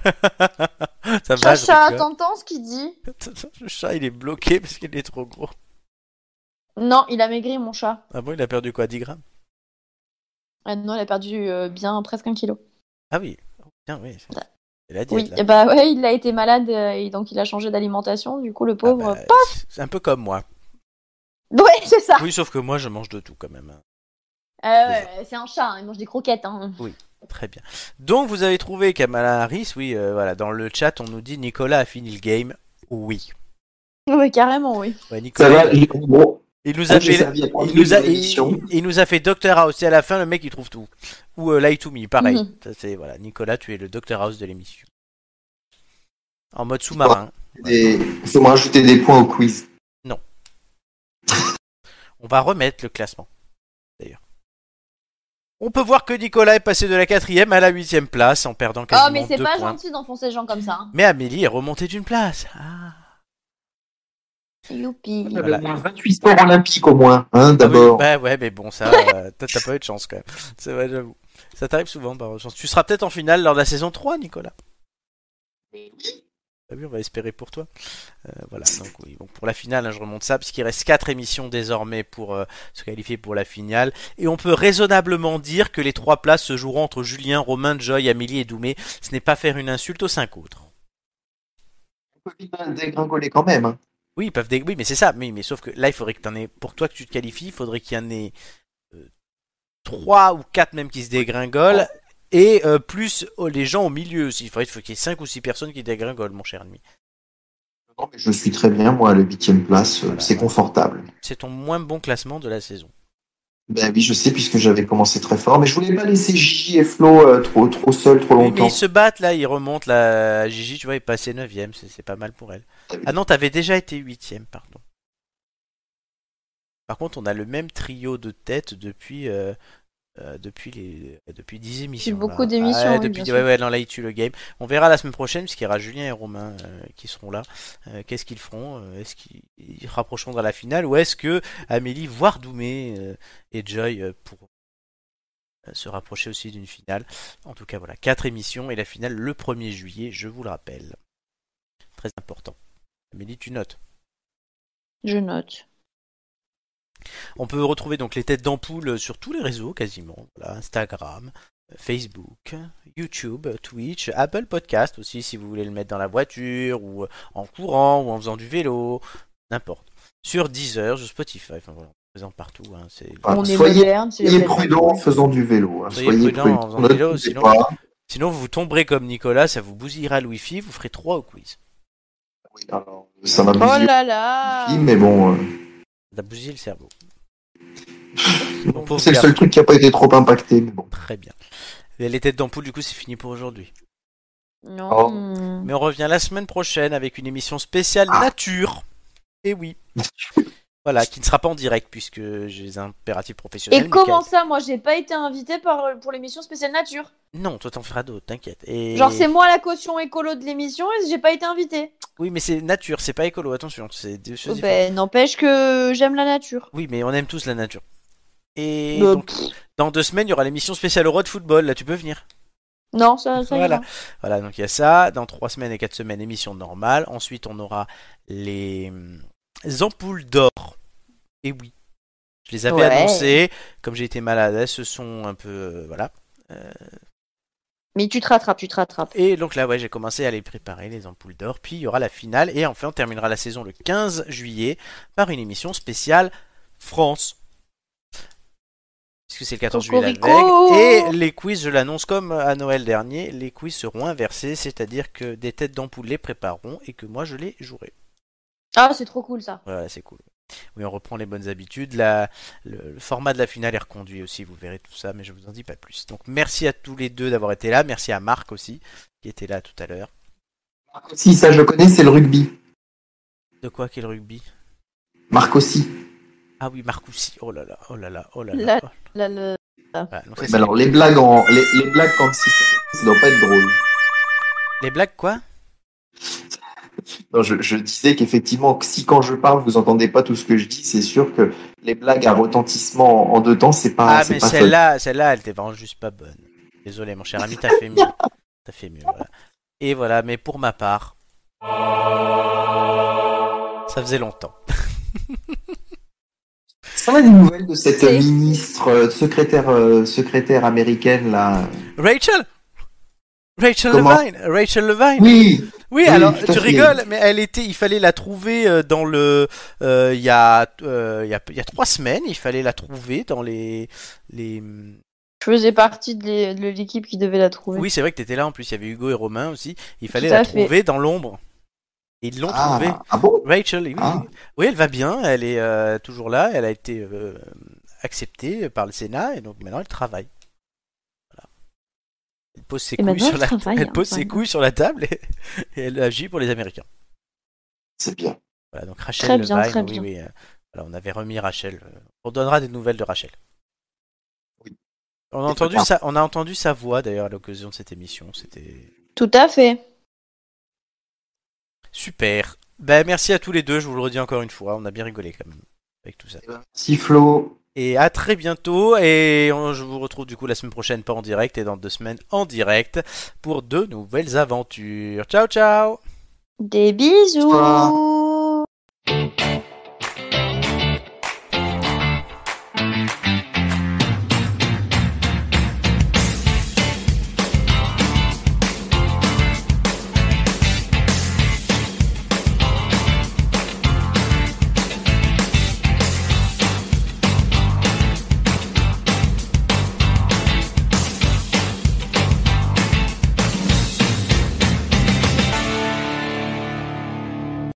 S1: Ça va, je
S5: Chacha,
S1: rigole.
S5: t'entends ce qu'il dit
S1: Le chat, il est bloqué parce qu'il est trop gros.
S5: Non, il a maigri mon chat.
S1: Ah bon, il a perdu quoi 10 grammes
S5: Ah non, il a perdu euh, bien presque un kilo.
S1: Ah oui. Oh, Tiens, oui. c'est- C'est la diète,
S5: Oui,
S1: là. Ah
S5: eh bah ouais, il a été malade euh, et donc il a changé d'alimentation. Du coup, le
S1: Ah
S5: pauvre.
S1: bah, c'est un peu comme moi.
S5: Ouais, c'est ça.
S1: Oui, sauf que moi, je mange de tout quand même. hein.
S5: Euh, ouais, ouais, c'est un chat, hein, il mange des croquettes. Hein.
S1: Très bien. Donc, vous avez trouvé Kamala Harris. Oui, euh, voilà. Dans le chat, on nous dit Nicolas a fini le game. Oui.
S5: Ouais, carrément, oui.
S1: Ouais,
S2: Ça
S1: Nicolas,
S2: va, j'ai- bon,
S1: Il nous a
S2: Ah, j'ai
S1: fait,
S2: servi à prendre
S1: il nous a,
S2: une émission.
S1: il- il nous a fait Doctor House et à la fin le mec il trouve tout. Ou euh, Lie to Me, pareil.
S3: Mhm.
S1: Ça, C'est voilà, Nicolas, tu es le Doctor House de l'émission. En mode sous-marin.
S2: Et Il faut me rajouter des points au quiz.
S1: On va remettre le classement. D'ailleurs. On peut voir que Nicolas est passé de la quatrième à la huitième place en perdant quasiment
S3: Oh, mais c'est
S1: deux
S3: pas
S1: points.
S3: gentil d'enfoncer les gens comme ça. hein.
S1: Mais Amélie est remontée d'une place. Ah.
S3: Youpi.
S2: Il y avait
S1: Voilà.
S2: au moins 28 sports olympiques au moins, hein,
S1: Ah oui,
S2: d'abord.
S1: bah ouais, mais bon, ça, euh, t'as t'as pas eu de chance quand même. C'est vrai, j'avoue. Ça t'arrive souvent, par chance. Tu seras peut-être en finale lors de la saison 3, Nicolas. Bah oui, on va espérer pour toi. Euh, voilà, donc oui, bon, pour la finale, hein, je remonte ça, puisqu'il reste 4 émissions désormais pour euh, se qualifier pour la finale. Et on peut raisonnablement dire que les 3 places se joueront entre Julien, Romain, Joy, Amélie et Doumé. Ce n'est pas faire une insulte aux 5 autres.
S2: On peut vite dégringoler quand même. hein.
S1: Oui, ils peuvent dé- Oui, mais c'est ça. Mais, mais sauf que là, il faudrait que t'en aies. Pour toi que tu te qualifies, il faudrait qu'il y en ait euh, trois ou quatre même qui se dégringolent. Et euh, plus oh, les gens au milieu aussi. Il faudrait il faut qu'il y ait cinq ou six personnes qui dégringolent, mon cher ennemi.
S2: Non, mais je suis très bien, moi, à la huitième place, euh, c'est confortable.
S1: C'est ton moins bon classement de la saison.
S2: Ben oui, je sais, puisque j'avais commencé très fort, mais je voulais pas laisser Gigi et Flo euh, trop, trop seuls trop
S1: Oui, mais
S2: longtemps.
S1: ils se battent là, ils remontent là. Gigi, tu vois, est passé 9 c'est c'est pas mal pour elle. Ah non, t'avais déjà été huitième, pardon. Par contre, on a le même trio de tête depuis euh, euh, depuis les depuis 10 émissions. là.
S5: beaucoup d'émissions,
S1: Ah,
S5: oui,
S1: depuis
S5: bien
S1: ouais,
S5: sûr.
S1: ouais, non, là, ils tuent le game. On verra la semaine prochaine puisqu'il y aura Julien et Romain euh, qui seront là. Euh, Qu'est-ce qu'ils feront Euh, Est-ce qu'ils ils se rapprocheront dans la finale ou est-ce que Amélie voire Doumé euh, et Joy euh, pourront euh, se rapprocher aussi d'une finale. En tout cas, voilà, quatre émissions et la finale le 1er juillet, je vous le rappelle. Très important. Amélie, tu notes.
S5: Je note.
S1: On peut retrouver donc les têtes d'ampoule sur tous les réseaux quasiment. Voilà, Instagram, Facebook, YouTube, Twitch, Apple Podcast aussi si vous voulez le mettre dans la voiture ou en courant ou en faisant du vélo, n'importe. Sur Deezer, sur Spotify, enfin voilà, on est présent partout. hein, c'est-
S2: Voilà.
S5: On est
S2: soyez
S5: moderne, c'est les
S2: soyez
S5: fêtes.
S2: prudents en faisant du vélo. hein.
S1: Soyez prudents en faisant du
S2: ne
S1: vélo,
S2: coupez
S1: sinon-
S2: pas.
S1: Sinon vous tomberez comme Nicolas, ça vous bousillera le wifi, vous ferez trois au quiz.
S2: Oui, alors, ça m'a
S6: Oh
S2: bousillé,
S6: là là
S2: mais bon, euh,
S1: Ça bousille le cerveau.
S2: c'est le seul truc qui a pas été trop impacté. Mais bon.
S1: Très bien. Et Les têtes d'ampoule, du coup, c'est fini pour aujourd'hui.
S5: Non.
S2: Oh.
S1: Mais on revient la semaine prochaine avec une émission spéciale
S2: Ah.
S1: nature. Et oui. Voilà, qui ne sera pas en direct puisque j'ai des impératifs professionnels.
S3: Et
S1: mais
S3: comment ça, moi, j'ai pas été invitée par, euh, pour l'émission spéciale nature
S1: qu'elle- Non, toi t'en feras d'autres, t'inquiète. Et...
S3: Genre, c'est moi la caution écolo de l'émission et j'ai pas été invitée.
S1: Oui, mais c'est nature, c'est pas écolo, attention, c'est des choses différentes.
S3: Ben, n'empêche que j'aime la nature.
S1: Oui, mais on aime tous la nature. Et
S3: Bah,
S1: donc, dans deux semaines, il y aura l'émission spéciale Euro de football, là tu peux venir.
S3: Non, ça, ça
S1: Voilà.
S3: ira.
S1: Voilà, donc il y a ça. Dans trois semaines et quatre semaines, émission normale. Ensuite, on aura les hum, ampoules d'or. Et oui, je les avais
S3: Ouais.
S1: annoncées. Comme j'ai été malade, elles se sont un peu. euh, voilà.
S3: Mais tu te rattrapes, tu te rattrapes.
S1: Et donc là, ouais, j'ai commencé à les préparer, les ampoules d'or. Puis il y aura la finale. Et enfin, on terminera la saison le 15 juillet par une émission spéciale France. Puisque c'est le 14 juillet la
S3: Cocorico.
S1: veille. Et les quiz, je l'annonce comme à Noël dernier, les quiz seront inversés, c'est-à-dire que des têtes d'ampoule les prépareront et que moi je les jouerai.
S3: Ah, c'est trop cool ça.
S1: Voilà, c'est cool. Oui, on reprend les bonnes habitudes. La- le, le format de la finale est reconduit aussi, vous verrez tout ça, mais je vous en dis pas plus. Donc merci à tous les deux d'avoir été là, merci à Marc aussi, qui était là tout à l'heure.
S2: Marc aussi, ça je le connais, c'est le rugby.
S1: De quoi quel rugby
S2: Marc aussi.
S1: Ah oui, Marc aussi. Oh là là, oh là là, oh là là.
S3: La-
S1: oh.
S3: Là, le-
S1: Voilà, donc
S2: Oui,
S1: ça,
S2: mais alors, les blagues, en... les, les blagues quand c'est ça doit pas être drôle.
S1: c'est- Les blagues quoi
S2: Non, je, je disais qu'effectivement, que si quand je parle, vous entendez pas tout ce que je dis, c'est sûr que les blagues à retentissement en, en deux temps, c'est pas.
S1: Ah
S2: c'est
S1: mais
S2: pas fun.
S1: celle-là, celle-là, elle était vraiment juste pas bonne. Désolé mon cher ami, t'as fait mieux. T'as fait mieux, voilà. Et voilà, mais pour ma part. Ça faisait longtemps.
S2: Ça va des nouvelles de cette ministre euh, secrétaire euh, secrétaire américaine là.
S1: Rachel Rachel
S2: Comment
S1: Levine Rachel Levine
S2: Oui.
S1: Oui,
S2: Oui,
S1: alors
S2: tout à
S1: tu
S2: fait.
S1: rigoles, mais elle était, il fallait la trouver euh, dans le, euh, il y a, euh, il y a, il y a trois semaines, il fallait la trouver dans les, les.
S5: Je faisais partie de l'é- de l'équipe qui devait la trouver.
S1: Oui, c'est vrai que t'étais là en plus. Il y avait Hugo et Romain aussi. Il fallait
S5: Tout à
S1: la
S5: fait.
S1: trouver dans l'ombre. Et ils l'ont
S2: Ah,
S1: trouvée.
S2: ah bon
S1: Rachel, oui,
S2: Ah.
S1: oui. Oui, elle va bien, elle est euh, toujours là, elle a été euh, acceptée par le Sénat et donc maintenant elle travaille. Voilà. Elle pose ses,
S5: Et
S1: couilles
S5: maintenant,
S1: sur,
S5: elle
S1: la...
S5: travaille,
S1: elle
S5: hein,
S1: pose ses
S5: vraiment.
S1: couilles sur la table et... et elle agit pour les Américains.
S2: C'est bien.
S1: Voilà, donc Rachel
S5: Très bien,
S1: Vine,
S5: très
S1: oui,
S5: bien.
S1: oui. euh, voilà, on avait remis Rachel. euh, On donnera des nouvelles de Rachel.
S2: Oui.
S1: On a,
S2: C'est
S1: entendu
S2: très
S1: sa,
S2: bien.
S1: on a entendu sa voix d'ailleurs à l'occasion de cette émission. C'était
S6: Tout à fait.
S1: super. Ben, merci à tous les deux, je vous le redis encore une fois. On a bien rigolé quand même avec tout ça.
S2: Si Flo,
S1: Et à très bientôt. Et on- je vous retrouve du coup la semaine prochaine, pas en direct, et dans deux semaines en direct pour de nouvelles aventures. Ciao, ciao!
S6: Des bisous.
S2: Bonsoir.